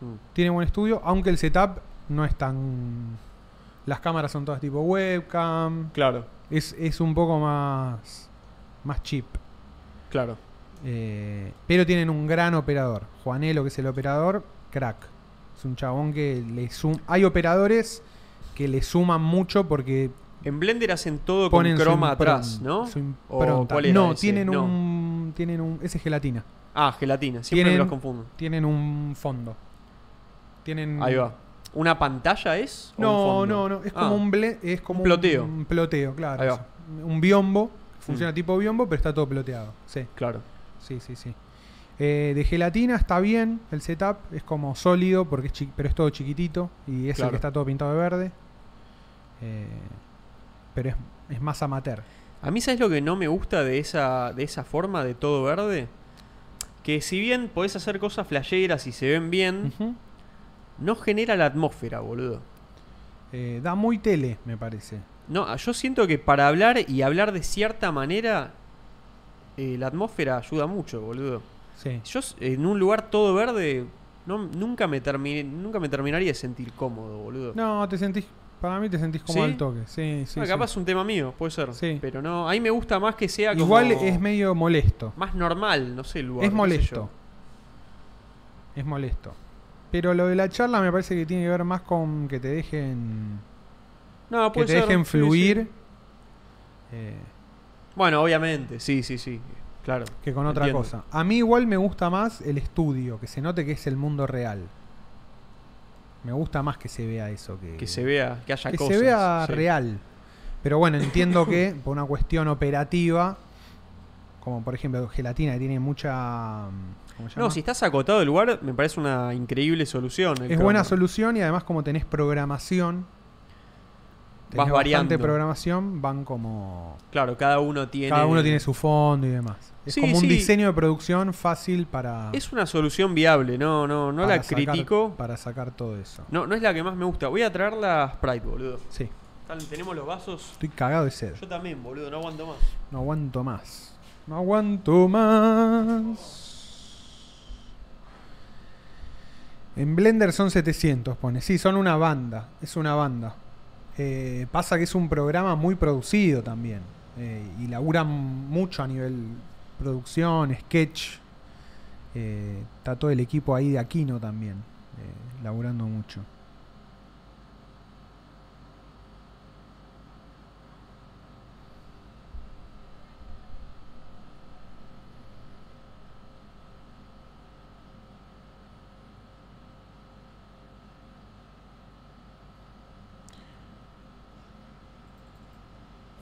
[SPEAKER 2] Mm.
[SPEAKER 1] Tiene buen estudio, aunque el setup no es tan. Las cámaras son todas tipo webcam.
[SPEAKER 2] Claro,
[SPEAKER 1] Es, es un poco más. más cheap.
[SPEAKER 2] claro.
[SPEAKER 1] Eh, pero tienen un gran operador. Juanelo, que es el operador, crack. Es un chabón que le suma. Hay operadores que le suman mucho porque
[SPEAKER 2] En Blender hacen todo
[SPEAKER 1] ponen
[SPEAKER 2] con
[SPEAKER 1] su
[SPEAKER 2] croma
[SPEAKER 1] impron-
[SPEAKER 2] atrás, ¿no?
[SPEAKER 1] su
[SPEAKER 2] ¿O
[SPEAKER 1] impronta.
[SPEAKER 2] cuál era
[SPEAKER 1] No,
[SPEAKER 2] ese?
[SPEAKER 1] tienen
[SPEAKER 2] No.
[SPEAKER 1] un. Tienen un. Ese es gelatina.
[SPEAKER 2] Ah, gelatina, siempre me
[SPEAKER 1] Tienen-
[SPEAKER 2] los confundo.
[SPEAKER 1] Tienen un fondo. Tienen.
[SPEAKER 2] Ahí va. ¿Una pantalla es? o un
[SPEAKER 1] No,
[SPEAKER 2] fondo?
[SPEAKER 1] no, no. Es
[SPEAKER 2] Ah,
[SPEAKER 1] como un ble- es como
[SPEAKER 2] Un ploteo.
[SPEAKER 1] Un ploteo, claro.
[SPEAKER 2] Ahí va. Mm.
[SPEAKER 1] O sea, Un biombo. Funciona tipo biombo, pero está todo ploteado. Sí,
[SPEAKER 2] Claro.
[SPEAKER 1] sí, sí, sí. Eh, de gelatina está bien el setup, es como sólido, porque es chi- pero es todo chiquitito y es el
[SPEAKER 2] Claro.
[SPEAKER 1] que está todo pintado de verde. Eh, pero es, es más amateur.
[SPEAKER 2] A mí, ¿sabes lo que no me gusta de esa, de esa forma de todo verde? Que si bien podés hacer cosas flasheras y se ven bien,
[SPEAKER 1] Ujú.
[SPEAKER 2] no genera la atmósfera, boludo.
[SPEAKER 1] Eh, da muy tele, me parece.
[SPEAKER 2] No, yo siento que para hablar y hablar de cierta manera, eh, la atmósfera ayuda mucho, boludo.
[SPEAKER 1] Sí.
[SPEAKER 2] Yo s- en un lugar todo verde, no, nunca, me terminé, nunca me terminaría de sentir cómodo, boludo.
[SPEAKER 1] No, te sentís. Para mí te sentís como
[SPEAKER 2] ¿Sí?
[SPEAKER 1] al toque. Sí, sí.
[SPEAKER 2] Ah,
[SPEAKER 1] sí.
[SPEAKER 2] capaz es un tema mío, puede ser.
[SPEAKER 1] Sí.
[SPEAKER 2] Pero no, a mí me gusta más que sea como
[SPEAKER 1] Igual es medio molesto.
[SPEAKER 2] más normal, no sé, el lugar.
[SPEAKER 1] Es
[SPEAKER 2] qué sé
[SPEAKER 1] molesto.
[SPEAKER 2] yo.
[SPEAKER 1] Es molesto. Pero lo de la charla me parece que tiene que ver más con que te dejen.
[SPEAKER 2] No,
[SPEAKER 1] Que
[SPEAKER 2] puede
[SPEAKER 1] te
[SPEAKER 2] ser,
[SPEAKER 1] dejen
[SPEAKER 2] sí,
[SPEAKER 1] fluir.
[SPEAKER 2] sí.
[SPEAKER 1] eh,
[SPEAKER 2] Bueno, obviamente, sí, sí, sí. Claro.
[SPEAKER 1] que con otra
[SPEAKER 2] Entiendo.
[SPEAKER 1] cosa. A mí igual me gusta más el estudio, que se note que es el mundo real. Me gusta más que se vea eso. Que,
[SPEAKER 2] Que se vea, que haya
[SPEAKER 1] que
[SPEAKER 2] cosas.
[SPEAKER 1] se vea
[SPEAKER 2] sí.
[SPEAKER 1] real. Pero bueno, entiendo que por una cuestión operativa, como por ejemplo gelatina que tiene mucha. mm, ¿Cómo se
[SPEAKER 2] No,
[SPEAKER 1] llama?
[SPEAKER 2] si estás acotado el lugar, me parece una increíble solución. el
[SPEAKER 1] Es buena
[SPEAKER 2] croma.
[SPEAKER 1] solución y además como tenés programación, tenés
[SPEAKER 2] Vas variando.
[SPEAKER 1] bastante programación, van como...
[SPEAKER 2] Claro, cada uno tiene.
[SPEAKER 1] Cada uno tiene su fondo y demás. Es
[SPEAKER 2] Sí,
[SPEAKER 1] como un
[SPEAKER 2] sí.
[SPEAKER 1] diseño de producción fácil para...
[SPEAKER 2] Es una solución viable, no, no, no
[SPEAKER 1] para
[SPEAKER 2] la
[SPEAKER 1] sacar-
[SPEAKER 2] critico.
[SPEAKER 1] Para sacar todo eso.
[SPEAKER 2] No, no es la que más me gusta. Voy a traer la Sprite, boludo.
[SPEAKER 1] Sí,
[SPEAKER 2] Tal, Tenemos los vasos.
[SPEAKER 1] estoy cagado de sed.
[SPEAKER 2] Yo también, boludo, no aguanto más.
[SPEAKER 1] No aguanto más. No aguanto más. En Blender son 700, pone. Sí, son una banda. Es una banda. Eh, pasa que es un programa muy producido también. eh, y laburan mucho a nivel producción, sketch. Eh, está todo el equipo ahí de Aquino también. eh, laburando mucho.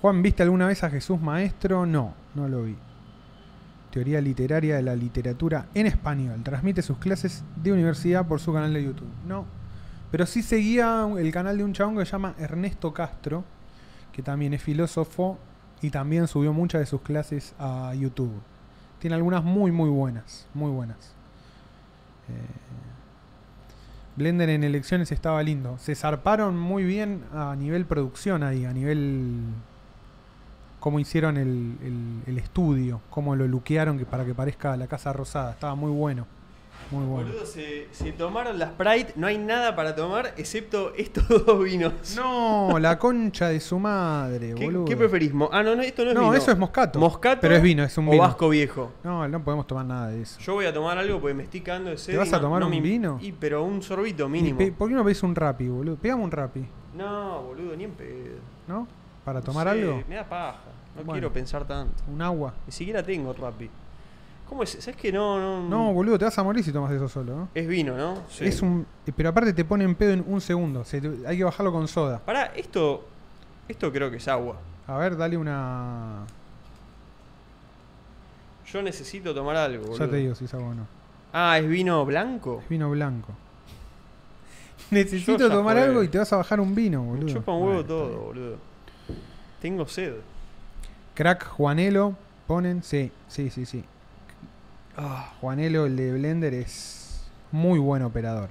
[SPEAKER 1] Juan, ¿viste alguna vez a Jesús Maestro? No, no lo vi. Teoría literaria de la literatura en español. Transmite sus clases de universidad por su canal de YouTube. No. Pero sí seguía el canal de un chabón que se llama Ernesto Castro, que también es filósofo y también subió muchas de sus clases a YouTube. Tiene algunas muy, muy buenas. Muy buenas. Eh, Blender en elecciones estaba lindo. Se zarparon muy bien a nivel producción ahí, a nivel cómo hicieron el, el- el estudio, cómo lo luquearon que para que parezca la Casa Rosada. Estaba muy bueno. Muy bueno.
[SPEAKER 2] Boludo, se, se tomaron la Sprite, no hay nada para tomar excepto estos dos vinos.
[SPEAKER 1] No, la concha de su madre,
[SPEAKER 2] Pues ¿Qué,
[SPEAKER 1] boludo.
[SPEAKER 2] qué preferís? mo- Ah, no, no, esto no es
[SPEAKER 1] no,
[SPEAKER 2] vino.
[SPEAKER 1] eso es moscato.
[SPEAKER 2] Moscato.
[SPEAKER 1] Pero es vino, es un
[SPEAKER 2] o
[SPEAKER 1] vino.
[SPEAKER 2] vasco viejo.
[SPEAKER 1] No, no podemos tomar nada de eso.
[SPEAKER 2] Yo voy a tomar algo porque me estoy cagando de sed.
[SPEAKER 1] ¿Te vas
[SPEAKER 2] y
[SPEAKER 1] a
[SPEAKER 2] no-
[SPEAKER 1] tomar
[SPEAKER 2] no
[SPEAKER 1] un
[SPEAKER 2] me-
[SPEAKER 1] vino?
[SPEAKER 2] Y, pero un sorbito
[SPEAKER 1] Y
[SPEAKER 2] mínimo.
[SPEAKER 1] pe- ¿Por qué no pedís un rapi, boludo? Pegamos un rapi,
[SPEAKER 2] No, boludo, ni en pedo.
[SPEAKER 1] ¿no? Para
[SPEAKER 2] No
[SPEAKER 1] tomar
[SPEAKER 2] sé,
[SPEAKER 1] algo.
[SPEAKER 2] Me da paja. No
[SPEAKER 1] Bueno.
[SPEAKER 2] quiero pensar tanto.
[SPEAKER 1] Un agua.
[SPEAKER 2] Ni siquiera tengo Rappi. ¿Cómo es? ¿Sabes que no, no?
[SPEAKER 1] No, boludo, te vas a morir si tomas eso solo, ¿no?
[SPEAKER 2] Es vino, ¿no? Mm. Sí.
[SPEAKER 1] Es un, eh, pero aparte te ponen pedo en un segundo. se te- hay que bajarlo con soda.
[SPEAKER 2] Pará, esto. Esto creo que es agua.
[SPEAKER 1] A ver, dale una.
[SPEAKER 2] Yo necesito tomar algo, boludo.
[SPEAKER 1] Ya te digo si es agua o no.
[SPEAKER 2] Ah, ¿es vino blanco?
[SPEAKER 1] Es vino blanco. Necesito
[SPEAKER 2] ya
[SPEAKER 1] tomar
[SPEAKER 2] fue.
[SPEAKER 1] algo y te vas a bajar un vino,
[SPEAKER 2] Me
[SPEAKER 1] boludo.
[SPEAKER 2] chupa un
[SPEAKER 1] Bueno,
[SPEAKER 2] huevo
[SPEAKER 1] está
[SPEAKER 2] todo,
[SPEAKER 1] bien.
[SPEAKER 2] boludo. Tengo sed.
[SPEAKER 1] Crack Juanelo, ponen. Sí, sí, sí, sí. Ah, Juanelo, el de Blender, es muy buen operador.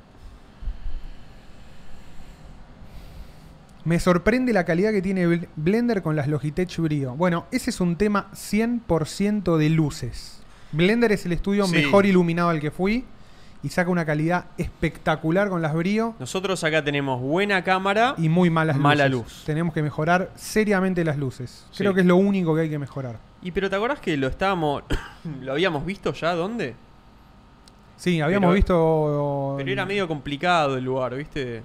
[SPEAKER 1] Me sorprende la calidad que tiene Bl- Blender con las Logitech Brio. Bueno, ese es un tema 100% de luces. Blender es el estudio
[SPEAKER 2] Sí.
[SPEAKER 1] mejor iluminado al que fui y saca una calidad espectacular con las Brio
[SPEAKER 2] Nosotros acá tenemos buena cámara.
[SPEAKER 1] y muy malas
[SPEAKER 2] Mala
[SPEAKER 1] luces.
[SPEAKER 2] luz.
[SPEAKER 1] Tenemos que mejorar seriamente las luces.
[SPEAKER 2] Sí.
[SPEAKER 1] Creo que es lo único que hay que mejorar.
[SPEAKER 2] Y pero te acordás que lo estábamos. lo habíamos visto ya dónde?
[SPEAKER 1] Sí, habíamos
[SPEAKER 2] Pero-
[SPEAKER 1] visto.
[SPEAKER 2] Pero era medio complicado el lugar, ¿viste?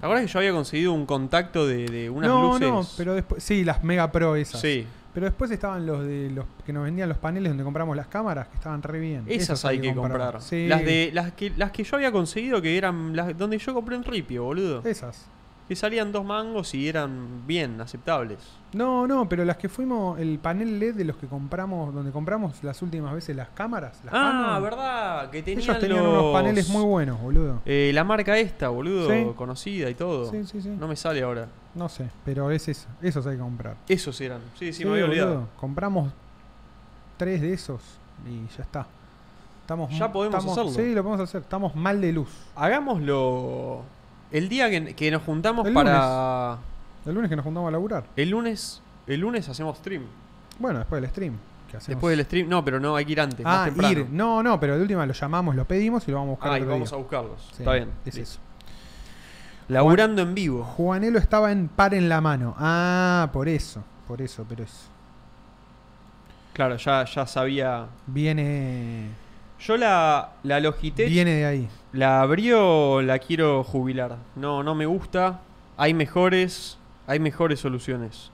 [SPEAKER 2] ¿Te acordás que yo había conseguido un contacto de, de unas
[SPEAKER 1] no,
[SPEAKER 2] luces?
[SPEAKER 1] no, pero después. Sí, las Mega Pro esas.
[SPEAKER 2] Sí,
[SPEAKER 1] Pero después estaban los de los que nos vendían los paneles donde compramos las cámaras, que estaban re bien.
[SPEAKER 2] esas hay que comprar.
[SPEAKER 1] Sí,
[SPEAKER 2] Las, de, las, que, las que yo había conseguido que eran las donde yo compré en Ripio, boludo.
[SPEAKER 1] Esas.
[SPEAKER 2] Que salían dos mangos y eran bien aceptables.
[SPEAKER 1] No, no, pero las que fuimos. El panel LED de los que compramos. Donde compramos las últimas veces las cámaras. las
[SPEAKER 2] ah,
[SPEAKER 1] Canon,
[SPEAKER 2] ¿verdad? Que tenían,
[SPEAKER 1] Ellos tenían
[SPEAKER 2] los-
[SPEAKER 1] unos paneles muy buenos, boludo.
[SPEAKER 2] Eh, la marca esta, boludo,
[SPEAKER 1] Sí.
[SPEAKER 2] conocida y todo.
[SPEAKER 1] Sí, sí, sí.
[SPEAKER 2] No
[SPEAKER 1] No,
[SPEAKER 2] me sale ahora.
[SPEAKER 1] sé, pero es eso. Esos hay que comprar.
[SPEAKER 2] Esos eran. Sí, sí, me había
[SPEAKER 1] boludo,
[SPEAKER 2] olvidado.
[SPEAKER 1] Compramos tres de esos y ya está. Estamos,
[SPEAKER 2] Ya podemos
[SPEAKER 1] estamos-
[SPEAKER 2] hacerlo.
[SPEAKER 1] Sí, lo podemos hacer. Estamos mal de luz.
[SPEAKER 2] Hagámoslo el día que, que nos juntamos
[SPEAKER 1] El
[SPEAKER 2] para
[SPEAKER 1] El lunes que nos juntamos a laburar.
[SPEAKER 2] el lunes. El lunes hacemos stream.
[SPEAKER 1] Bueno, después del stream. que hacemos?
[SPEAKER 2] Después del stream, no, pero no hay que ir antes, más
[SPEAKER 1] Ah,
[SPEAKER 2] temprano.
[SPEAKER 1] ir. No, no, pero de última lo llamamos, lo pedimos y lo vamos a buscar.
[SPEAKER 2] ah, y
[SPEAKER 1] otro
[SPEAKER 2] vamos a
[SPEAKER 1] día.
[SPEAKER 2] buscarlos.
[SPEAKER 1] Sí,
[SPEAKER 2] Está bien.
[SPEAKER 1] Es
[SPEAKER 2] listo.
[SPEAKER 1] eso.
[SPEAKER 2] Laburando en vivo.
[SPEAKER 1] Juanelo estaba en par en la mano. Ah, por eso. Por eso, pero es.
[SPEAKER 2] Claro, ya, ya sabía.
[SPEAKER 1] Viene.
[SPEAKER 2] Yo la, la Logitech,
[SPEAKER 1] Viene de ahí.
[SPEAKER 2] la abrió, la quiero jubilar. No, no me gusta. Hay mejores, hay mejores soluciones.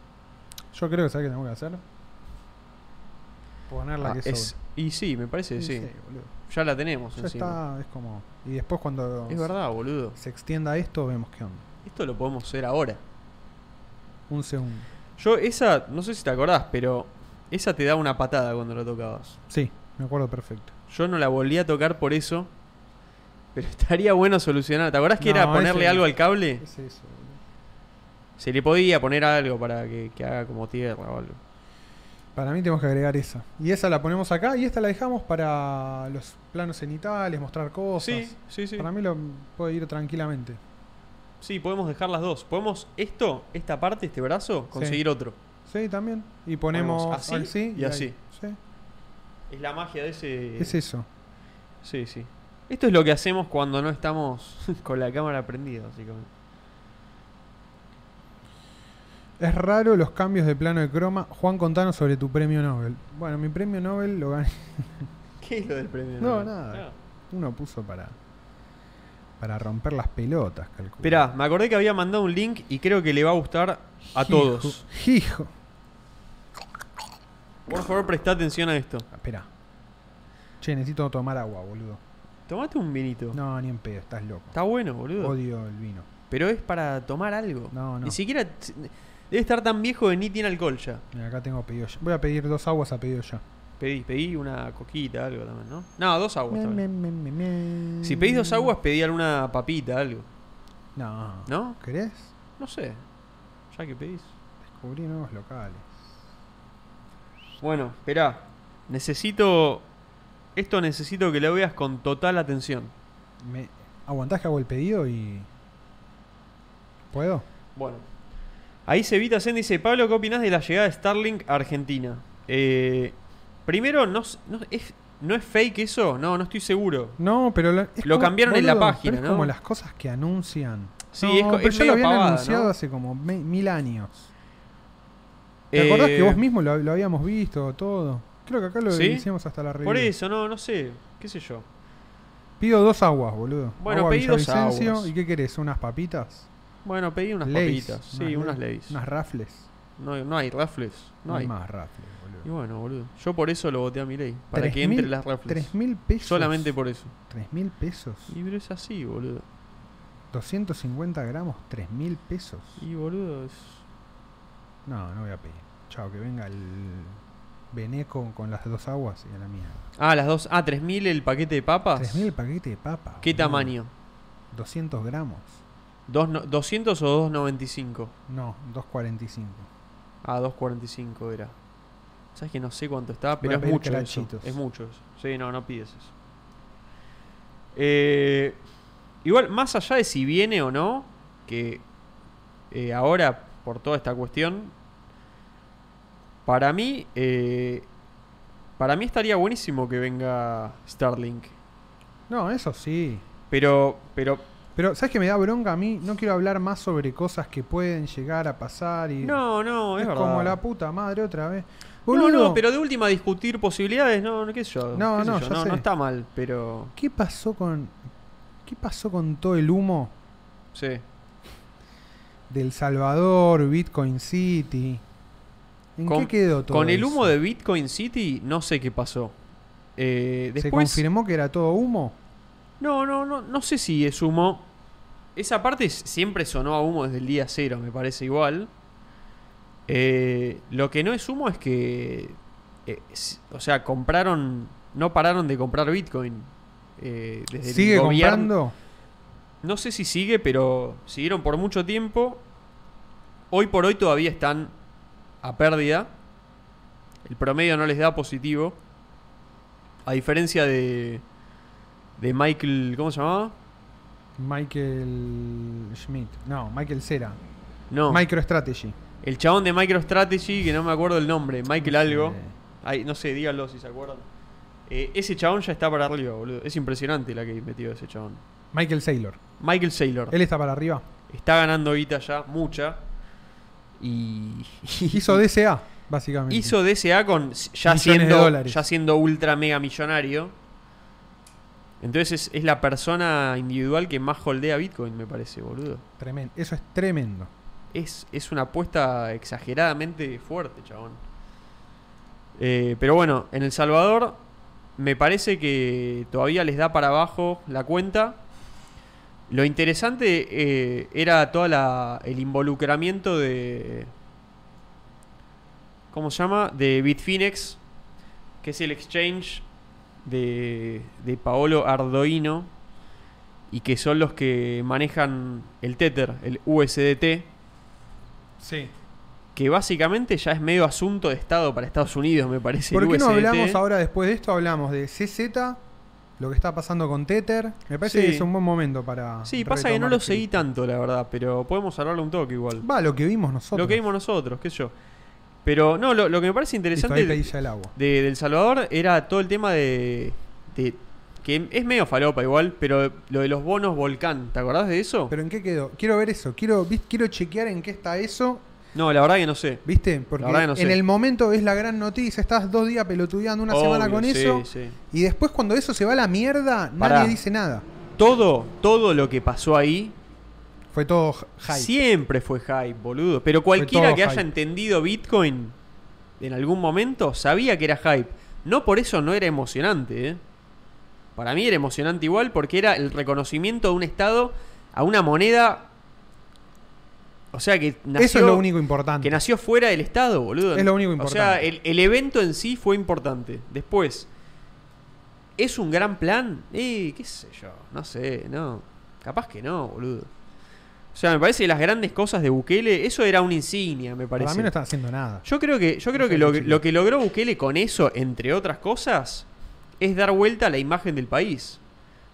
[SPEAKER 1] Yo creo que sabes que tengo que hacer. Poner la
[SPEAKER 2] Ah,
[SPEAKER 1] que
[SPEAKER 2] es-
[SPEAKER 1] sobra.
[SPEAKER 2] y sí, me parece, que
[SPEAKER 1] Sí,
[SPEAKER 2] sí.
[SPEAKER 1] sí, boludo.
[SPEAKER 2] Ya la tenemos
[SPEAKER 1] Ya
[SPEAKER 2] encima.
[SPEAKER 1] está, es como. Y después cuando
[SPEAKER 2] Es verdad, boludo.
[SPEAKER 1] se extienda esto, vemos qué onda.
[SPEAKER 2] Esto lo podemos hacer ahora.
[SPEAKER 1] Un segundo.
[SPEAKER 2] Yo esa, no sé si te acordás, pero esa te da una patada cuando la tocabas.
[SPEAKER 1] Sí, me acuerdo perfecto.
[SPEAKER 2] Yo no la volví a tocar por eso, pero estaría bueno solucionar. ¿Te acordás que era
[SPEAKER 1] No,
[SPEAKER 2] ponerle
[SPEAKER 1] ese-
[SPEAKER 2] algo al cable?
[SPEAKER 1] Es eso, boludo.
[SPEAKER 2] Se le podía poner algo para que, que haga como tierra o algo.
[SPEAKER 1] Para mí tenemos que agregar esa. Y esa la ponemos acá y esta la dejamos para los planos cenitales, mostrar cosas.
[SPEAKER 2] Sí, sí, sí.
[SPEAKER 1] Para mí lo puede ir tranquilamente.
[SPEAKER 2] Sí, podemos dejar las dos. Podemos esto, esta parte, este brazo, conseguir otro.
[SPEAKER 1] Sí, también. Y ponemos,
[SPEAKER 2] Ponemos así y
[SPEAKER 1] ahí.
[SPEAKER 2] así. Eh.
[SPEAKER 1] Sí,
[SPEAKER 2] Es la magia de ese...
[SPEAKER 1] Es eso.
[SPEAKER 2] Sí, sí. Esto es lo que hacemos cuando no estamos con la cámara prendida, básicamente.
[SPEAKER 1] Es raro los cambios de plano de croma. Juan, contanos sobre tu premio Nobel. Bueno, mi premio Nobel lo gané.
[SPEAKER 2] ¿Qué es lo del premio?
[SPEAKER 1] No,
[SPEAKER 2] Nobel?
[SPEAKER 1] nada.
[SPEAKER 2] Ah.
[SPEAKER 1] Uno puso para. Para romper las pelotas, calculo.
[SPEAKER 2] Esperá, me acordé que había mandado un link y creo que le va a gustar a
[SPEAKER 1] Hijo,
[SPEAKER 2] todos.
[SPEAKER 1] Hijo.
[SPEAKER 2] Por favor, presta atención a esto.
[SPEAKER 1] Espera. Che, necesito tomar agua, boludo.
[SPEAKER 2] Tomate un vinito.
[SPEAKER 1] No, ni en pedo, estás loco.
[SPEAKER 2] Está bueno, boludo.
[SPEAKER 1] Odio el vino.
[SPEAKER 2] Pero es para tomar algo.
[SPEAKER 1] No, no.
[SPEAKER 2] Ni siquiera. Debe estar tan viejo que ni tiene alcohol ya.
[SPEAKER 1] Mira, acá tengo pedido ya. Voy a pedir dos aguas a pedido ya.
[SPEAKER 2] Pedí, pedí una coquita, algo también, ¿no? No, dos aguas.
[SPEAKER 1] Me,
[SPEAKER 2] está
[SPEAKER 1] me,
[SPEAKER 2] bien.
[SPEAKER 1] me, me, me.
[SPEAKER 2] Si pedís dos aguas, pedí alguna papita, algo.
[SPEAKER 1] No.
[SPEAKER 2] ¿No?
[SPEAKER 1] ¿Querés?
[SPEAKER 2] No sé. Ya que pedís.
[SPEAKER 1] Descubrí nuevos locales.
[SPEAKER 2] Bueno, esperá. Necesito. Esto necesito que lo veas con total atención.
[SPEAKER 1] Me... ¿Aguantás que hago el pedido y. ¿Puedo?
[SPEAKER 2] Bueno. Ahí Sevita Zen dice, Pablo, ¿qué opinás de la llegada de Starlink a Argentina? Eh, primero, no, s- no es, ¿no es fake eso? No, no estoy seguro.
[SPEAKER 1] No, pero. la- es
[SPEAKER 2] Lo cambiaron en la
[SPEAKER 1] pero
[SPEAKER 2] página,
[SPEAKER 1] es
[SPEAKER 2] ¿no?
[SPEAKER 1] como las cosas que anuncian.
[SPEAKER 2] Sí,
[SPEAKER 1] No,
[SPEAKER 2] es co-
[SPEAKER 1] pero
[SPEAKER 2] es
[SPEAKER 1] ya lo
[SPEAKER 2] medio
[SPEAKER 1] habían
[SPEAKER 2] pavada,
[SPEAKER 1] anunciado
[SPEAKER 2] ¿no?
[SPEAKER 1] hace como me- mil años. ¿Te acordás
[SPEAKER 2] Eh,
[SPEAKER 1] que vos mismo lo, lo habíamos visto todo? Creo que acá lo
[SPEAKER 2] ¿Sí?
[SPEAKER 1] hicimos hasta la review.
[SPEAKER 2] Por eso, no, no sé. ¿Qué sé yo?
[SPEAKER 1] Pido dos aguas, boludo.
[SPEAKER 2] Bueno,
[SPEAKER 1] Agua
[SPEAKER 2] pedí dos
[SPEAKER 1] Villavicencio,
[SPEAKER 2] aguas.
[SPEAKER 1] ¿Y qué querés? ¿Unas papitas?
[SPEAKER 2] Bueno, pedí unas
[SPEAKER 1] Lays,
[SPEAKER 2] papitas. Sí, unas leyes.
[SPEAKER 1] Unas rafles.
[SPEAKER 2] No, no hay rafles. No hay.
[SPEAKER 1] más rafles,
[SPEAKER 2] Y
[SPEAKER 1] boludo.
[SPEAKER 2] bueno, boludo. Yo por eso lo voté a mi ley. Para
[SPEAKER 1] Tres
[SPEAKER 2] que entre
[SPEAKER 1] mil-
[SPEAKER 2] las rafles.
[SPEAKER 1] Tres mil pesos.
[SPEAKER 2] Solamente por eso.
[SPEAKER 1] Tres mil pesos.
[SPEAKER 2] Y pero es así, boludo.
[SPEAKER 1] 250 gramos, tres mil pesos.
[SPEAKER 2] Y boludo, es...
[SPEAKER 1] No, no voy a pedir. Chao, que venga el Beneco con las dos aguas y a la mierda.
[SPEAKER 2] Ah, las dos. Ah, 3000 el paquete de papas.
[SPEAKER 1] 3.000 paquete de papa.
[SPEAKER 2] ¿Qué
[SPEAKER 1] boludo.
[SPEAKER 2] tamaño?
[SPEAKER 1] 200 gramos.
[SPEAKER 2] Dos no- ¿200 o 295?
[SPEAKER 1] No, 2.45.
[SPEAKER 2] Ah, 245 era. Sabes que no sé cuánto está,
[SPEAKER 1] a
[SPEAKER 2] pero es
[SPEAKER 1] pedir
[SPEAKER 2] mucho, eso.
[SPEAKER 1] crachitos.
[SPEAKER 2] es mucho eso. Sí, no, no pides eso. Eh, igual, más allá de si viene o no, que eh, ahora, por toda esta cuestión, para mí, eh, para mí estaría buenísimo que venga Starlink.
[SPEAKER 1] No, eso sí.
[SPEAKER 2] Pero, pero
[SPEAKER 1] Pero, ¿sabes qué me da bronca a mí? No quiero hablar más sobre cosas que pueden llegar a pasar y.
[SPEAKER 2] no, no,
[SPEAKER 1] es
[SPEAKER 2] es,
[SPEAKER 1] como
[SPEAKER 2] verdad.
[SPEAKER 1] la puta madre otra vez.
[SPEAKER 2] no, no,
[SPEAKER 1] Boludo,
[SPEAKER 2] pero de última discutir posibilidades, no, no qué sé yo.
[SPEAKER 1] No,
[SPEAKER 2] qué sé
[SPEAKER 1] no,
[SPEAKER 2] yo,
[SPEAKER 1] ya
[SPEAKER 2] no,
[SPEAKER 1] sé.
[SPEAKER 2] no está mal, pero
[SPEAKER 1] ¿Qué pasó con. ¿Qué pasó con todo el humo
[SPEAKER 2] sí.
[SPEAKER 1] del Salvador, Bitcoin City? ¿En
[SPEAKER 2] Con-
[SPEAKER 1] qué quedó todo?
[SPEAKER 2] Con el humo
[SPEAKER 1] eso?
[SPEAKER 2] de Bitcoin City, no sé qué pasó. Eh,
[SPEAKER 1] ¿Se
[SPEAKER 2] después,
[SPEAKER 1] confirmó que era todo humo?
[SPEAKER 2] no, no, no, no sé si es humo. Esa parte s- siempre sonó a humo desde el día cero, me parece igual. Eh, lo que no es humo es que, eh, s- o sea, compraron, no pararon de comprar Bitcoin. eh, desde el
[SPEAKER 1] ¿Sigue
[SPEAKER 2] gobierno-
[SPEAKER 1] comprando?
[SPEAKER 2] No sé si sigue, pero siguieron por mucho tiempo. Hoy por hoy todavía están a pérdida. El promedio no les da positivo. A diferencia de. de Michael. ¿Cómo se llamaba?
[SPEAKER 1] Michael Schmidt. No, Michael Cera.
[SPEAKER 2] No.
[SPEAKER 1] MicroStrategy.
[SPEAKER 2] el chabón de MicroStrategy, que no me acuerdo el nombre, Michael algo.
[SPEAKER 1] Eh,
[SPEAKER 2] Ay, no sé, díganlo si se acuerdan. Eh, ese chabón ya está para arriba, boludo. Es impresionante la que metió ese chabón.
[SPEAKER 1] Michael Saylor.
[SPEAKER 2] Michael Saylor.
[SPEAKER 1] Él está para arriba.
[SPEAKER 2] Está ganando guita ya, mucha. Y.
[SPEAKER 1] Hizo DSA, básicamente.
[SPEAKER 2] Hizo DSA con ya
[SPEAKER 1] Millones de
[SPEAKER 2] siendo,
[SPEAKER 1] dólares.
[SPEAKER 2] ya siendo ultra mega millonario. Entonces es, es la persona individual que más holdea Bitcoin, me parece, boludo.
[SPEAKER 1] Tremendo. Eso es tremendo.
[SPEAKER 2] Es, es una apuesta exageradamente fuerte, chabón. Eh, pero bueno, en El Salvador me parece que todavía les da para abajo la cuenta. Lo interesante eh, era todo el involucramiento de... ¿Cómo se llama? De Bitfinex, que es el exchange de, de Paolo Ardoino, y que son los que manejan el Tether, el USDT,
[SPEAKER 1] Sí.
[SPEAKER 2] que básicamente ya es medio asunto de Estado para Estados Unidos, me parece.
[SPEAKER 1] ¿Por
[SPEAKER 2] el
[SPEAKER 1] qué no
[SPEAKER 2] USDT.
[SPEAKER 1] hablamos ahora, después de esto, hablamos de CZ, lo que está pasando con Tether? Me parece
[SPEAKER 2] Sí.
[SPEAKER 1] que es un buen momento para.
[SPEAKER 2] Sí, pasa que no
[SPEAKER 1] retomar
[SPEAKER 2] lo
[SPEAKER 1] el
[SPEAKER 2] seguí
[SPEAKER 1] cripto.
[SPEAKER 2] tanto, la verdad, pero podemos hablarlo un toque igual.
[SPEAKER 1] Va, lo que vimos nosotros.
[SPEAKER 2] Lo que vimos nosotros, qué sé yo. Pero no, lo, lo que me parece
[SPEAKER 1] Listo,
[SPEAKER 2] interesante
[SPEAKER 1] ahí pedí ya el agua.
[SPEAKER 2] de, del Salvador era todo el tema de, de- que es medio falopa igual, pero lo de los bonos volcán, ¿te acordás de eso?
[SPEAKER 1] ¿Pero en qué quedó? Quiero ver eso. Quiero, vi- quiero chequear en qué está eso.
[SPEAKER 2] no, la verdad que no sé.
[SPEAKER 1] ¿Viste? Porque
[SPEAKER 2] verdad que no sé.
[SPEAKER 1] en el momento es la gran noticia. Estás dos días pelotudeando una semana
[SPEAKER 2] Obvio,
[SPEAKER 1] con
[SPEAKER 2] sí,
[SPEAKER 1] eso.
[SPEAKER 2] sí.
[SPEAKER 1] Y después, cuando eso se va a la mierda,
[SPEAKER 2] Pará.
[SPEAKER 1] nadie dice nada.
[SPEAKER 2] Todo, todo lo que pasó ahí
[SPEAKER 1] Fue todo hype.
[SPEAKER 2] Siempre fue hype, boludo. Pero cualquiera
[SPEAKER 1] todo
[SPEAKER 2] que haya
[SPEAKER 1] hype.
[SPEAKER 2] entendido Bitcoin en algún momento sabía que era hype. No por eso no era emocionante. ¿eh? Para mí era emocionante igual porque era el reconocimiento de un Estado a una moneda. O sea que nació,
[SPEAKER 1] eso es lo único importante.
[SPEAKER 2] que nació fuera del Estado, boludo.
[SPEAKER 1] Es lo único
[SPEAKER 2] O sea,
[SPEAKER 1] importante.
[SPEAKER 2] el, el evento en sí fue importante. Después, ¿es un gran plan? Eh, qué sé yo, no sé, no. Capaz que no, boludo. O sea, me parece que las grandes cosas de Bukele, eso era una insignia, me
[SPEAKER 1] Para
[SPEAKER 2] parece.
[SPEAKER 1] mí no están haciendo nada.
[SPEAKER 2] Yo creo que, yo creo
[SPEAKER 1] No
[SPEAKER 2] que,
[SPEAKER 1] sé,
[SPEAKER 2] lo,
[SPEAKER 1] no sé.
[SPEAKER 2] lo que logró Bukele con eso, entre otras cosas, es dar vuelta a la imagen del país.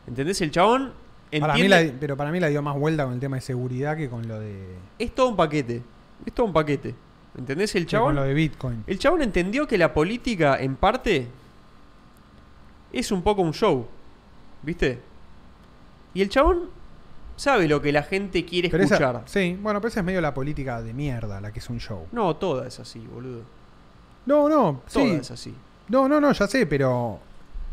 [SPEAKER 2] ¿Entendés? El chabón
[SPEAKER 1] Para mí
[SPEAKER 2] entiende,
[SPEAKER 1] la, pero para mí la dio más vuelta con el tema de seguridad que con lo de,
[SPEAKER 2] es todo un paquete. Es todo un paquete. ¿Entendés? El
[SPEAKER 1] que con
[SPEAKER 2] chabón
[SPEAKER 1] lo de Bitcoin.
[SPEAKER 2] El chabón entendió que la política, en parte, es un poco un show. ¿Viste? Y el chabón sabe lo que la gente quiere
[SPEAKER 1] Pero esa-
[SPEAKER 2] escuchar.
[SPEAKER 1] sí, bueno, pero esa es medio la política de mierda, la que es un show.
[SPEAKER 2] No, toda es así, boludo.
[SPEAKER 1] No, no,
[SPEAKER 2] Toda
[SPEAKER 1] sí.
[SPEAKER 2] es así.
[SPEAKER 1] No, no, no, ya sé, pero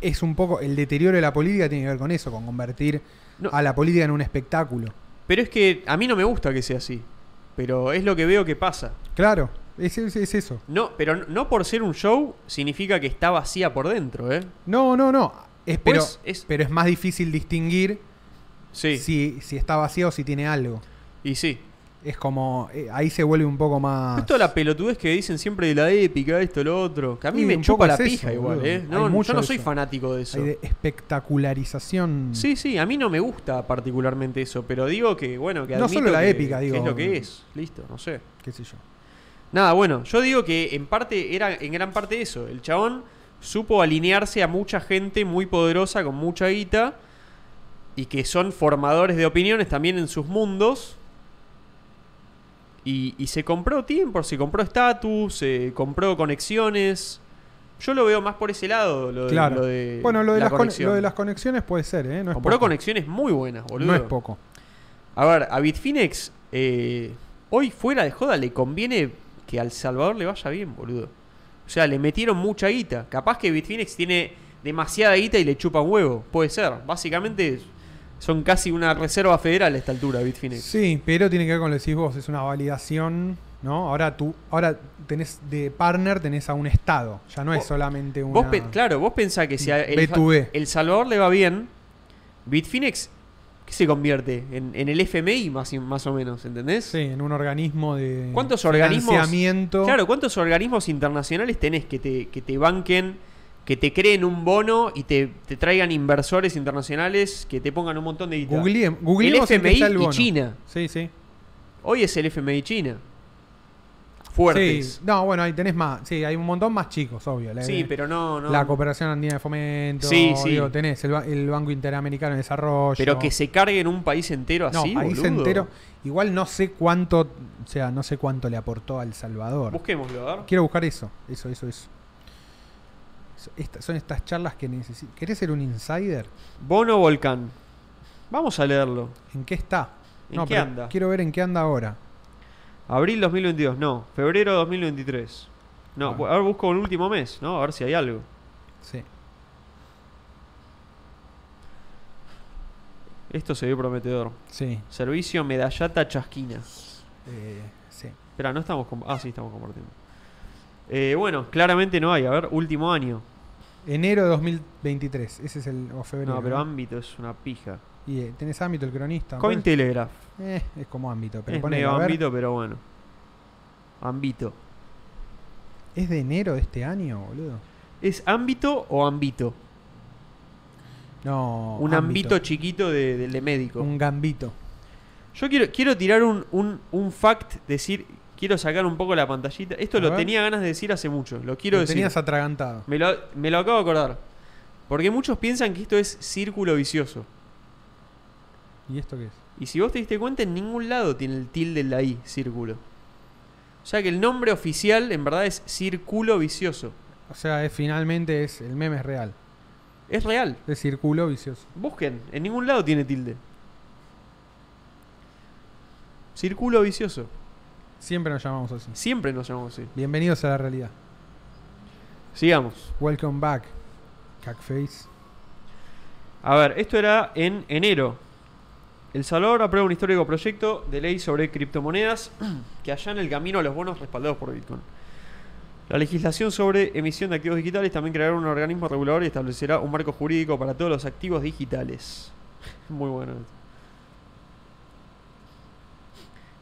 [SPEAKER 1] es un poco. El deterioro de la política tiene que ver con eso, con convertir
[SPEAKER 2] No.
[SPEAKER 1] a la política en un espectáculo.
[SPEAKER 2] Pero es que a mí no me gusta que sea así. Pero es lo que veo que pasa.
[SPEAKER 1] Claro, es, es- es eso.
[SPEAKER 2] No, pero no- no por ser un show significa que está vacía por dentro, ¿eh?
[SPEAKER 1] No, no, no. Es, pero,
[SPEAKER 2] Pues, es-
[SPEAKER 1] pero es más difícil distinguir
[SPEAKER 2] Sí.
[SPEAKER 1] si, si está vacío o si tiene algo.
[SPEAKER 2] Y sí.
[SPEAKER 1] Es como. eh, ahí se vuelve un poco más.
[SPEAKER 2] Esto la pelotudez que dicen siempre de la épica, esto, lo otro. Que a mí
[SPEAKER 1] Y
[SPEAKER 2] me
[SPEAKER 1] un
[SPEAKER 2] chupa
[SPEAKER 1] poco
[SPEAKER 2] la
[SPEAKER 1] es eso,
[SPEAKER 2] pija igual,
[SPEAKER 1] boludo.
[SPEAKER 2] ¿eh?
[SPEAKER 1] Hay
[SPEAKER 2] No, yo
[SPEAKER 1] mucho
[SPEAKER 2] no
[SPEAKER 1] de
[SPEAKER 2] soy
[SPEAKER 1] eso.
[SPEAKER 2] fanático de eso.
[SPEAKER 1] Hay de espectacularización.
[SPEAKER 2] Sí, sí, a mí no me gusta particularmente eso, pero digo que, bueno, que
[SPEAKER 1] No
[SPEAKER 2] admito
[SPEAKER 1] solo la
[SPEAKER 2] que-
[SPEAKER 1] épica,
[SPEAKER 2] que
[SPEAKER 1] digo.
[SPEAKER 2] es lo que es, listo, no sé.
[SPEAKER 1] Qué sé yo.
[SPEAKER 2] Nada, bueno, yo digo que en parte era en gran parte eso. El chabón supo alinearse a mucha gente muy poderosa con mucha guita y que son formadores de opiniones también en sus mundos. Y, y se compró tiempo, se compró estatus, se compró conexiones. Yo lo veo más por ese lado, lo de,
[SPEAKER 1] claro.
[SPEAKER 2] lo de
[SPEAKER 1] bueno, lo de,
[SPEAKER 2] Eh, la
[SPEAKER 1] las con-
[SPEAKER 2] conexión.
[SPEAKER 1] lo de las conexiones puede ser, ¿eh? No es
[SPEAKER 2] compró
[SPEAKER 1] poco.
[SPEAKER 2] conexiones muy buenas, boludo.
[SPEAKER 1] No es poco.
[SPEAKER 2] A ver, a Bitfinex, eh, hoy fuera de joda le conviene que al Salvador le vaya bien, boludo. O sea, le metieron mucha guita. Capaz que Bitfinex tiene demasiada guita y le chupa un huevo. Puede ser. Básicamente son casi una reserva federal a esta altura, Bitfinex.
[SPEAKER 1] Sí, pero tiene que ver con lo que decís vos, es una validación, ¿no? Ahora tú, ahora tenés de partner, tenés a un Estado, ya no es
[SPEAKER 2] Vos-
[SPEAKER 1] solamente una...
[SPEAKER 2] Vos pe- claro, vos pensás que si a el,
[SPEAKER 1] B2B.
[SPEAKER 2] el Salvador le va bien, Bitfinex, ¿qué se convierte? En, en el FMI más, y- más o menos, ¿entendés?
[SPEAKER 1] Sí, en un organismo de
[SPEAKER 2] ¿Cuántos organismos?
[SPEAKER 1] financiamiento.
[SPEAKER 2] Claro, ¿cuántos organismos internacionales tenés que te, que te banquen, que te creen un bono y te, te traigan inversores internacionales que te pongan un montón de guita?
[SPEAKER 1] Googleé- googleemos
[SPEAKER 2] El
[SPEAKER 1] en qué
[SPEAKER 2] FMI
[SPEAKER 1] está
[SPEAKER 2] y
[SPEAKER 1] bono.
[SPEAKER 2] China.
[SPEAKER 1] Sí, sí.
[SPEAKER 2] Hoy es el FMI China.
[SPEAKER 1] sí.
[SPEAKER 2] Fuertes.
[SPEAKER 1] No, bueno, ahí tenés más. Sí, hay un montón más chicos, obvio.
[SPEAKER 2] Sí,
[SPEAKER 1] La-
[SPEAKER 2] pero no, no.
[SPEAKER 1] La cooperación andina de fomento.
[SPEAKER 2] Sí, sí.
[SPEAKER 1] digo, tenés el, ba- el Banco Interamericano de Desarrollo.
[SPEAKER 2] pero que se carguen un país entero
[SPEAKER 1] No,
[SPEAKER 2] así.
[SPEAKER 1] país
[SPEAKER 2] boludo.
[SPEAKER 1] entero. Igual no sé cuánto, o sea, no sé cuánto le aportó al Salvador.
[SPEAKER 2] Busquémoslo, a ver.
[SPEAKER 1] Quiero buscar eso, eso, eso, eso. So- esta- son estas charlas que necesito. ¿Querés ser un insider?
[SPEAKER 2] Bono Volcán. Vamos a leerlo.
[SPEAKER 1] ¿En qué está?
[SPEAKER 2] ¿En qué
[SPEAKER 1] pero
[SPEAKER 2] anda?
[SPEAKER 1] Quiero ver en qué anda ahora.
[SPEAKER 2] Abril 2022, no. Febrero 2023. No,
[SPEAKER 1] Bueno.
[SPEAKER 2] a ver, busco el último mes, ¿no? A ver si hay algo.
[SPEAKER 1] Sí.
[SPEAKER 2] Esto se ve prometedor.
[SPEAKER 1] Sí.
[SPEAKER 2] Servicio Medallata Chasquina.
[SPEAKER 1] eh, sí.
[SPEAKER 2] Espera, no estamos. comp- Ah, sí, estamos compartiendo. Eh, bueno, claramente no hay. A ver, último año.
[SPEAKER 1] Enero de 2023. Ese es el. O febrero.
[SPEAKER 2] No, pero
[SPEAKER 1] ¿no?
[SPEAKER 2] ámbito es una pija.
[SPEAKER 1] Y eh, tenés ámbito el cronista. parece-
[SPEAKER 2] Cointelegraph.
[SPEAKER 1] Eh, es como ámbito. Pero
[SPEAKER 2] Es
[SPEAKER 1] ponele,
[SPEAKER 2] medio
[SPEAKER 1] a ver.
[SPEAKER 2] ámbito, pero bueno. Ámbito.
[SPEAKER 1] ¿Es de enero de este año, boludo?
[SPEAKER 2] ¿Es ámbito o ámbito?
[SPEAKER 1] No.
[SPEAKER 2] Un ámbito, chiquito de, de- de médico.
[SPEAKER 1] Un gambito.
[SPEAKER 2] Yo quiero, quiero tirar un, un, un fact, decir. Quiero sacar un poco la pantallita. Esto
[SPEAKER 1] A
[SPEAKER 2] lo
[SPEAKER 1] ver.
[SPEAKER 2] tenía ganas de decir hace mucho. Lo quiero
[SPEAKER 1] Lo
[SPEAKER 2] decir.
[SPEAKER 1] tenías atragantado.
[SPEAKER 2] Me lo, me lo acabo de acordar. Porque muchos piensan que esto es círculo vicioso.
[SPEAKER 1] ¿Y esto qué es?
[SPEAKER 2] Y si vos te diste cuenta, en ningún lado tiene el tilde en la I, círculo. O sea que el nombre oficial en verdad es círculo vicioso.
[SPEAKER 1] O sea, es- finalmente es el meme es real.
[SPEAKER 2] Es real.
[SPEAKER 1] Es círculo vicioso.
[SPEAKER 2] Busquen, en ningún lado tiene tilde. Círculo vicioso.
[SPEAKER 1] Siempre nos llamamos así.
[SPEAKER 2] Siempre nos llamamos así.
[SPEAKER 1] Bienvenidos a la realidad.
[SPEAKER 2] Sigamos.
[SPEAKER 1] Welcome back, Cackface.
[SPEAKER 2] A ver, esto era en enero. El Salvador aprueba un histórico proyecto de ley sobre criptomonedas que allá en el camino a los bonos respaldados por Bitcoin. La legislación sobre emisión de activos digitales también creará un organismo regulador y establecerá un marco jurídico para todos los activos digitales. Muy bueno. esto.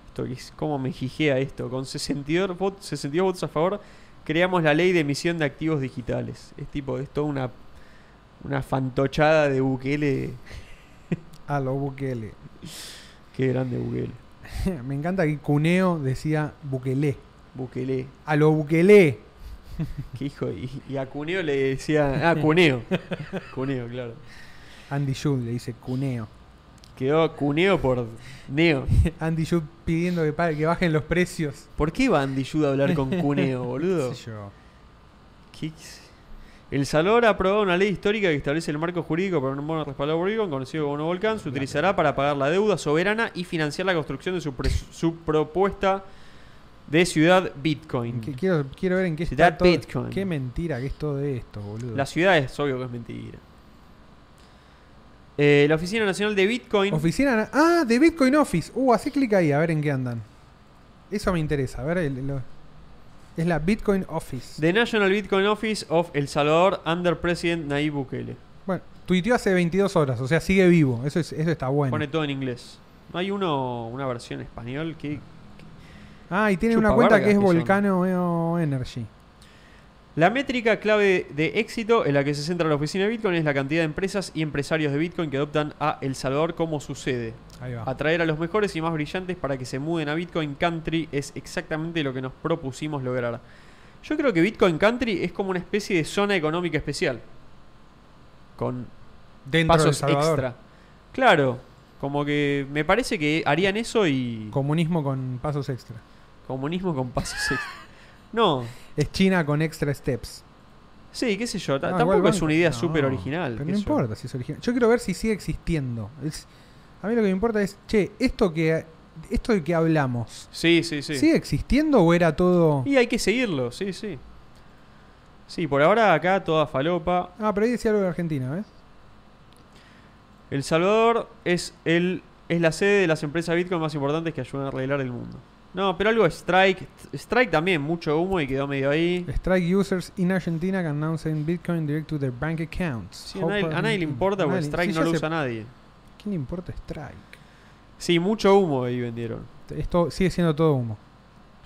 [SPEAKER 2] Esto que es cómo me jijea esto. Con 62 votos, 62 votos a favor creamos la ley de emisión de activos digitales. Es tipo, es toda una, una fantochada de Bukele.
[SPEAKER 1] A lo Bukele.
[SPEAKER 2] Qué grande Bukele.
[SPEAKER 1] Me encanta que Cuneo decía Bukele.
[SPEAKER 2] Bukele.
[SPEAKER 1] A lo Bukele.
[SPEAKER 2] Qué hijo. Y, y a Cuneo le decía. Ah, Cuneo. Cuneo, claro.
[SPEAKER 1] Andy Jude le dice Cuneo.
[SPEAKER 2] Quedó Cuneo por Neo.
[SPEAKER 1] Andy Jude pidiendo que, pa- que bajen los precios.
[SPEAKER 2] ¿Por qué va Andy Yuda a hablar con Cuneo, boludo?
[SPEAKER 1] Qué sé yo.
[SPEAKER 2] ¿Qué- El Salvador ha aprobado una ley histórica que establece el marco jurídico para un bono respaldado por Bitcoin, conocido como bono volcán, se utilizará para pagar la deuda soberana y financiar la construcción de su, pre- su propuesta de ciudad Bitcoin.
[SPEAKER 1] Que- Quiero, quiero ver en qué
[SPEAKER 2] Si
[SPEAKER 1] está
[SPEAKER 2] that
[SPEAKER 1] todo-
[SPEAKER 2] Bitcoin.
[SPEAKER 1] Qué mentira que es todo esto, boludo.
[SPEAKER 2] La ciudad es obvio que es mentira. Eh, la Oficina Nacional de Bitcoin.
[SPEAKER 1] Oficina. na- Ah, de Bitcoin Office. Uh, hace clic ahí, a ver en qué andan. Eso me interesa. A ver, el- lo- es la Bitcoin Office.
[SPEAKER 2] The National Bitcoin Office of El Salvador under President Nayib Bukele.
[SPEAKER 1] Bueno, tuiteó hace 22 horas, o sea, sigue vivo. Eso, es, eso está bueno.
[SPEAKER 2] Pone todo en inglés. No hay uno, una versión en español que.
[SPEAKER 1] Ah, y tiene
[SPEAKER 2] Chupa
[SPEAKER 1] una cuenta
[SPEAKER 2] vergas
[SPEAKER 1] que es
[SPEAKER 2] que son.
[SPEAKER 1] Volcano Eo Energy.
[SPEAKER 2] La métrica clave de éxito en la que se centra la oficina de Bitcoin es la cantidad de empresas y empresarios de Bitcoin que adoptan a El Salvador como su sede.
[SPEAKER 1] Ahí va.
[SPEAKER 2] Atraer a los mejores y más brillantes para que se muden a Bitcoin Country es exactamente lo que nos propusimos lograr. Yo creo que Bitcoin Country es como una especie de zona económica especial. Con
[SPEAKER 1] Dentro de El
[SPEAKER 2] pasos
[SPEAKER 1] Salvador.
[SPEAKER 2] extra. Claro, como que me parece que harían eso y
[SPEAKER 1] Comunismo con pasos extra.
[SPEAKER 2] comunismo con pasos extra. No,
[SPEAKER 1] Es China con extra steps.
[SPEAKER 2] sí, qué sé yo, ta-
[SPEAKER 1] Ah, igual
[SPEAKER 2] tampoco es
[SPEAKER 1] banco.
[SPEAKER 2] una idea
[SPEAKER 1] No,
[SPEAKER 2] súper original.
[SPEAKER 1] Pero
[SPEAKER 2] qué
[SPEAKER 1] no
[SPEAKER 2] sé yo.
[SPEAKER 1] importa si es original. Yo quiero ver si sigue existiendo. Es- a mí lo que me importa es, che, esto que esto de que hablamos,
[SPEAKER 2] Sí, sí, sí.
[SPEAKER 1] ¿sigue existiendo o era todo?
[SPEAKER 2] Y hay que seguirlo, sí, sí. Sí, por ahora acá toda falopa.
[SPEAKER 1] Ah, pero ahí decía algo de Argentina, ¿ves?
[SPEAKER 2] El Salvador es, el, es la sede de las empresas Bitcoin más importantes que ayudan a arreglar el mundo. No, pero algo Strike. Strike también, mucho humo y quedó medio ahí.
[SPEAKER 1] Strike users in Argentina can now send Bitcoin direct to their bank accounts.
[SPEAKER 2] Sí, a, nadie,
[SPEAKER 1] Hope-
[SPEAKER 2] a nadie le importa
[SPEAKER 1] a
[SPEAKER 2] porque
[SPEAKER 1] nadie-
[SPEAKER 2] Strike
[SPEAKER 1] sí,
[SPEAKER 2] no
[SPEAKER 1] ya
[SPEAKER 2] lo
[SPEAKER 1] sé-
[SPEAKER 2] usa nadie.
[SPEAKER 1] ¿Quién le importa Strike?
[SPEAKER 2] Sí, mucho humo ahí vendieron.
[SPEAKER 1] Esto sigue siendo todo humo.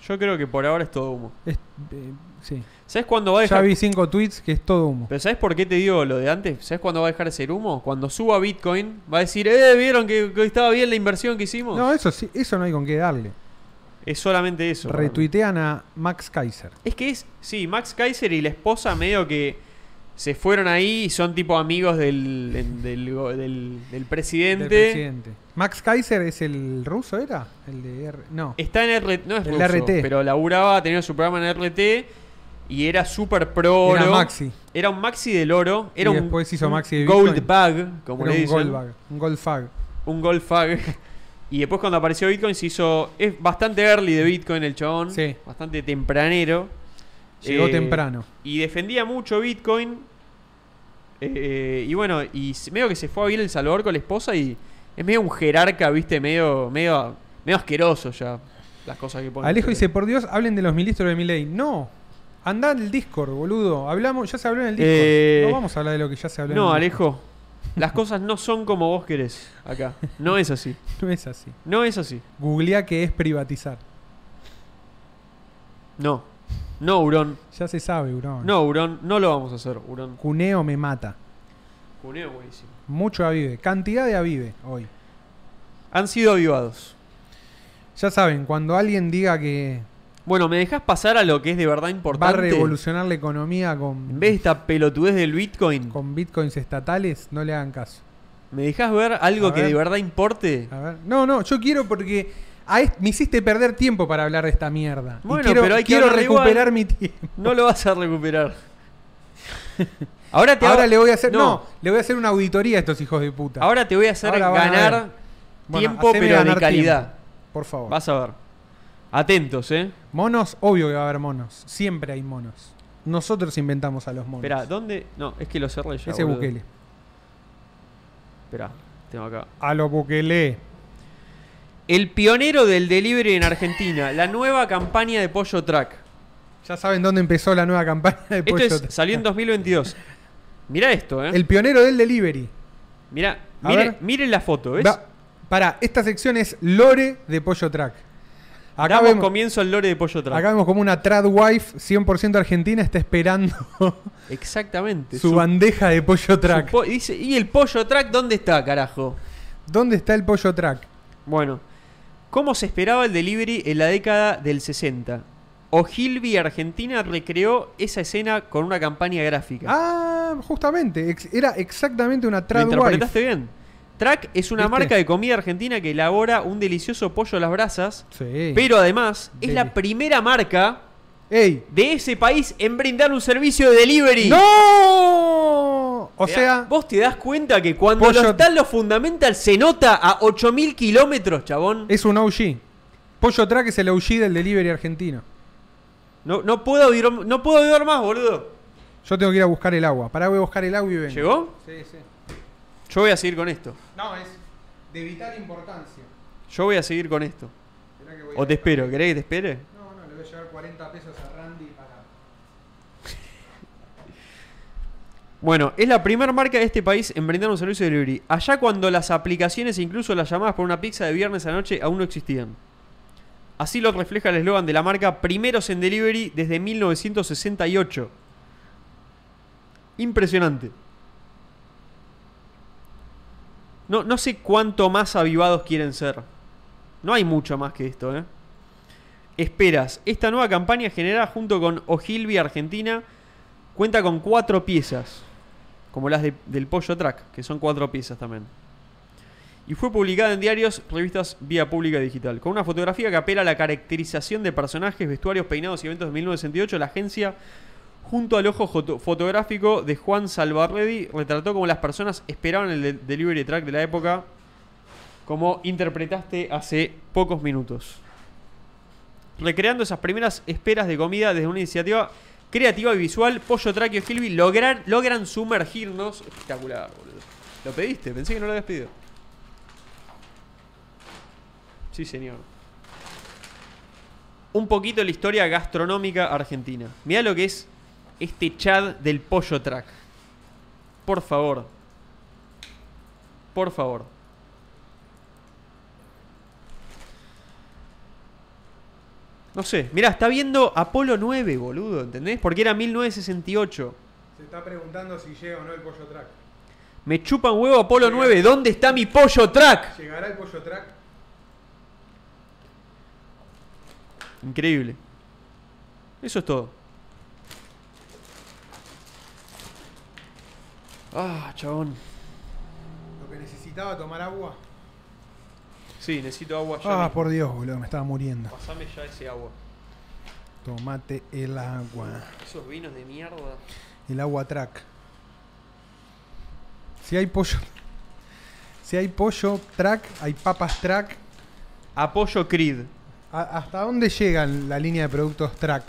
[SPEAKER 2] Yo creo que por ahora es todo humo.
[SPEAKER 1] Es- eh, sí.
[SPEAKER 2] ¿Sabes cuándo va a
[SPEAKER 1] Ya
[SPEAKER 2] dejar?
[SPEAKER 1] vi cinco tweets que es todo humo.
[SPEAKER 2] Pero ¿sabes por qué te digo lo de antes? ¿Sabes cuándo va a dejar de ser humo? Cuando suba Bitcoin, va a decir, eh, ¿vieron que, que estaba bien la inversión que hicimos?
[SPEAKER 1] No, eh. eso sí, eso no hay con qué darle.
[SPEAKER 2] Es solamente eso. para mí.
[SPEAKER 1] Retuitean a Max Kaiser.
[SPEAKER 2] Es que es, sí, Max Kaiser y la esposa medio que se fueron ahí y son tipo amigos del, del, del go- del- del
[SPEAKER 1] Del
[SPEAKER 2] presidente.
[SPEAKER 1] presidente. Max Kaiser es el ruso, ¿era? El de R- No.
[SPEAKER 2] Está en RT, no es
[SPEAKER 1] El
[SPEAKER 2] ruso,
[SPEAKER 1] RT.
[SPEAKER 2] pero laburaba, tenía su programa en RT y era súper pro
[SPEAKER 1] Era
[SPEAKER 2] oro.
[SPEAKER 1] Maxi.
[SPEAKER 2] Era un Maxi del oro. Era
[SPEAKER 1] Y
[SPEAKER 2] un,
[SPEAKER 1] después hizo
[SPEAKER 2] un
[SPEAKER 1] Maxi de
[SPEAKER 2] Gold
[SPEAKER 1] Bitcoin.
[SPEAKER 2] Bag, como
[SPEAKER 1] Era
[SPEAKER 2] le
[SPEAKER 1] un
[SPEAKER 2] dicen.
[SPEAKER 1] Goldbag. Un Goldfag.
[SPEAKER 2] Un Gold Bag. Y después cuando apareció Bitcoin se hizo... Es bastante early de Bitcoin el chabón.
[SPEAKER 1] Sí.
[SPEAKER 2] Bastante tempranero.
[SPEAKER 1] Llegó
[SPEAKER 2] Eh,
[SPEAKER 1] temprano.
[SPEAKER 2] Y defendía mucho Bitcoin. Eh, y bueno, y s- medio que se fue a vivir a El Salvador con la esposa y es medio un jerarca, viste, medio, medio, medio asqueroso ya las cosas que pone.
[SPEAKER 1] Alejo
[SPEAKER 2] Pero-
[SPEAKER 1] dice, por Dios, hablen de los ministros de Milei. No. Andá al Discord, boludo. Hablamos, ya se habló en el Discord.
[SPEAKER 2] Eh,
[SPEAKER 1] no vamos a hablar de lo que ya se habló en
[SPEAKER 2] No,
[SPEAKER 1] el Discord.
[SPEAKER 2] Alejo, las cosas no son como vos querés acá. No es así.
[SPEAKER 1] No es así.
[SPEAKER 2] No es así.
[SPEAKER 1] Googlea que es privatizar.
[SPEAKER 2] No. No, Urón.
[SPEAKER 1] Ya se sabe, Urón.
[SPEAKER 2] No, Urón. No lo vamos a hacer, Urón.
[SPEAKER 1] Cuneo me mata.
[SPEAKER 2] Cuneo buenísimo.
[SPEAKER 1] Mucho avive. Cantidad de avive hoy.
[SPEAKER 2] Han sido avivados.
[SPEAKER 1] Ya saben, cuando alguien diga que
[SPEAKER 2] Bueno, ¿me dejas pasar a lo que es de verdad
[SPEAKER 1] va a
[SPEAKER 2] importante?
[SPEAKER 1] revolucionar la economía con,
[SPEAKER 2] En vez de esta pelotudez del Bitcoin.
[SPEAKER 1] con bitcoins estatales, no le hagan caso.
[SPEAKER 2] ¿Me dejas ver algo
[SPEAKER 1] A
[SPEAKER 2] que de
[SPEAKER 1] ver.
[SPEAKER 2] verdad importe?
[SPEAKER 1] A ver. No, no, yo quiero porque a est- me hiciste perder tiempo para hablar de esta mierda. Y
[SPEAKER 2] Bueno,
[SPEAKER 1] quiero,
[SPEAKER 2] pero hay que
[SPEAKER 1] quiero
[SPEAKER 2] hablar igual.
[SPEAKER 1] recuperar mi tiempo.
[SPEAKER 2] No lo vas a recuperar. Ahora te,
[SPEAKER 1] Ahora
[SPEAKER 2] hago-
[SPEAKER 1] le voy a hacer.
[SPEAKER 2] No.
[SPEAKER 1] No. le voy a hacer una auditoría a estos hijos de puta.
[SPEAKER 2] ahora te voy a hacer
[SPEAKER 1] Ahora van a ver.
[SPEAKER 2] ganar
[SPEAKER 1] Bueno,
[SPEAKER 2] tiempo,
[SPEAKER 1] haceme
[SPEAKER 2] pero
[SPEAKER 1] ganar
[SPEAKER 2] de calidad.
[SPEAKER 1] tiempo, por favor.
[SPEAKER 2] Vas a ver. Atentos, ¿eh?
[SPEAKER 1] Monos, obvio que va a haber monos. Siempre hay monos. Nosotros inventamos a los monos.
[SPEAKER 2] Espera, ¿dónde? No, es que lo cerré ya.
[SPEAKER 1] Ese
[SPEAKER 2] boludo.
[SPEAKER 1] Bukele.
[SPEAKER 2] Esperá, tengo acá.
[SPEAKER 1] A lo Bukele.
[SPEAKER 2] El pionero del delivery en Argentina. la nueva campaña de Pollo Track.
[SPEAKER 1] Ya saben dónde empezó la nueva campaña de
[SPEAKER 2] Esto
[SPEAKER 1] Pollo
[SPEAKER 2] es-
[SPEAKER 1] Tra-
[SPEAKER 2] salió en 2022. Mirá esto, ¿eh?
[SPEAKER 1] El pionero del delivery.
[SPEAKER 2] Mirá,
[SPEAKER 1] A
[SPEAKER 2] mire-
[SPEAKER 1] ver.
[SPEAKER 2] miren la foto, ¿ves?
[SPEAKER 1] Va- pará, esta sección es lore de Pollo Track. Acá
[SPEAKER 2] Damos
[SPEAKER 1] vemos,
[SPEAKER 2] comienzo al lore de Pollo Track.
[SPEAKER 1] acá vemos como una trad wife 100% argentina está esperando
[SPEAKER 2] Exactamente.
[SPEAKER 1] su
[SPEAKER 2] su-
[SPEAKER 1] bandeja de Pollo
[SPEAKER 2] Su
[SPEAKER 1] Track.
[SPEAKER 2] po- dice, ¿y el pollo track dónde está, carajo?
[SPEAKER 1] ¿Dónde está el Pollo Track?
[SPEAKER 2] Bueno, ¿cómo se esperaba el delivery en la década del 60? Ogilvy Argentina recreó esa escena con una campaña gráfica.
[SPEAKER 1] Ah, justamente, ex- era exactamente una
[SPEAKER 2] ¿Lo
[SPEAKER 1] trad wife.
[SPEAKER 2] interpretaste bien? Track es una
[SPEAKER 1] ¿Viste?
[SPEAKER 2] marca de comida argentina que elabora un delicioso pollo a las brasas,
[SPEAKER 1] Sí.
[SPEAKER 2] pero además es
[SPEAKER 1] Deli.
[SPEAKER 2] la primera marca
[SPEAKER 1] ¡Ey!
[SPEAKER 2] de ese país en brindar un servicio de delivery.
[SPEAKER 1] ¡No! O
[SPEAKER 2] Mirá,
[SPEAKER 1] sea,
[SPEAKER 2] vos te das cuenta que cuando
[SPEAKER 1] Pollo-
[SPEAKER 2] lo están los fundamentals se nota a 8000 kilómetros, chabón.
[SPEAKER 1] es un OG. Pollo Track es el OG del delivery argentino.
[SPEAKER 2] No, no puedo vivir, no puedo vivir más, boludo.
[SPEAKER 1] Yo tengo que ir a buscar el agua. Pará, voy a buscar el agua y vengo.
[SPEAKER 2] ¿Llegó?
[SPEAKER 1] Sí, sí.
[SPEAKER 2] Yo voy a seguir con esto.
[SPEAKER 1] No, es de vital importancia.
[SPEAKER 2] Yo voy a seguir con esto.
[SPEAKER 1] Esperá que voy
[SPEAKER 2] O
[SPEAKER 1] a-
[SPEAKER 2] te espero, ¿querés que te espere?
[SPEAKER 1] No, no, le voy a llevar 40 pesos a Randy para.
[SPEAKER 2] Bueno, es la primera marca de este país en brindar un servicio de delivery. Allá cuando las aplicaciones e incluso las llamadas por una pizza de viernes a la noche aún no existían. Así lo refleja el eslogan de la marca Primeros en Delivery desde 1968. Impresionante. No, no sé cuánto más avivados quieren ser. No hay mucho más que esto, ¿eh? Esperas. Esta nueva campaña generada junto con Ogilvy Argentina cuenta con cuatro piezas. Como las de- del Pollo Track, que son cuatro piezas también. Y fue publicada en diarios, revistas vía pública y digital. Con una fotografía que apela a la caracterización de personajes, vestuarios, peinados y eventos de 1968, la agencia, junto al ojo joto- fotográfico de Juan Salvarredi, retrató como las personas esperaban el de- delivery track de la época, como interpretaste hace pocos minutos. Recreando esas primeras esperas de comida desde una iniciativa creativa y visual, Pollo Track y Ogilvy lograr, logran sumergirnos. Espectacular, boludo. Lo pediste, pensé que no lo habías pedido. Sí, señor. Un poquito la historia gastronómica argentina. Mirá lo que es este Chad del Pollo Track. Por favor. Por favor. No sé, mirá, está viendo Apolo 9, boludo, ¿entendés? Porque era 1968.
[SPEAKER 1] Se está preguntando si llega o no el pollo track.
[SPEAKER 2] Me chupan huevo Apolo 9, ¿dónde está mi pollo track?
[SPEAKER 1] ¿Llegará el pollo track?
[SPEAKER 2] Increíble. Eso es todo. Ah, chabón.
[SPEAKER 1] Lo que necesitaba tomar agua.
[SPEAKER 2] Sí, necesito agua ya.
[SPEAKER 1] Ah, por Dios, boludo, me estaba muriendo.
[SPEAKER 2] Pasame ya ese agua.
[SPEAKER 1] Tomate el agua.
[SPEAKER 2] Esos vinos de mierda.
[SPEAKER 1] El agua track. Si hay pollo. Si hay pollo track, hay papas track.
[SPEAKER 2] Apoyo Creed.
[SPEAKER 1] ¿A- ¿Hasta dónde llega la línea de productos track?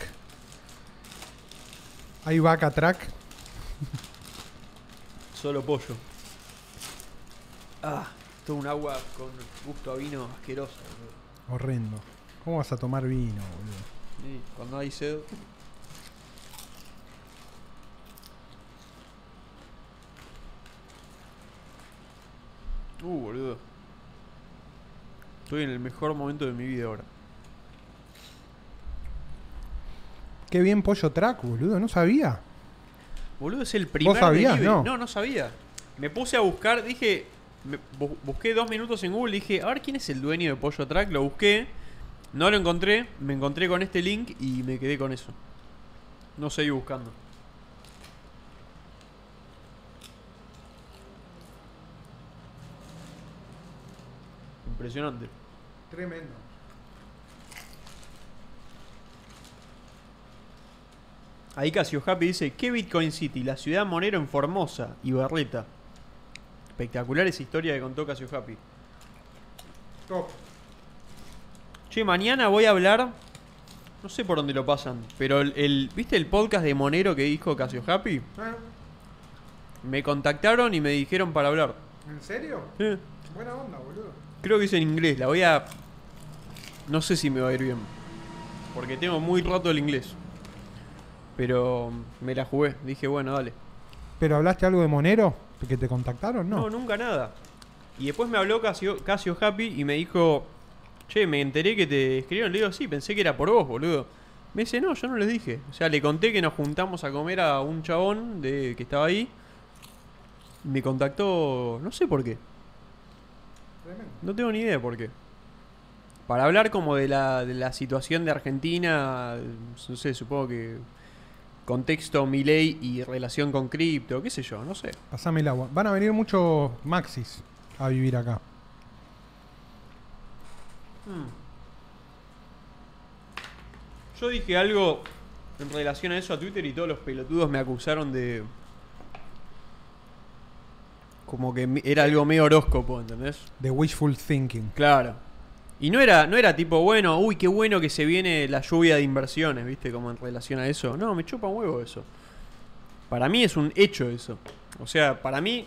[SPEAKER 1] ¿Hay vaca track?
[SPEAKER 2] Solo pollo. Ah, esto es un agua con gusto a vino asqueroso. boludo.
[SPEAKER 1] Horrendo. ¿Cómo vas a tomar vino, boludo?
[SPEAKER 2] Sí, cuando hay sed. Uh, boludo. Estoy en el mejor momento de mi vida ahora.
[SPEAKER 1] Qué bien pollo track, boludo. No sabía.
[SPEAKER 2] Boludo, es el primer
[SPEAKER 1] sabías?
[SPEAKER 2] delivery.
[SPEAKER 1] No.
[SPEAKER 2] no, sabía. Me puse a buscar, dije. me- bu- busqué dos minutos en Google, dije, a ver quién es el dueño de Pollo Track. Lo busqué, no lo encontré, me encontré con este link y me quedé con eso. No seguí buscando. Impresionante.
[SPEAKER 1] Tremendo.
[SPEAKER 2] Ahí Casio Happy dice, ¿qué Bitcoin City? La ciudad Monero en Formosa y Barleta. Espectacular esa historia que contó Casio Happy.
[SPEAKER 1] Top.
[SPEAKER 2] Che, mañana voy a hablar. No sé por dónde lo pasan, pero el, el- ¿viste el podcast de Monero que dijo Casio Happy?
[SPEAKER 1] ¿Eh?
[SPEAKER 2] Me contactaron y me dijeron para hablar.
[SPEAKER 1] ¿En serio?
[SPEAKER 2] Eh,
[SPEAKER 1] Buena onda, boludo.
[SPEAKER 2] creo que es en inglés, la voy a. No sé si me va a ir bien. Porque tengo muy roto el inglés. Pero me la jugué. Dije, bueno, dale.
[SPEAKER 1] ¿Pero hablaste algo de Monero? ¿Que te contactaron?
[SPEAKER 2] No,
[SPEAKER 1] No.
[SPEAKER 2] nunca nada. Y después me habló Casio, Casio Happy y me dijo, che, me enteré que te escribieron. Le digo, sí, pensé que era por vos, boludo. Me dice, no, yo no les dije. O sea, le conté que nos juntamos a comer a un chabón de, que estaba ahí. Me contactó, no sé por qué.
[SPEAKER 1] Tremendo.
[SPEAKER 2] No tengo ni idea por qué. Para hablar como de la, de la situación de Argentina, no sé, supongo que contexto Milei y relación con cripto, qué sé yo, no sé.
[SPEAKER 1] Pasame el agua. Van a venir muchos maxis a vivir acá.
[SPEAKER 2] Hmm. Yo dije algo en relación a eso a Twitter y todos los pelotudos me acusaron de. Como que mi- era algo medio horóscopo, ¿entendés?
[SPEAKER 1] De wishful thinking.
[SPEAKER 2] Claro. Y no era, no era tipo, bueno, uy, qué bueno que se viene la lluvia de inversiones, ¿viste? Como en relación a eso. No, me chupa un huevo eso. Para mí es un hecho eso. O sea, para mí.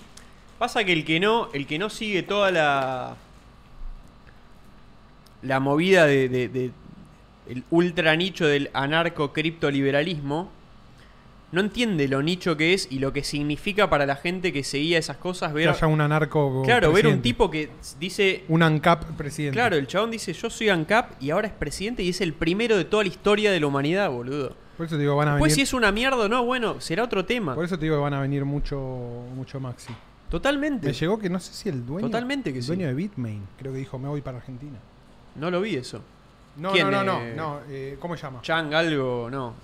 [SPEAKER 2] Pasa que el que no, el que no sigue toda la. la movida de. de- de- el ultra nicho del anarco criptoliberalismo. no entiende lo nicho que es y lo que significa para la gente que seguía esas cosas
[SPEAKER 1] Que
[SPEAKER 2] ver.
[SPEAKER 1] haya un anarco.
[SPEAKER 2] Claro, ver un
[SPEAKER 1] presidente.
[SPEAKER 2] tipo que dice.
[SPEAKER 1] Un ANCAP presidente.
[SPEAKER 2] Claro, el chabón dice, yo soy ANCAP y ahora es presidente y es el primero de toda la historia de la humanidad, boludo.
[SPEAKER 1] Por eso te digo, van a
[SPEAKER 2] Pues si
[SPEAKER 1] venir.
[SPEAKER 2] es una mierda o no, bueno, será otro tema.
[SPEAKER 1] Ah, Por eso te digo que van a venir mucho, mucho Maxi.
[SPEAKER 2] Totalmente.
[SPEAKER 1] Me llegó que no sé si el dueño.
[SPEAKER 2] Totalmente que
[SPEAKER 1] el
[SPEAKER 2] sí.
[SPEAKER 1] dueño de Bitmain. Creo que dijo, me voy para Argentina.
[SPEAKER 2] No lo vi eso.
[SPEAKER 1] No,
[SPEAKER 2] ¿Quién,
[SPEAKER 1] no, no,
[SPEAKER 2] eh?
[SPEAKER 1] no. no eh, ¿Cómo se llama?
[SPEAKER 2] Chang algo, no.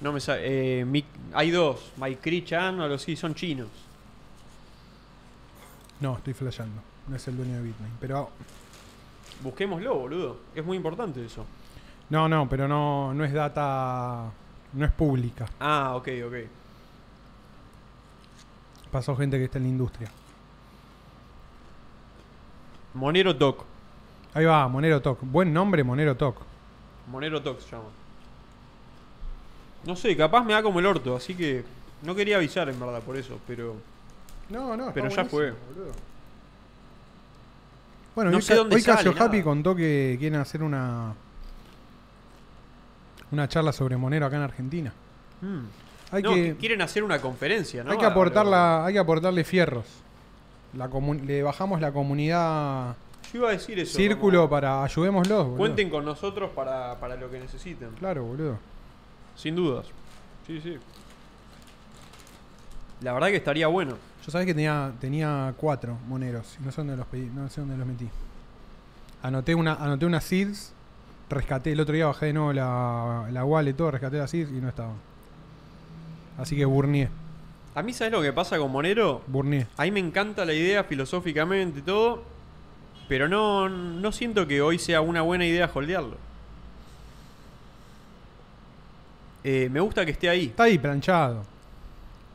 [SPEAKER 2] No me sabe. hay dos, Maikri Chan o algo así, son chinos.
[SPEAKER 1] No, estoy flasheando. No es el dueño de Bitmain. Pero.
[SPEAKER 2] Busquémoslo, boludo. Es muy importante eso.
[SPEAKER 1] No, no, pero no, no es data. No es pública.
[SPEAKER 2] Ah, ok, ok.
[SPEAKER 1] Pasó gente que está en la industria.
[SPEAKER 2] Monero Doc.
[SPEAKER 1] Ahí va, Monero Talk. Buen nombre, Monero Talk.
[SPEAKER 2] Monero Doc se llama. No sé, capaz me da como el orto, así que no quería avisar en verdad por eso, pero
[SPEAKER 1] No, no, está
[SPEAKER 2] Pero ya
[SPEAKER 1] buenísimo, boludo. Bueno,
[SPEAKER 2] No
[SPEAKER 1] hoy,
[SPEAKER 2] sé
[SPEAKER 1] Ca-
[SPEAKER 2] dónde
[SPEAKER 1] hoy
[SPEAKER 2] sale,
[SPEAKER 1] Casio
[SPEAKER 2] nada.
[SPEAKER 1] Happy contó que quieren hacer una una charla sobre Monero acá en Argentina.
[SPEAKER 2] mm.
[SPEAKER 1] Hay
[SPEAKER 2] No,
[SPEAKER 1] que,
[SPEAKER 2] quieren hacer una conferencia, ¿no?
[SPEAKER 1] hay que
[SPEAKER 2] Ah,
[SPEAKER 1] aportar
[SPEAKER 2] pero-
[SPEAKER 1] la- hay que aportarle fierros. La comu- le bajamos la comunidad
[SPEAKER 2] Yo iba a decir eso.
[SPEAKER 1] círculo
[SPEAKER 2] como,
[SPEAKER 1] para ayudémoslos, boludo.
[SPEAKER 2] Cuenten con nosotros para, para lo que necesiten.
[SPEAKER 1] Claro, boludo.
[SPEAKER 2] Sin dudas. Sí, sí. La verdad que estaría bueno.
[SPEAKER 1] Yo sabés que tenía, tenía cuatro moneros y no sé dónde los pedí, no sé dónde los metí. Anoté una, anoté unas seeds, rescaté, el otro día bajé de nuevo la, la wallet y todo, rescaté las seeds y no estaban. Así que burnié,
[SPEAKER 2] A mí, ¿sabes lo que pasa con Monero?
[SPEAKER 1] burnié.
[SPEAKER 2] A mí me encanta la idea filosóficamente y todo, pero no, no siento que hoy sea una buena idea holdearlo. Eh, me gusta que esté ahí.
[SPEAKER 1] Está ahí planchado.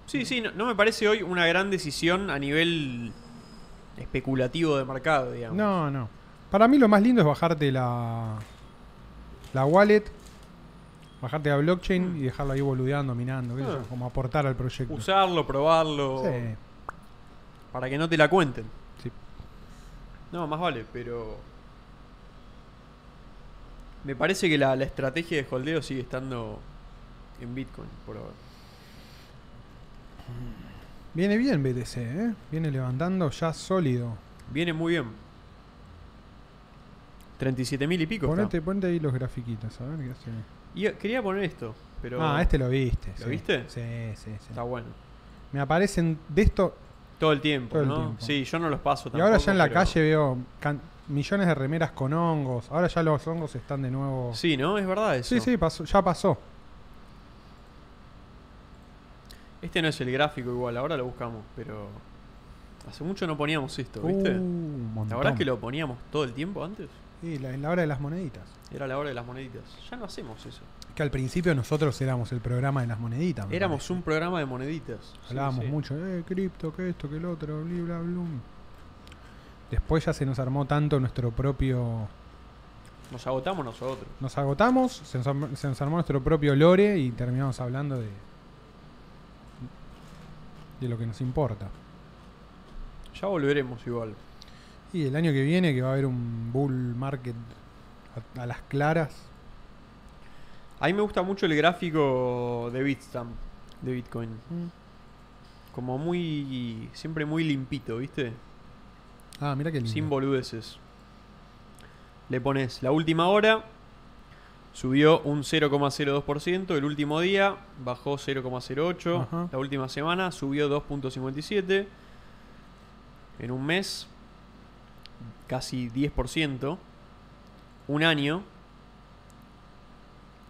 [SPEAKER 2] Sí, sí, no, no me parece hoy una gran decisión a nivel especulativo de mercado, digamos.
[SPEAKER 1] No, no. Para mí lo más lindo es bajarte la, la wallet, bajarte la blockchain y dejarlo ahí boludeando, minando, qué sé yo,
[SPEAKER 2] Ah.
[SPEAKER 1] como aportar al proyecto.
[SPEAKER 2] Usarlo, probarlo,
[SPEAKER 1] Sí,
[SPEAKER 2] para que no te la cuenten.
[SPEAKER 1] sí.
[SPEAKER 2] No, más vale, pero. Me parece que la, la estrategia de holdeo sigue estando en Bitcoin por ahora.
[SPEAKER 1] Viene bien BTC, ¿eh? Viene levantando ya sólido.
[SPEAKER 2] Viene muy bien. 37 mil y pico. está.
[SPEAKER 1] Ponete, ponete ahí los grafiquitos, a ver qué hace.
[SPEAKER 2] Y eh, quería poner esto, pero.
[SPEAKER 1] ah, este lo viste.
[SPEAKER 2] ¿Lo
[SPEAKER 1] sí.
[SPEAKER 2] viste?
[SPEAKER 1] Sí, sí, sí.
[SPEAKER 2] Está bueno.
[SPEAKER 1] Me aparecen de esto.
[SPEAKER 2] Todo el tiempo,
[SPEAKER 1] Todo el
[SPEAKER 2] ¿no?
[SPEAKER 1] tiempo.
[SPEAKER 2] Sí, yo no los paso tampoco.
[SPEAKER 1] y ahora ya en la
[SPEAKER 2] pero-
[SPEAKER 1] calle veo can- millones de remeras con hongos. Ahora ya los hongos están de nuevo.
[SPEAKER 2] Sí, ¿no? Es verdad eso.
[SPEAKER 1] sí, sí, pasó, ya pasó.
[SPEAKER 2] Este no es el gráfico igual, ahora lo buscamos, pero. Hace mucho no poníamos esto, ¿viste?
[SPEAKER 1] Uh, un
[SPEAKER 2] ¿Te
[SPEAKER 1] montón.
[SPEAKER 2] acordás que lo poníamos todo el tiempo antes?
[SPEAKER 1] Sí, la- en la hora de las moneditas.
[SPEAKER 2] Era la hora de las moneditas. Ya no hacemos eso.
[SPEAKER 1] Que al principio nosotros éramos el programa de las moneditas. me
[SPEAKER 2] Éramos
[SPEAKER 1] parece.
[SPEAKER 2] un programa de moneditas.
[SPEAKER 1] Hablábamos
[SPEAKER 2] Sí, sí.
[SPEAKER 1] mucho, eh, cripto, que esto, que el otro, bli, bla, blum. Después ya se nos armó tanto nuestro propio
[SPEAKER 2] Nos agotamos nosotros.
[SPEAKER 1] Nos agotamos, se nos, arm- se nos armó nuestro propio lore y terminamos hablando de. de lo que nos importa.
[SPEAKER 2] Ya volveremos igual.
[SPEAKER 1] Y el año que viene, que va a haber un bull market a, a las claras.
[SPEAKER 2] A mí me gusta mucho el gráfico de Bitstamp, de Bitcoin. Como muy. siempre muy limpito, ¿viste?
[SPEAKER 1] Ah, mira qué lindo.
[SPEAKER 2] Sin boludeces. Le pones la última hora, subió un 0,02%, el último día bajó 0,08%,
[SPEAKER 1] Ajá.
[SPEAKER 2] la última semana subió 2,57%, en un mes casi 10%, un año,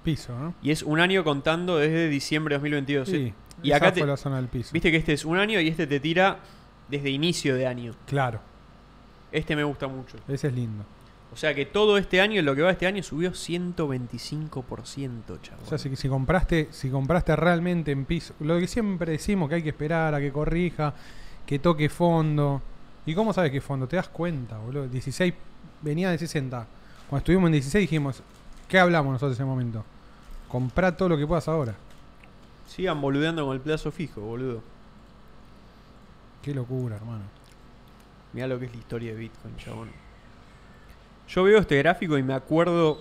[SPEAKER 1] Piso, ¿no?
[SPEAKER 2] y es un año contando desde diciembre de 2022. ¿eh? Y
[SPEAKER 1] esa
[SPEAKER 2] acá
[SPEAKER 1] fue
[SPEAKER 2] te-
[SPEAKER 1] la zona del piso.
[SPEAKER 2] Viste que este es un año y este te tira desde inicio de año.
[SPEAKER 1] Claro,
[SPEAKER 2] Este me gusta mucho.
[SPEAKER 1] ese es lindo.
[SPEAKER 2] O sea que todo este año, lo que va este año, subió 125%, chavos.
[SPEAKER 1] O sea, si, si compraste, si compraste realmente en piso, lo que siempre decimos que hay que esperar a que corrija, que toque fondo. ¿Y cómo sabes qué fondo? Te das cuenta, boludo. 16 venía de 60. Cuando estuvimos en 16 dijimos, ¿qué hablamos nosotros en ese momento? Comprá todo lo que puedas ahora.
[SPEAKER 2] Sigan boludeando con el plazo fijo, boludo.
[SPEAKER 1] Qué locura, hermano.
[SPEAKER 2] Mirá lo que es la historia de Bitcoin, chabón. Yo veo este gráfico y me acuerdo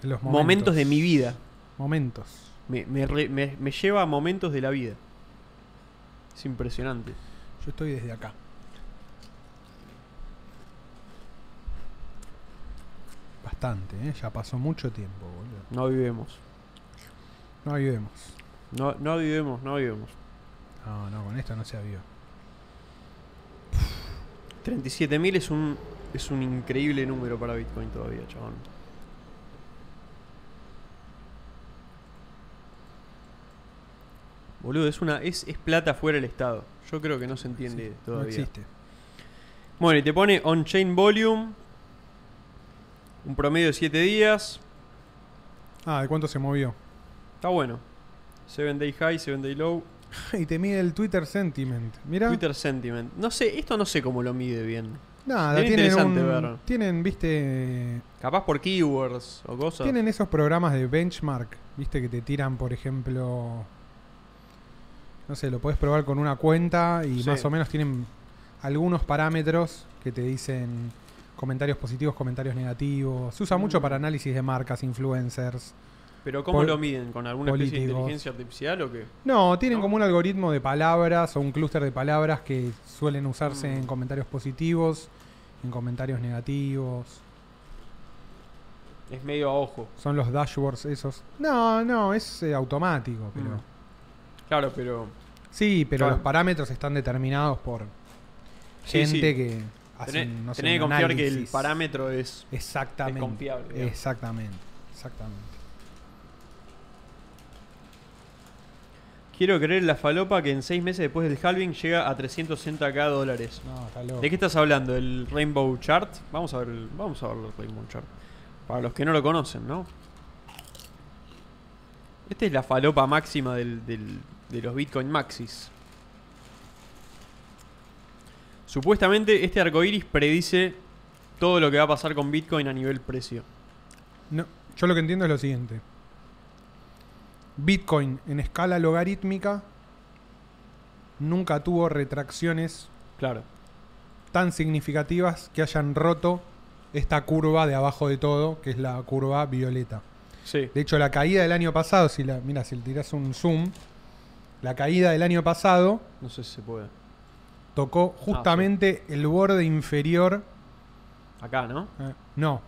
[SPEAKER 1] De Los
[SPEAKER 2] momentos, de mi vida.
[SPEAKER 1] Momentos.
[SPEAKER 2] Me, me re- me- me lleva a momentos de la vida. Es impresionante.
[SPEAKER 1] Yo estoy desde acá. Bastante, ¿eh? Ya pasó mucho tiempo, boludo.
[SPEAKER 2] No vivemos.
[SPEAKER 1] No avivemos.
[SPEAKER 2] No, no vivemos, no vivemos.
[SPEAKER 1] No, no, con esto no se aviva.
[SPEAKER 2] 37.000 es un, es un increíble número para Bitcoin todavía, chabón. Boludo, es una es, es plata fuera del Estado. Yo creo que no se
[SPEAKER 1] Sí,
[SPEAKER 2] entiende
[SPEAKER 1] No
[SPEAKER 2] todavía.
[SPEAKER 1] existe.
[SPEAKER 2] bueno, y te pone on-chain volume. Un promedio de 7 días.
[SPEAKER 1] Ah, ¿de cuánto se movió?
[SPEAKER 2] Está bueno. 7 day high, 7 day low.
[SPEAKER 1] y te mide el Twitter Sentiment. Mira,
[SPEAKER 2] Twitter sentiment. No sé, esto no sé cómo lo mide bien.
[SPEAKER 1] nada,
[SPEAKER 2] bien
[SPEAKER 1] tienen
[SPEAKER 2] interesante
[SPEAKER 1] un-
[SPEAKER 2] ver.
[SPEAKER 1] tienen, viste,
[SPEAKER 2] Capaz por keywords o cosas.
[SPEAKER 1] tienen esos programas de benchmark, viste que te tiran, por ejemplo, no sé, lo podés probar con una cuenta y
[SPEAKER 2] Sí.
[SPEAKER 1] más o menos tienen algunos parámetros que te dicen comentarios positivos, comentarios negativos. Se usa mucho
[SPEAKER 2] Mm.
[SPEAKER 1] para análisis de marcas, influencers.
[SPEAKER 2] Pero ¿cómo
[SPEAKER 1] Pol-
[SPEAKER 2] lo miden? ¿Con alguna especie de
[SPEAKER 1] políticos.
[SPEAKER 2] inteligencia artificial o qué?
[SPEAKER 1] No, tienen
[SPEAKER 2] ¿No?
[SPEAKER 1] como un algoritmo de palabras o un clúster de palabras que suelen usarse
[SPEAKER 2] Mm.
[SPEAKER 1] en comentarios positivos, en comentarios negativos.
[SPEAKER 2] Es medio a ojo.
[SPEAKER 1] Son los dashboards esos. No, no, es eh, automático, pero.
[SPEAKER 2] Mm. Claro, pero.
[SPEAKER 1] Sí, pero
[SPEAKER 2] Claro.
[SPEAKER 1] los parámetros están determinados por
[SPEAKER 2] Sí,
[SPEAKER 1] gente
[SPEAKER 2] sí.
[SPEAKER 1] que hace
[SPEAKER 2] Tené-
[SPEAKER 1] no sé,
[SPEAKER 2] tenés que
[SPEAKER 1] un
[SPEAKER 2] confiar que el
[SPEAKER 1] análisis.
[SPEAKER 2] parámetro es.
[SPEAKER 1] Exactamente.
[SPEAKER 2] es confiable, digamos.
[SPEAKER 1] Exactamente. Exactamente.
[SPEAKER 2] Quiero creer la falopa que en seis meses después del halving llega a 360k dólares.
[SPEAKER 1] No, está loco.
[SPEAKER 2] ¿De qué estás hablando? ¿El Rainbow Chart? Vamos a ver el, vamos a ver el Rainbow Chart. Para los que no lo conocen, ¿no? Esta es la falopa máxima del- del- de los Bitcoin Maxis. Supuestamente este arcoiris predice todo lo que va a pasar con Bitcoin a nivel precio.
[SPEAKER 1] No, yo lo que entiendo es lo siguiente. Bitcoin en escala logarítmica nunca tuvo retracciones
[SPEAKER 2] Claro.
[SPEAKER 1] tan significativas que hayan roto esta curva de abajo de todo, que es la curva violeta.
[SPEAKER 2] Sí.
[SPEAKER 1] De hecho, la caída del año pasado, si la, mira, si le tirás un zoom, la caída del año pasado
[SPEAKER 2] No sé si se puede.
[SPEAKER 1] tocó justamente el borde inferior.
[SPEAKER 2] Acá, ¿no?
[SPEAKER 1] eh, no.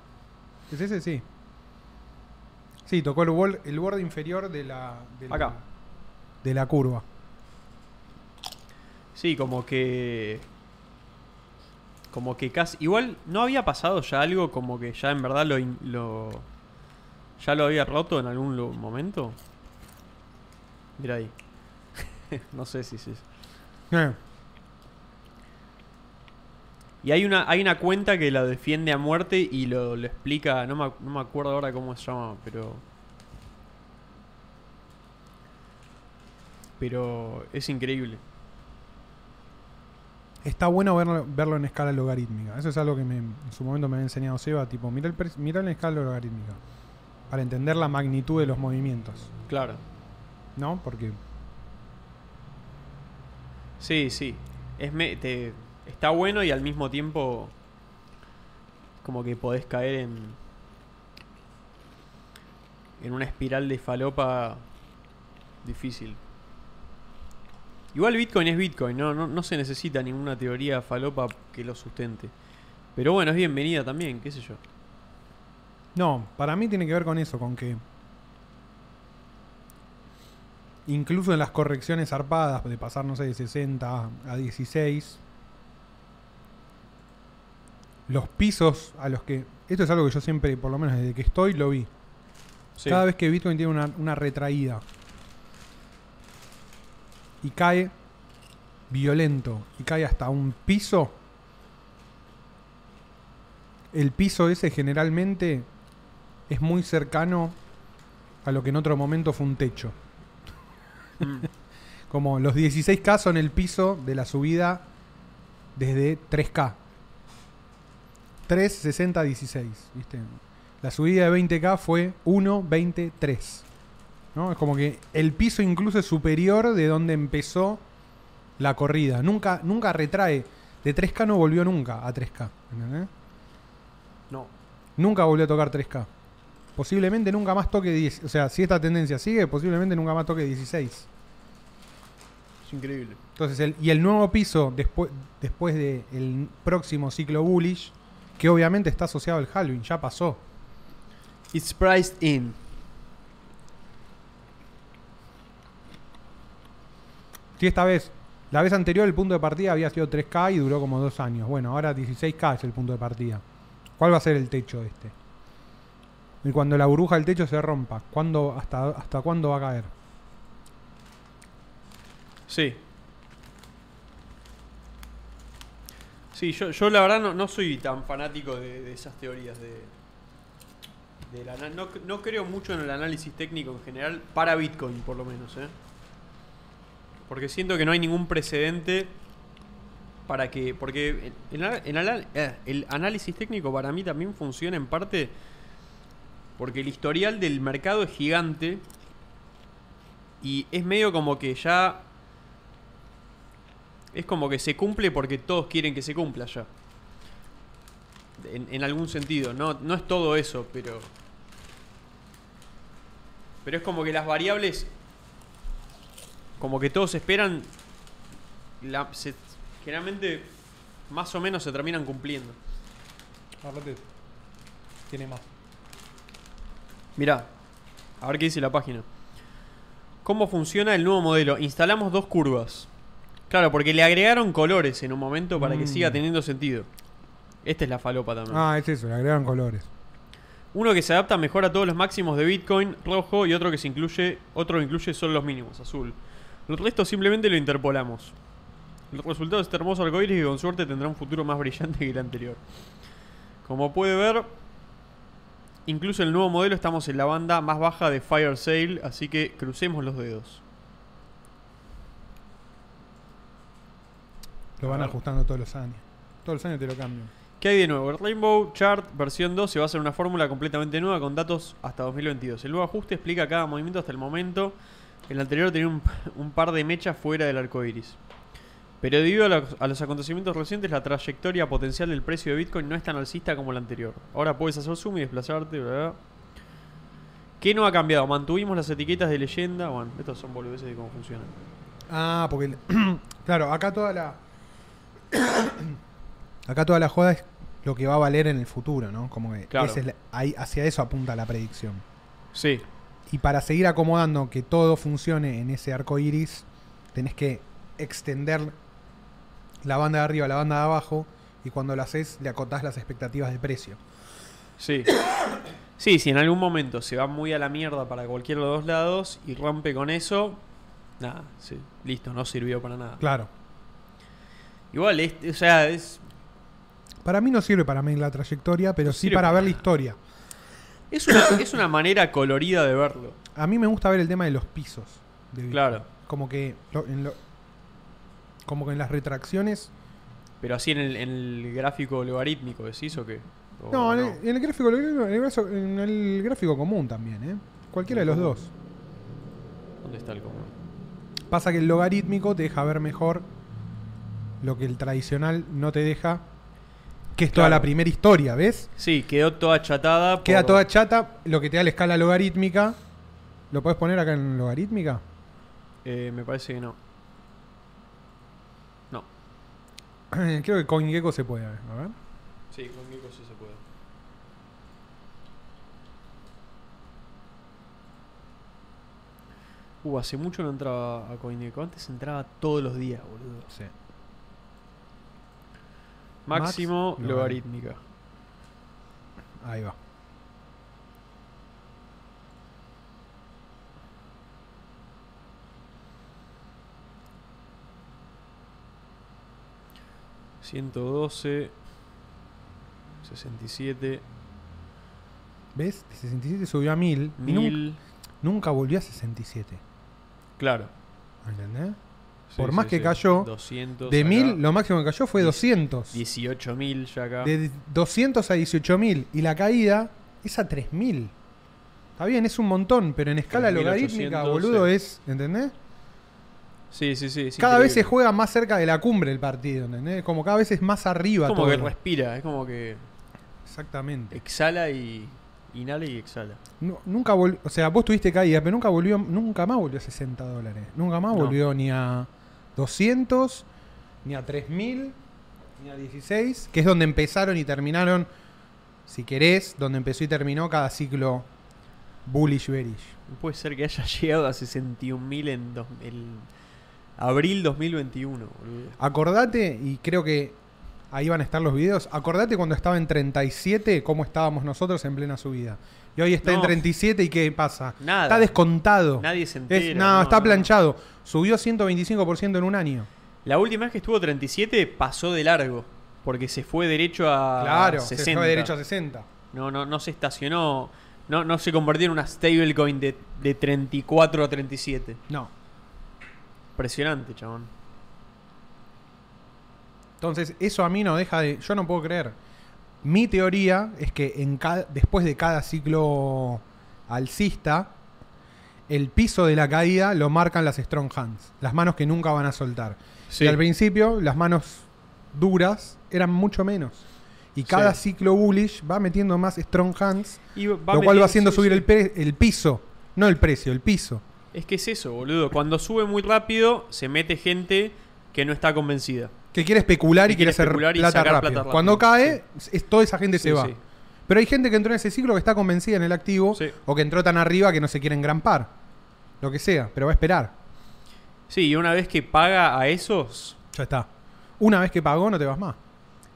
[SPEAKER 1] ¿Es ese? Sí. Sí, tocó el, bol- el borde inferior de la, de la-
[SPEAKER 2] Acá.
[SPEAKER 1] de la curva.
[SPEAKER 2] Sí, como que. Como que casi. Igual, ¿no había pasado ya algo como que ya en verdad lo. in- lo- ya lo había roto en algún lu- momento? Mira ahí. no sé si sí.
[SPEAKER 1] Eh,
[SPEAKER 2] Y hay una, hay una cuenta que la defiende a muerte y lo, lo explica. No me, ac- no me acuerdo ahora cómo se llama, pero. Pero es increíble.
[SPEAKER 1] está bueno verlo, verlo en escala logarítmica. Eso es algo que me- en su momento me había enseñado Seba. Tipo, mira el, pre- mirá en escala logarítmica. Para entender la magnitud de los movimientos.
[SPEAKER 2] Claro.
[SPEAKER 1] ¿No? Porque
[SPEAKER 2] Sí, sí. Es me- te- está bueno y al mismo tiempo como que podés caer en en una espiral de falopa difícil. Igual Bitcoin es Bitcoin, no, no, no se necesita ninguna teoría falopa que lo sustente. Pero bueno, es bienvenida también, qué sé yo.
[SPEAKER 1] No, para mí tiene que ver con eso, con que incluso en las correcciones zarpadas de pasar, no sé, de 60 a 16, los pisos a los que... Esto es algo que yo siempre, por lo menos desde que estoy, lo vi.
[SPEAKER 2] Sí.
[SPEAKER 1] Cada vez que Bitcoin tiene una, una retraída y cae violento y cae hasta un piso, el piso ese generalmente es muy cercano a lo que en otro momento fue un techo.
[SPEAKER 2] Mm,
[SPEAKER 1] Como los 16K son el piso de la subida desde 3K. 3, 60, 16. ¿viste? La subida de 20K fue 1, 20, 3. ¿no? Es como que el piso incluso es superior de donde empezó la corrida. Nunca, nunca retrae. De 3K no volvió nunca a 3K. ¿entendés?
[SPEAKER 2] no.
[SPEAKER 1] Nunca volvió a tocar 3K. Posiblemente nunca más toque 10. O sea, si esta tendencia sigue, posiblemente nunca más toque 16.
[SPEAKER 2] Es increíble.
[SPEAKER 1] Entonces, el, y el nuevo piso después, después del próximo ciclo bullish, que obviamente está asociado al Halloween, ya pasó.
[SPEAKER 2] It's priced in.
[SPEAKER 1] Si esta vez, la vez anterior el punto de partida había sido 3K y duró como dos años. Bueno, ahora 16K es el punto de partida. ¿Cuál va a ser el techo de este? Y cuando la burbuja del techo se rompa, ¿cuándo, hasta, ¿hasta cuándo va a caer?
[SPEAKER 2] Sí. Sí, yo, yo la verdad no, no soy tan fanático de, de esas teorías de... del ana- no, no creo mucho en el análisis técnico en general, para Bitcoin por lo menos. ¿eh? Porque siento que no hay ningún precedente para que... Porque el, el- el ana- eh, el análisis técnico para mí también funciona en parte porque el historial del mercado es gigante y es medio como que ya es como que se cumple porque todos quieren que se cumpla ya. En, en algún sentido, no, no es todo eso, pero. Pero es como que las variables. Como que todos esperan. la- se- generalmente, más o menos se terminan cumpliendo.
[SPEAKER 1] Tiene más.
[SPEAKER 2] Mirá, a ver qué dice la página. ¿Cómo funciona el nuevo modelo? Instalamos dos curvas. Claro, porque le agregaron colores en un momento para que
[SPEAKER 1] Mm.
[SPEAKER 2] siga teniendo sentido. Esta es la falopa también.
[SPEAKER 1] Ah, es eso, le agregan colores.
[SPEAKER 2] Uno que se adapta mejor a todos los máximos de Bitcoin, rojo, y otro que se incluye, otro que incluye solo los mínimos, azul. Los restos simplemente lo interpolamos. El resultado es este hermoso arcoíris que con suerte tendrá un futuro más brillante que el anterior. Como puede ver, incluso en el nuevo modelo estamos en la banda más baja de Fire Sale, así que crucemos los dedos.
[SPEAKER 1] Lo van
[SPEAKER 2] A ver.
[SPEAKER 1] ajustando todos los años. Todos los años te lo cambian.
[SPEAKER 2] ¿Qué hay de nuevo? El Rainbow Chart versión 2 se basa en una fórmula completamente nueva con datos hasta 2022. El nuevo ajuste explica cada movimiento hasta el momento. El anterior tenía un, un par de mechas fuera del arco iris. Pero debido a los, a los acontecimientos recientes, la trayectoria potencial del precio de Bitcoin no es tan alcista como la anterior. Ahora puedes hacer zoom y desplazarte, bla, bla. ¿Qué no ha cambiado? Mantuvimos las etiquetas de leyenda. Bueno, estos son boludeces de cómo funcionan.
[SPEAKER 1] Ah, porque. el- claro, acá toda la. acá toda la joda es lo que va a valer en el futuro, ¿no? Como que
[SPEAKER 2] Claro.
[SPEAKER 1] esa es la- ahí- hacia eso apunta la predicción.
[SPEAKER 2] Sí,
[SPEAKER 1] Y para seguir acomodando que todo funcione en ese arco iris, tenés que extender la banda de arriba a la banda de abajo. Y cuando lo haces, le acotás las expectativas de precio.
[SPEAKER 2] Sí. Sí, si en algún momento se va muy a la mierda para cualquiera de los dos lados y rompe con eso, nada, sí, listo, no sirvió para nada.
[SPEAKER 1] Claro.
[SPEAKER 2] Igual, es- o sea, es,
[SPEAKER 1] Para mí no sirve para medir la trayectoria, pero sí
[SPEAKER 2] sirve
[SPEAKER 1] para
[SPEAKER 2] para
[SPEAKER 1] ver la historia.
[SPEAKER 2] es, una, es una manera colorida de verlo.
[SPEAKER 1] A mí me gusta ver el tema de los pisos. de Bitcoin.
[SPEAKER 2] Claro.
[SPEAKER 1] Como que lo- en lo- como que en las retracciones.
[SPEAKER 2] Pero así en el, en el gráfico logarítmico, ¿decís o qué? O
[SPEAKER 1] Oh, no, En, el, en el gráfico, en el graso- en el gráfico común también, ¿eh? Cualquiera de los dos.
[SPEAKER 2] ¿Dónde está el común?
[SPEAKER 1] Pasa que el logarítmico te deja ver mejor lo que el tradicional no te deja. Que es toda
[SPEAKER 2] Claro.
[SPEAKER 1] la primera historia, ¿ves?
[SPEAKER 2] Sí, quedó toda chatada. por-
[SPEAKER 1] Queda toda chata, lo que te da la escala logarítmica. ¿Lo podés poner acá en logarítmica?
[SPEAKER 2] Eh, me parece que no. No.
[SPEAKER 1] Creo que con Gecko se puede, a ver.
[SPEAKER 2] Sí, conmigo sí se puede. Uh, hace mucho no entraba a CoinGecko. Antes entraba todos los días, boludo.
[SPEAKER 1] Sí. Max
[SPEAKER 2] Máximo
[SPEAKER 1] logarítmica.
[SPEAKER 2] logarítmica.
[SPEAKER 1] Ahí va.
[SPEAKER 2] $112 67,
[SPEAKER 1] ¿Ves? De 67 subió a 1000. y nun-
[SPEAKER 2] 1000.
[SPEAKER 1] nunca volvió a 67.
[SPEAKER 2] Claro.
[SPEAKER 1] ¿Entendés?
[SPEAKER 2] Sí,
[SPEAKER 1] Por más
[SPEAKER 2] sí,
[SPEAKER 1] que
[SPEAKER 2] sí.
[SPEAKER 1] cayó,
[SPEAKER 2] 200
[SPEAKER 1] De
[SPEAKER 2] acá,
[SPEAKER 1] 1000, lo máximo que cayó fue
[SPEAKER 2] Diez-
[SPEAKER 1] 200.
[SPEAKER 2] 18.000 ya acá.
[SPEAKER 1] De 200 a 18.000. Y la caída es a 3.000. Está bien, es un montón, pero en escala
[SPEAKER 2] 3.800,
[SPEAKER 1] logarítmica, boludo,
[SPEAKER 2] sí.
[SPEAKER 1] es. ¿Entendés?
[SPEAKER 2] Sí, sí, sí. es
[SPEAKER 1] cada vez se
[SPEAKER 2] increíble.
[SPEAKER 1] juega más cerca de la cumbre el partido, ¿entendés? Como cada vez es más arriba
[SPEAKER 2] Es como que
[SPEAKER 1] todo.
[SPEAKER 2] respira, es como que
[SPEAKER 1] Exactamente.
[SPEAKER 2] exhala y Inhala y exhala.
[SPEAKER 1] No- nunca volvió, o sea, vos tuviste caída, pero nunca volvió, nunca más volvió a 60 dólares. Nunca más
[SPEAKER 2] No.
[SPEAKER 1] volvió ni a 200, ni a 3000, ni a 16, que es donde empezaron y terminaron, si querés, donde empezó y terminó cada ciclo bullish bearish.
[SPEAKER 2] No puede ser que haya llegado a 61.000 en dos- el abril 2021, boludo.
[SPEAKER 1] Acordate, y creo que ahí van a estar los videos, acordate cuando estaba en 37, cómo estábamos nosotros en plena subida. Y hoy está en
[SPEAKER 2] No.
[SPEAKER 1] 37 y ¿qué pasa?
[SPEAKER 2] Nada.
[SPEAKER 1] Está descontado.
[SPEAKER 2] Nadie se entera.
[SPEAKER 1] Es- no, está
[SPEAKER 2] no.
[SPEAKER 1] planchado. Subió 125% en un año.
[SPEAKER 2] La última vez que estuvo 37 pasó de largo. Porque se fue derecho a
[SPEAKER 1] claro,
[SPEAKER 2] 60.
[SPEAKER 1] se fue derecho a 60.
[SPEAKER 2] No, no, no se estacionó. No, no se convirtió en una stablecoin de, de 34 a 37.
[SPEAKER 1] No.
[SPEAKER 2] Impresionante, chabón.
[SPEAKER 1] Entonces, eso a mí no deja de. Yo no puedo creer. Mi teoría es que en cada, después de cada ciclo alcista, el piso de la caída lo marcan las strong hands, las manos que nunca van a soltar.
[SPEAKER 2] Sí.
[SPEAKER 1] Y al principio, las manos duras eran mucho menos. Y cada
[SPEAKER 2] Sí.
[SPEAKER 1] ciclo bullish va metiendo más strong hands,
[SPEAKER 2] Y va
[SPEAKER 1] lo cual
[SPEAKER 2] metiendo-
[SPEAKER 1] va haciendo
[SPEAKER 2] sí,
[SPEAKER 1] subir
[SPEAKER 2] sí.
[SPEAKER 1] el, pre- el piso. No el precio, el piso.
[SPEAKER 2] Es que es eso, boludo. Cuando sube muy rápido, se mete gente que no está convencida.
[SPEAKER 1] Que quiere especular
[SPEAKER 2] Que
[SPEAKER 1] y quiere
[SPEAKER 2] quiere
[SPEAKER 1] hacer
[SPEAKER 2] especular y
[SPEAKER 1] plata,
[SPEAKER 2] sacar
[SPEAKER 1] rápido.
[SPEAKER 2] plata rápido.
[SPEAKER 1] Cuando cae, es- toda esa gente se
[SPEAKER 2] Sí,
[SPEAKER 1] va.
[SPEAKER 2] sí.
[SPEAKER 1] Pero hay gente que entró en ese ciclo que está convencida en el activo
[SPEAKER 2] Sí.
[SPEAKER 1] o que entró tan arriba que no se quiere engrampar. Lo que sea, pero va a esperar.
[SPEAKER 2] Sí, y una vez que paga a esos,
[SPEAKER 1] Ya está. Una vez que pagó, no te vas más.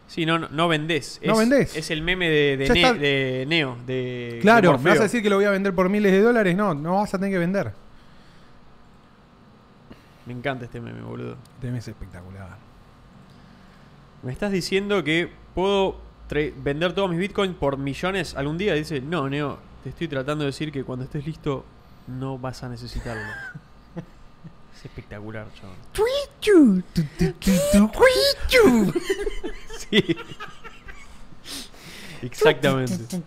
[SPEAKER 2] sí, no, no, no vendés.
[SPEAKER 1] No
[SPEAKER 2] es,
[SPEAKER 1] vendés.
[SPEAKER 2] Es el meme de, de
[SPEAKER 1] Ya
[SPEAKER 2] Ne-
[SPEAKER 1] está.
[SPEAKER 2] de Neo, de de
[SPEAKER 1] Claro, me
[SPEAKER 2] Morfeo.
[SPEAKER 1] vas a decir que lo voy a vender por miles de dólares. No, no vas a tener que vender.
[SPEAKER 2] Me encanta este meme, boludo.
[SPEAKER 1] Te ves espectacular.
[SPEAKER 2] ¿Me estás diciendo que puedo tra- vender todos mis bitcoins por millones algún día? Dice, no, Neo, te estoy tratando de decir que cuando estés listo no vas a necesitarlo. es espectacular, chaval. Sí. Exactamente.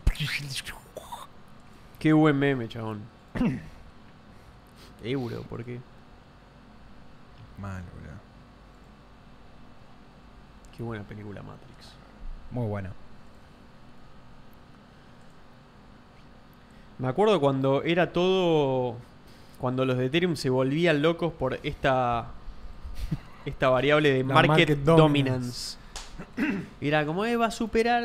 [SPEAKER 2] Qué buen meme, chabón. Euro, ¿por qué?
[SPEAKER 1] Mal, boludo.
[SPEAKER 2] Qué buena película Matrix.
[SPEAKER 1] Muy bueno.
[SPEAKER 2] Me acuerdo cuando era todo. Cuando los de Ethereum se volvían locos por esta. Esta variable de
[SPEAKER 1] La
[SPEAKER 2] market,
[SPEAKER 1] market
[SPEAKER 2] dominance. Era como, eh, va a superar.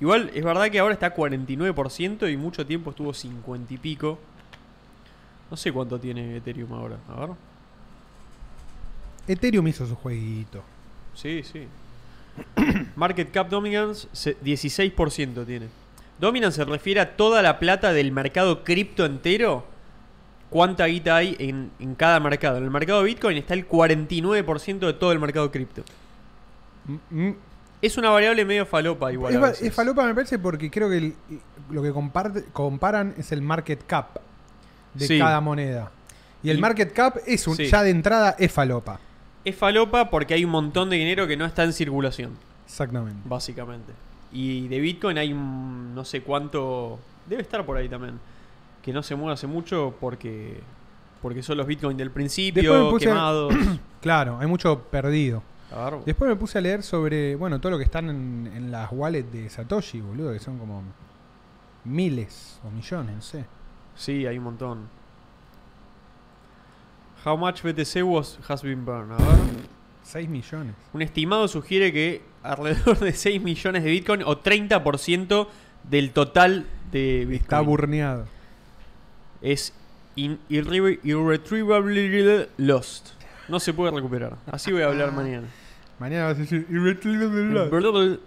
[SPEAKER 2] Igual, es verdad que ahora está 49% y mucho tiempo estuvo 50 y pico. No sé cuánto tiene Ethereum ahora. A ver.
[SPEAKER 1] Ethereum hizo su jueguito.
[SPEAKER 2] Sí, sí. Market Cap Dominance, se- 16% tiene. Dominance se refiere a toda la plata del mercado cripto entero. ¿Cuánta guita hay en, en cada mercado? En el mercado Bitcoin está el 49% de todo el mercado cripto.
[SPEAKER 1] Mm, mm.
[SPEAKER 2] Es una variable medio falopa igual.
[SPEAKER 1] Es,
[SPEAKER 2] a
[SPEAKER 1] fa-
[SPEAKER 2] veces.
[SPEAKER 1] es falopa, me parece, porque creo que el- lo que comparte- comparan es el market cap de
[SPEAKER 2] Sí.
[SPEAKER 1] cada moneda. Y el
[SPEAKER 2] Y-
[SPEAKER 1] market cap es un,
[SPEAKER 2] sí.
[SPEAKER 1] ya de entrada es falopa.
[SPEAKER 2] Es falopa porque hay un montón de dinero que no está en circulación,
[SPEAKER 1] Exactamente.
[SPEAKER 2] básicamente. Y de Bitcoin hay un- no sé cuánto... Debe estar por ahí también. Que no se mueve hace mucho porque... Porque son los Bitcoin del
[SPEAKER 1] Después me
[SPEAKER 2] principio,
[SPEAKER 1] puse-
[SPEAKER 2] quemados.
[SPEAKER 1] Claro, hay mucho perdido.
[SPEAKER 2] A ver,
[SPEAKER 1] Después me puse a leer sobre, bueno, todo lo que están en, en las wallets de Satoshi, boludo, que son como miles o millones, no sé.
[SPEAKER 2] Sí, hay un montón. How much BTC was, has been burned? A ver.
[SPEAKER 1] 6 millones.
[SPEAKER 2] Un estimado sugiere que alrededor de 6 millones de Bitcoin o 30% del total de Bitcoin.
[SPEAKER 1] Está burneado.
[SPEAKER 2] es in- irre- irretrievably lost. No se puede recuperar. Así voy a
[SPEAKER 1] Ah.
[SPEAKER 2] hablar mañana.
[SPEAKER 1] Mañana vas a decir... "Irretrievable".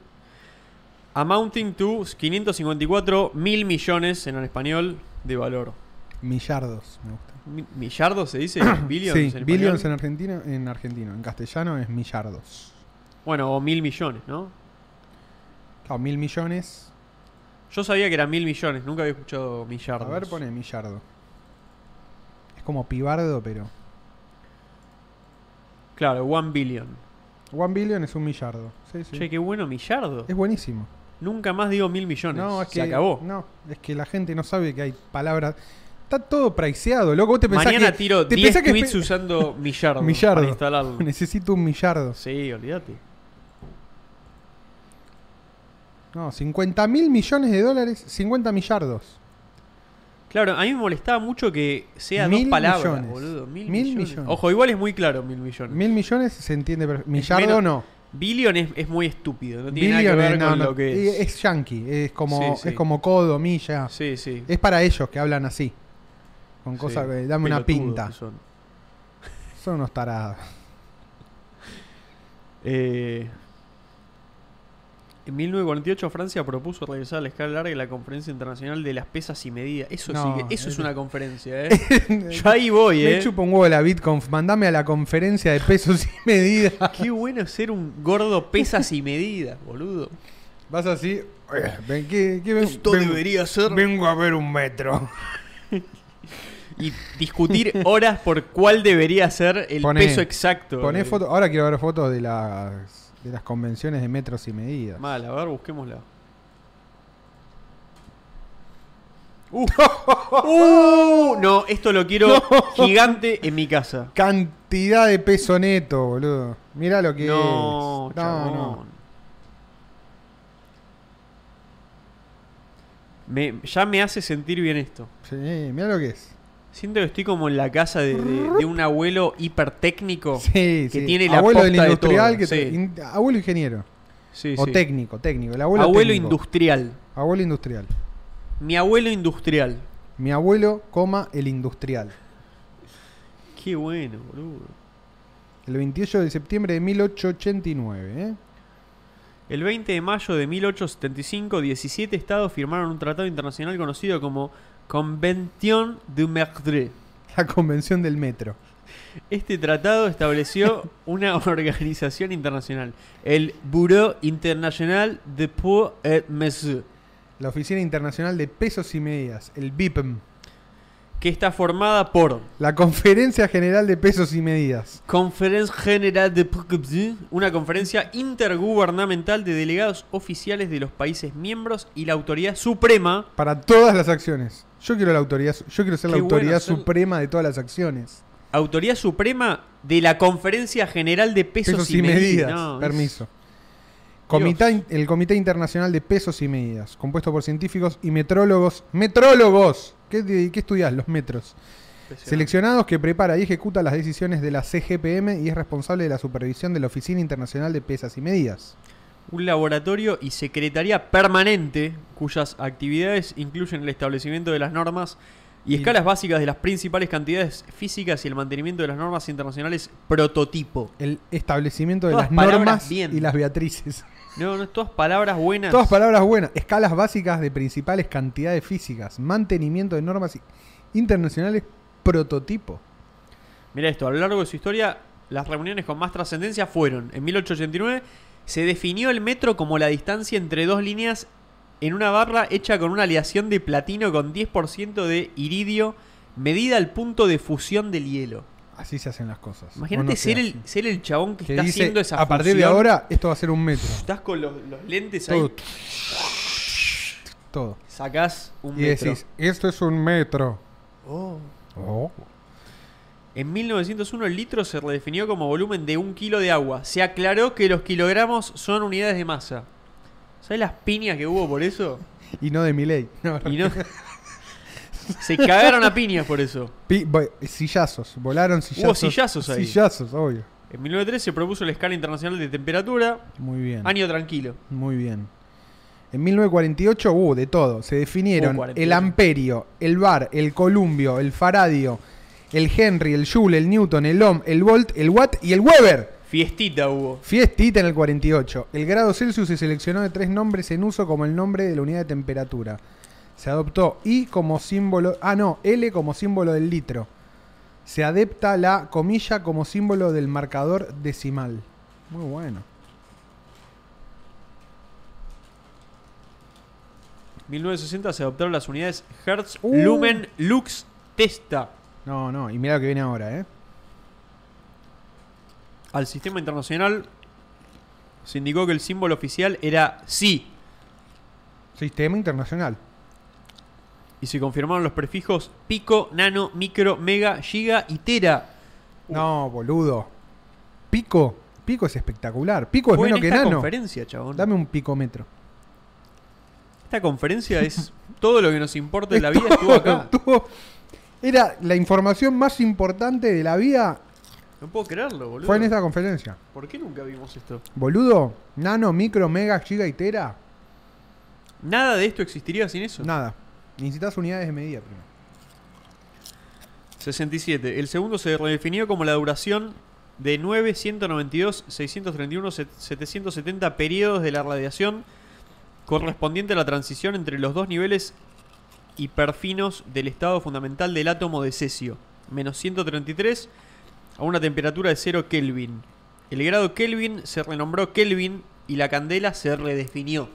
[SPEAKER 2] Amounting to 554 mil millones en español de valor.
[SPEAKER 1] Millardos, me gusta.
[SPEAKER 2] Mi- ¿Millardos se dice? ¿Billions? en
[SPEAKER 1] sí,
[SPEAKER 2] español?
[SPEAKER 1] billions en argentino, en argentino, en castellano es millardos.
[SPEAKER 2] Bueno, o mil millones, ¿no?
[SPEAKER 1] Claro, mil millones.
[SPEAKER 2] Yo sabía que eran mil millones, nunca había escuchado
[SPEAKER 1] A
[SPEAKER 2] millardos.
[SPEAKER 1] ver, pone millardo. Es como pibardo, pero.
[SPEAKER 2] Claro, one billion.
[SPEAKER 1] One billion es un millardo. Sí, sí.
[SPEAKER 2] Che, qué bueno millardo.
[SPEAKER 1] Es buenísimo.
[SPEAKER 2] Nunca más digo mil millones.
[SPEAKER 1] No, es que.
[SPEAKER 2] Se acabó.
[SPEAKER 1] No, es que la gente no sabe que hay palabras. Está todo priceado, loco. Vos te pensás
[SPEAKER 2] Mañana
[SPEAKER 1] que.
[SPEAKER 2] tiro
[SPEAKER 1] te
[SPEAKER 2] 10
[SPEAKER 1] pensás que
[SPEAKER 2] tweets
[SPEAKER 1] espe-
[SPEAKER 2] usando millardo,
[SPEAKER 1] Millardo.
[SPEAKER 2] para instalarlo.
[SPEAKER 1] Necesito un millardo.
[SPEAKER 2] Sí, olvídate.
[SPEAKER 1] No, 50 mil millones de dólares, 50 millardos.
[SPEAKER 2] Claro, a mí me molestaba mucho que sea dos
[SPEAKER 1] Mil
[SPEAKER 2] palabras,
[SPEAKER 1] millones.
[SPEAKER 2] boludo. Mil,
[SPEAKER 1] Mil
[SPEAKER 2] millones.
[SPEAKER 1] millones.
[SPEAKER 2] Ojo, igual es muy claro, mil millones.
[SPEAKER 1] Mil millones se entiende. per- Millardo
[SPEAKER 2] menos-
[SPEAKER 1] no.
[SPEAKER 2] Billion es, es muy estúpido, no tiene
[SPEAKER 1] Billion
[SPEAKER 2] nada que ver
[SPEAKER 1] es- no,
[SPEAKER 2] con
[SPEAKER 1] no,
[SPEAKER 2] lo que
[SPEAKER 1] y
[SPEAKER 2] es.
[SPEAKER 1] es yankee, es como,
[SPEAKER 2] Sí, sí.
[SPEAKER 1] es como codo, milla.
[SPEAKER 2] Sí, sí.
[SPEAKER 1] Es para ellos que hablan así. Con cosas
[SPEAKER 2] Sí,
[SPEAKER 1] que- dame una
[SPEAKER 2] pelotudos
[SPEAKER 1] pinta.
[SPEAKER 2] que son.
[SPEAKER 1] Son unos tarados.
[SPEAKER 2] Eh, en 1948 Francia propuso realizar a la escala larga la conferencia internacional de las pesas y medidas. Eso
[SPEAKER 1] No,
[SPEAKER 2] sí, que- eso es
[SPEAKER 1] ese-
[SPEAKER 2] una conferencia, ¿eh? Yo ahí voy,
[SPEAKER 1] Me
[SPEAKER 2] ¿eh?
[SPEAKER 1] chupo un huevo la BitConf. Mandame a la conferencia de pesos y medidas.
[SPEAKER 2] Qué bueno ser un gordo pesas y medidas, boludo.
[SPEAKER 1] Vas así. "Eh, ven, ¿qué- qué ven-
[SPEAKER 2] Esto
[SPEAKER 1] vengo-
[SPEAKER 2] debería ser...
[SPEAKER 1] Vengo a ver un metro.
[SPEAKER 2] Y discutir horas por cuál debería ser el
[SPEAKER 1] Poné-
[SPEAKER 2] peso exacto.
[SPEAKER 1] Poné
[SPEAKER 2] Eh,
[SPEAKER 1] foto, ahora quiero ver fotos de las, de las convenciones de metros y medidas.
[SPEAKER 2] Mal, a ver, busquémosla. Uh, no, esto lo quiero gigante en mi casa.
[SPEAKER 1] Cantidad de peso neto, boludo. Mirá lo que
[SPEAKER 2] No,
[SPEAKER 1] es.
[SPEAKER 2] chabón. Me- ya me hace sentir bien esto.
[SPEAKER 1] Sí, mirá lo que es.
[SPEAKER 2] Siento que estoy como en la casa de, de- de un abuelo hipertécnico.
[SPEAKER 1] Sí,
[SPEAKER 2] Oh, que
[SPEAKER 1] sí.
[SPEAKER 2] tiene la
[SPEAKER 1] abuelo
[SPEAKER 2] posta
[SPEAKER 1] del
[SPEAKER 2] de
[SPEAKER 1] industrial,
[SPEAKER 2] todo,
[SPEAKER 1] que te-
[SPEAKER 2] sí.
[SPEAKER 1] in- abuelo ingeniero.
[SPEAKER 2] Sí,
[SPEAKER 1] o
[SPEAKER 2] sí.
[SPEAKER 1] técnico, técnico. El abuelo,
[SPEAKER 2] Abuelo,
[SPEAKER 1] técnico.
[SPEAKER 2] industrial.
[SPEAKER 1] Abuelo industrial.
[SPEAKER 2] Mi abuelo industrial.
[SPEAKER 1] Mi abuelo, coma, el industrial.
[SPEAKER 2] Qué bueno, boludo.
[SPEAKER 1] El 28 de septiembre de 1889. ¿eh?
[SPEAKER 2] El 20 de mayo de 1875, 17 estados firmaron un tratado internacional conocido como Convention du Meurtre.
[SPEAKER 1] La convención del metro.
[SPEAKER 2] Este tratado estableció una organización internacional, el Bureau International de Poids et Mesures,
[SPEAKER 1] La Oficina Internacional de Pesos y Medidas, el BIPM.
[SPEAKER 2] que está formada por
[SPEAKER 1] La Conferencia General de Pesos y Medidas.
[SPEAKER 2] Conference General de Poids, una conferencia intergubernamental de delegados oficiales de los países miembros y la autoridad suprema.
[SPEAKER 1] Para todas las acciones. Yo quiero la autoridad, su- yo quiero ser la
[SPEAKER 2] Qué bueno
[SPEAKER 1] autoridad
[SPEAKER 2] ser-
[SPEAKER 1] suprema de todas las acciones.
[SPEAKER 2] Autoridad Suprema de la Conferencia General de Pesos,
[SPEAKER 1] Pesos y medidas.
[SPEAKER 2] No, es-
[SPEAKER 1] Permiso. Comité in- el Comité Internacional de Pesos y Medidas, compuesto por científicos y metrólogos. ¡Metrólogos! ¿Qué, te- qué estudias? Los metros. Seleccionados que prepara y ejecuta las decisiones de la CGPM y es responsable de la supervisión de la Oficina Internacional de Pesas y Medidas.
[SPEAKER 2] un laboratorio y secretaría permanente cuyas actividades incluyen el establecimiento de las normas y
[SPEAKER 1] Y-
[SPEAKER 2] escalas básicas de las principales cantidades físicas y el mantenimiento de las normas internacionales prototipo.
[SPEAKER 1] El establecimiento de
[SPEAKER 2] Todas
[SPEAKER 1] las
[SPEAKER 2] palabras
[SPEAKER 1] normas
[SPEAKER 2] bien.
[SPEAKER 1] y las beatrices.
[SPEAKER 2] No, no, todas palabras buenas.
[SPEAKER 1] Todas palabras buenas. Escalas básicas de principales cantidades físicas. Mantenimiento de normas i- internacionales prototipo.
[SPEAKER 2] Mira esto, a lo largo de su historia, las reuniones con más trascendencia fueron en 1889 se definió el metro como la distancia entre dos líneas en una barra hecha con una aleación de platino con 10% de iridio medida al punto de fusión del hielo.
[SPEAKER 1] Así se hacen las cosas.
[SPEAKER 2] Imagínate
[SPEAKER 1] O no se
[SPEAKER 2] ser, el,
[SPEAKER 1] hacen.
[SPEAKER 2] ser el chabón que,
[SPEAKER 1] que
[SPEAKER 2] está
[SPEAKER 1] dice,
[SPEAKER 2] haciendo esa
[SPEAKER 1] a partir de
[SPEAKER 2] fusión.
[SPEAKER 1] ahora esto va a ser un metro.
[SPEAKER 2] Estás con los, los lentes ahí,
[SPEAKER 1] Todo. Todo.
[SPEAKER 2] sacás un
[SPEAKER 1] Y
[SPEAKER 2] metro.
[SPEAKER 1] decís, esto es un metro.
[SPEAKER 2] Oh.
[SPEAKER 1] Oh.
[SPEAKER 2] En 1901 el litro se redefinió como volumen de un kilo de agua. Se aclaró que los kilogramos son unidades de masa. ¿Sabes las piñas que hubo por eso?
[SPEAKER 1] Y no de mi ley.
[SPEAKER 2] Y no- se cagaron a piñas por eso.
[SPEAKER 1] sillazos. Volaron sillazos.
[SPEAKER 2] sillazos ahí.
[SPEAKER 1] Sillazos, obvio.
[SPEAKER 2] En 1903 se propuso la escala internacional de temperatura.
[SPEAKER 1] Muy bien.
[SPEAKER 2] Año tranquilo.
[SPEAKER 1] Muy bien. En 1948 hubo de todo. Se definieron
[SPEAKER 2] Uh, 48.
[SPEAKER 1] el amperio, el bar, el columbio, el faradio, el Henry, el joule, el newton, el ohm, el volt, el watt y el Weber.
[SPEAKER 2] Fiestita hubo.
[SPEAKER 1] Fiestita en el 48. El grado Celsius se seleccionó de tres nombres en uso como el nombre de la unidad de temperatura. Se adoptó I como símbolo... Ah, no, L como símbolo del litro. Se adepta la comilla como símbolo del marcador decimal. Muy bueno.
[SPEAKER 2] 1960 se adoptaron las unidades Hertz,
[SPEAKER 1] Uh.
[SPEAKER 2] Lumen, Lux, Testa.
[SPEAKER 1] No, no, y mira lo que viene ahora, ¿eh?
[SPEAKER 2] Al sistema internacional se indicó que el símbolo oficial era SI
[SPEAKER 1] Sistema internacional.
[SPEAKER 2] y se confirmaron los prefijos pico, nano, micro, mega, giga y tera.
[SPEAKER 1] No, boludo. Pico. Pico es espectacular. Pico es
[SPEAKER 2] Fue en
[SPEAKER 1] menos que
[SPEAKER 2] esta
[SPEAKER 1] nano.
[SPEAKER 2] conferencia, chabón.
[SPEAKER 1] Dame un picómetro.
[SPEAKER 2] Esta conferencia es todo lo que nos importa de la vida estuvo acá.
[SPEAKER 1] Estuvo- era la información más importante de la vida
[SPEAKER 2] No puedo creerlo, boludo.
[SPEAKER 1] fue en esta conferencia.
[SPEAKER 2] ¿Por qué nunca vimos esto?
[SPEAKER 1] Boludo, nano, micro, mega, giga y tera,
[SPEAKER 2] Nada de esto existiría sin eso.
[SPEAKER 1] nada. Necesitas unidades de medida primero.
[SPEAKER 2] 67. El segundo se redefinió como la duración de 9, 192, 631, set- 770 periodos de la radiación correspondiente a la transición entre los dos niveles hiperfinos del estado fundamental del átomo de cesio, menos 133 a una temperatura de 0 Kelvin. El grado Kelvin se renombró Kelvin y la candela se redefinió.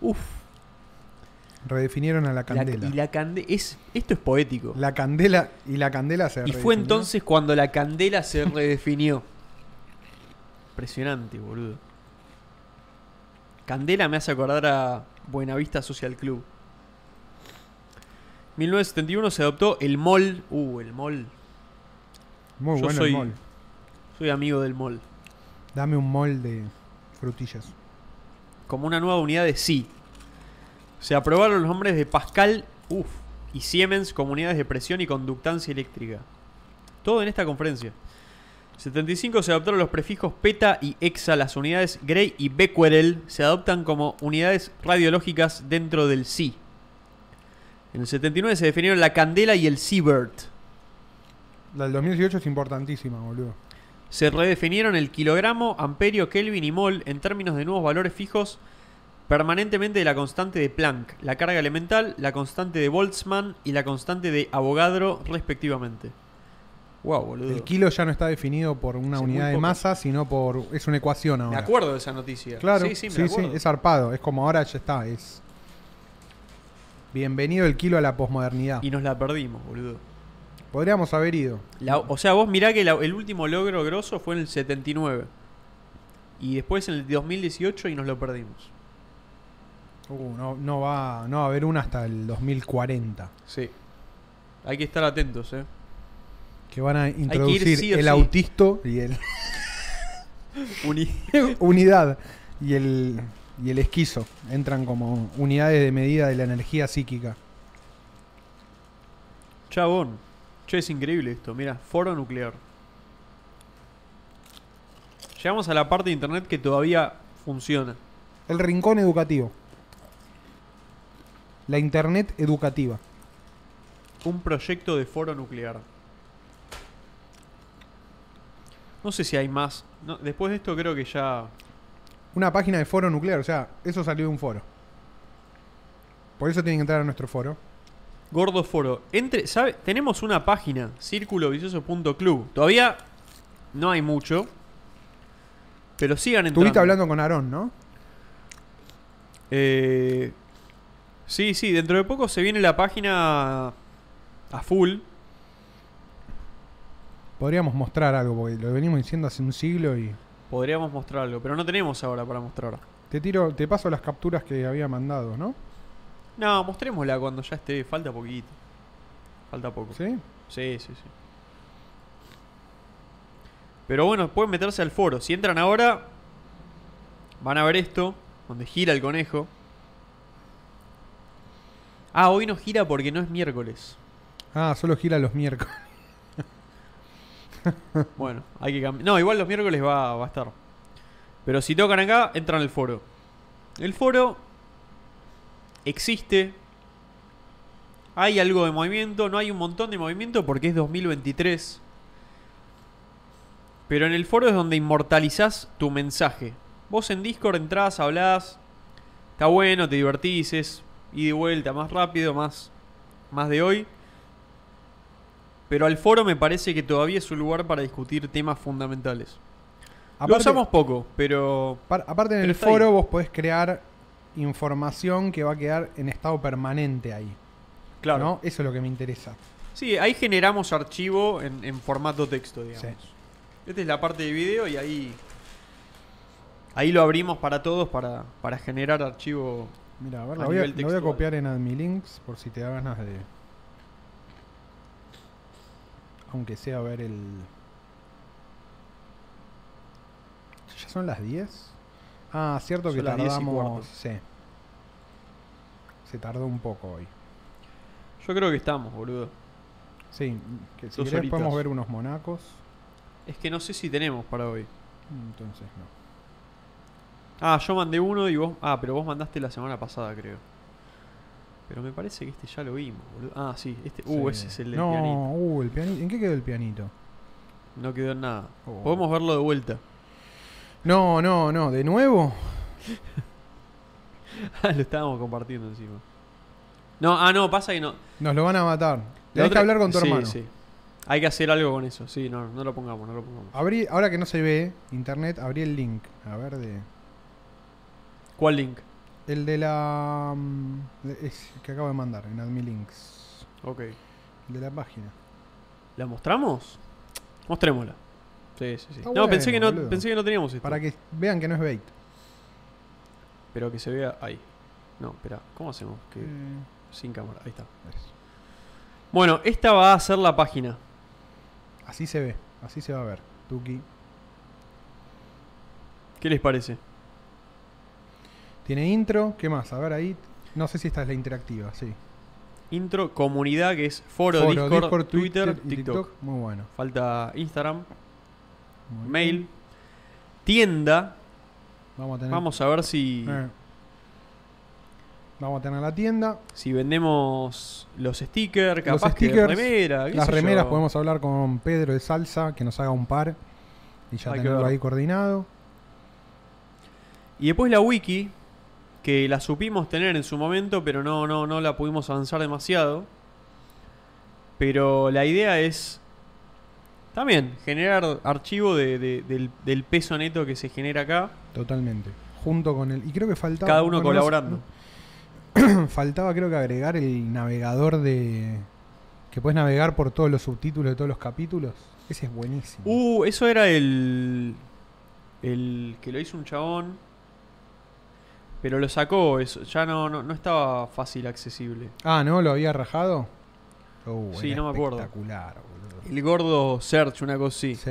[SPEAKER 2] Uf,
[SPEAKER 1] Redefinieron a la
[SPEAKER 2] la-
[SPEAKER 1] candela.
[SPEAKER 2] y
[SPEAKER 1] la,
[SPEAKER 2] la cande- es, esto es poético.
[SPEAKER 1] candela y la candela se
[SPEAKER 2] Y fue
[SPEAKER 1] redefinió.
[SPEAKER 2] entonces cuando la candela se redefinió. Impresionante, boludo. Candela me hace acordar a Buenavista Social Club. 1971 se adoptó el MOL. Uh, el MOL.
[SPEAKER 1] Muy
[SPEAKER 2] yo
[SPEAKER 1] bueno
[SPEAKER 2] soy-
[SPEAKER 1] el mol.
[SPEAKER 2] Soy amigo del MOL.
[SPEAKER 1] Dame un mol de frutillas.
[SPEAKER 2] Como una nueva unidad de sí. Se aprobaron los nombres de Pascal uf, y Siemens como unidades de presión y conductancia eléctrica. Todo en esta conferencia. 75 se adoptaron los prefijos PETA y EXA, las unidades Gray y Becquerel se adoptan como unidades radiológicas dentro del SI. En el 79 se definieron la candela y el Siebert.
[SPEAKER 1] La del 2018 es importantísima, boludo.
[SPEAKER 2] Se redefinieron el kilogramo, amperio, Kelvin y mol en términos de nuevos valores fijos permanentemente de la constante de Planck, la carga elemental, la constante de Boltzmann y la constante de Avogadro, respectivamente. Wow, boludo.
[SPEAKER 1] El kilo ya no está definido por una
[SPEAKER 2] Sí, muy
[SPEAKER 1] unidad de
[SPEAKER 2] poco.
[SPEAKER 1] masa, sino por. Es una ecuación
[SPEAKER 2] me
[SPEAKER 1] ahora.
[SPEAKER 2] acuerdo de esa noticia.
[SPEAKER 1] Claro,
[SPEAKER 2] sí, sí, me acuerdo.
[SPEAKER 1] es zarpado. Es como ahora ya está. Es. Bienvenido el kilo a la posmodernidad.
[SPEAKER 2] Y nos la perdimos, boludo.
[SPEAKER 1] Podríamos haber ido.
[SPEAKER 2] La- o sea, vos mirá que la- el último logro grosso fue en el 79. Y después en el 2018 y nos lo perdimos.
[SPEAKER 1] Uh, no, no va, no va a haber una hasta el 2040.
[SPEAKER 2] Sí. Hay que estar atentos, eh.
[SPEAKER 1] Que van a introducir
[SPEAKER 2] sí o
[SPEAKER 1] el
[SPEAKER 2] sí.
[SPEAKER 1] autisto y el.
[SPEAKER 2] Uni-
[SPEAKER 1] unidad y el, y el esquizo entran como unidades de medida de la energía psíquica.
[SPEAKER 2] Chabón. Che, es increíble esto. Mira, foro nuclear. Llegamos a la parte de internet que todavía funciona.
[SPEAKER 1] El rincón educativo. La internet educativa.
[SPEAKER 2] Un proyecto de foro nuclear. No sé si hay más. No, después de esto creo que ya...
[SPEAKER 1] Una página de foro nuclear, o sea, eso salió de un foro. Por eso tienen que entrar a nuestro foro.
[SPEAKER 2] Gordo foro. Entre, ¿sabe? Tenemos una página, circulovicioso.club. Todavía no hay mucho. Pero sigan entrando.
[SPEAKER 1] Estuviste hablando con Aarón, ¿no?
[SPEAKER 2] Eh, sí, sí, dentro de poco se viene la página a full.
[SPEAKER 1] Podríamos mostrar algo, porque lo venimos diciendo hace un siglo y.
[SPEAKER 2] Podríamos mostrarlo, pero no tenemos ahora para mostrar.
[SPEAKER 1] Te tiro, te paso las capturas que había mandado, ¿no?
[SPEAKER 2] No, mostrémosla cuando ya esté. Falta poquito. Falta poco. Sí,
[SPEAKER 1] ¿Sí?
[SPEAKER 2] sí, sí. Pero bueno, pueden meterse al foro. Si entran ahora, van a ver esto, donde gira el conejo. Ah, hoy no gira porque no es miércoles.
[SPEAKER 1] Ah, solo gira los miércoles.
[SPEAKER 2] Bueno, hay que cambiar. No, igual los miércoles va, va a estar. Pero si tocan acá, entran al foro. El foro existe. Hay algo de movimiento, no hay un montón de movimiento porque es 2023. Pero en el foro es donde inmortalizás tu mensaje. Vos en Discord entrás, hablás. Está bueno, te divertís, es ida y vuelta, más rápido, más, más de hoy. Pero al foro me parece que todavía es un lugar para discutir temas fundamentales. Lo
[SPEAKER 1] Aparte-
[SPEAKER 2] usamos poco, pero
[SPEAKER 1] Par- aparte en
[SPEAKER 2] Pero
[SPEAKER 1] el
[SPEAKER 2] está ahí.
[SPEAKER 1] foro vos podés crear información que va a quedar en estado permanente ahí.
[SPEAKER 2] claro.
[SPEAKER 1] ¿no? Eso es lo que me interesa.
[SPEAKER 2] Sí, ahí generamos archivo en, en formato texto, digamos.
[SPEAKER 1] Sí.
[SPEAKER 2] Esta es la parte de video y ahí ahí lo abrimos para todos para, para generar archivo.
[SPEAKER 1] Mira, a ver,
[SPEAKER 2] A
[SPEAKER 1] la voy a,
[SPEAKER 2] nivel
[SPEAKER 1] la voy a
[SPEAKER 2] textual.
[SPEAKER 1] copiar en AdmiLinks por si te da ganas de. Aunque sea ver el. ¿Ya son las 10? Ah, cierto
[SPEAKER 2] Son
[SPEAKER 1] que
[SPEAKER 2] las 10 y
[SPEAKER 1] tardamos.
[SPEAKER 2] cuarto.
[SPEAKER 1] Sí. Se tardó un poco hoy.
[SPEAKER 2] Yo creo que estamos, boludo.
[SPEAKER 1] Sí, que si
[SPEAKER 2] Dos
[SPEAKER 1] querés podemos
[SPEAKER 2] horitas.
[SPEAKER 1] ver unos monacos.
[SPEAKER 2] Es que no sé si tenemos para hoy.
[SPEAKER 1] Entonces no.
[SPEAKER 2] Ah, yo mandé uno y vos. Ah, pero vos mandaste la semana pasada, creo. Pero me parece que este ya lo vimos, boludo. Ah, sí, este. Uh,
[SPEAKER 1] Sí.
[SPEAKER 2] ese es el del
[SPEAKER 1] No,
[SPEAKER 2] pianito.
[SPEAKER 1] uh, el pianito. ¿En qué quedó el pianito?
[SPEAKER 2] No quedó en nada.
[SPEAKER 1] Oh.
[SPEAKER 2] Podemos verlo de vuelta.
[SPEAKER 1] No, no, no. ¿De nuevo?
[SPEAKER 2] Ah, lo estábamos compartiendo encima. No, ah, no, pasa que no.
[SPEAKER 1] Nos lo van a matar.
[SPEAKER 2] La
[SPEAKER 1] Tenés que
[SPEAKER 2] otra-
[SPEAKER 1] hablar con tu
[SPEAKER 2] sí,
[SPEAKER 1] hermano.
[SPEAKER 2] sí. Hay que hacer algo con eso. Sí, no, no lo pongamos, no lo pongamos.
[SPEAKER 1] Abrí, ahora que no se ve internet, abrí el link. A ver, de.
[SPEAKER 2] ¿Cuál link?
[SPEAKER 1] El de la. mm, de- es el que acabo de mandar en Admin Links.
[SPEAKER 2] Ok.
[SPEAKER 1] El de la página.
[SPEAKER 2] ¿La mostramos? Mostrémosla. Sí, sí, sí.
[SPEAKER 1] Está
[SPEAKER 2] No,
[SPEAKER 1] bueno,
[SPEAKER 2] pensé, que no
[SPEAKER 1] boludo.
[SPEAKER 2] pensé que no teníamos esto.
[SPEAKER 1] Para que vean que no es bait.
[SPEAKER 2] Pero que se vea ahí. No, espera, ¿cómo hacemos? Que...
[SPEAKER 1] Eh,
[SPEAKER 2] Sin cámara, ahí está.
[SPEAKER 1] es-
[SPEAKER 2] Bueno, esta va a ser la página.
[SPEAKER 1] Así se ve. Así se va a ver. Tuki.
[SPEAKER 2] ¿Qué les parece?
[SPEAKER 1] Tiene intro. ¿Qué más? A ver ahí. No sé si esta es la interactiva, sí.
[SPEAKER 2] Intro, comunidad, que es foro,
[SPEAKER 1] Foro,
[SPEAKER 2] Discord, Twitter,
[SPEAKER 1] y
[SPEAKER 2] TikTok.
[SPEAKER 1] Muy bueno.
[SPEAKER 2] Falta Instagram,
[SPEAKER 1] Muy bien.
[SPEAKER 2] mail, tienda.
[SPEAKER 1] Vamos a tener.
[SPEAKER 2] Vamos a ver si,
[SPEAKER 1] eh. Vamos a tener la tienda.
[SPEAKER 2] si vendemos los stickers, capaz
[SPEAKER 1] Los
[SPEAKER 2] que
[SPEAKER 1] stickers,
[SPEAKER 2] remera, qué
[SPEAKER 1] Las
[SPEAKER 2] sé yo.
[SPEAKER 1] remeras podemos hablar con Pedro de Salsa, que nos haga un par. Y ya
[SPEAKER 2] Hay que
[SPEAKER 1] tenerlo
[SPEAKER 2] ver.
[SPEAKER 1] ahí coordinado.
[SPEAKER 2] Y después la wiki, que la supimos tener en su momento, pero no, no, no la pudimos avanzar demasiado. Pero la idea es también generar archivo de- de- del, del peso neto que se genera acá,
[SPEAKER 1] Totalmente. Junto con el. Y creo que faltaba.
[SPEAKER 2] cada uno
[SPEAKER 1] bueno, no sé,
[SPEAKER 2] colaborando.
[SPEAKER 1] Faltaba creo que agregar el navegador de... Que puedes navegar por todos los subtítulos de todos los capítulos. Ese es buenísimo.
[SPEAKER 2] Uh, eso era el. El que lo hizo un chabón. Pero lo sacó, eso ya no, no, no estaba fácil accesible.
[SPEAKER 1] Ah, ¿no? ¿Lo había rajado? Uh,
[SPEAKER 2] Sí,
[SPEAKER 1] era
[SPEAKER 2] no me acuerdo.
[SPEAKER 1] Espectacular, boludo.
[SPEAKER 2] El gordo Search, una cosa así.
[SPEAKER 1] Sí.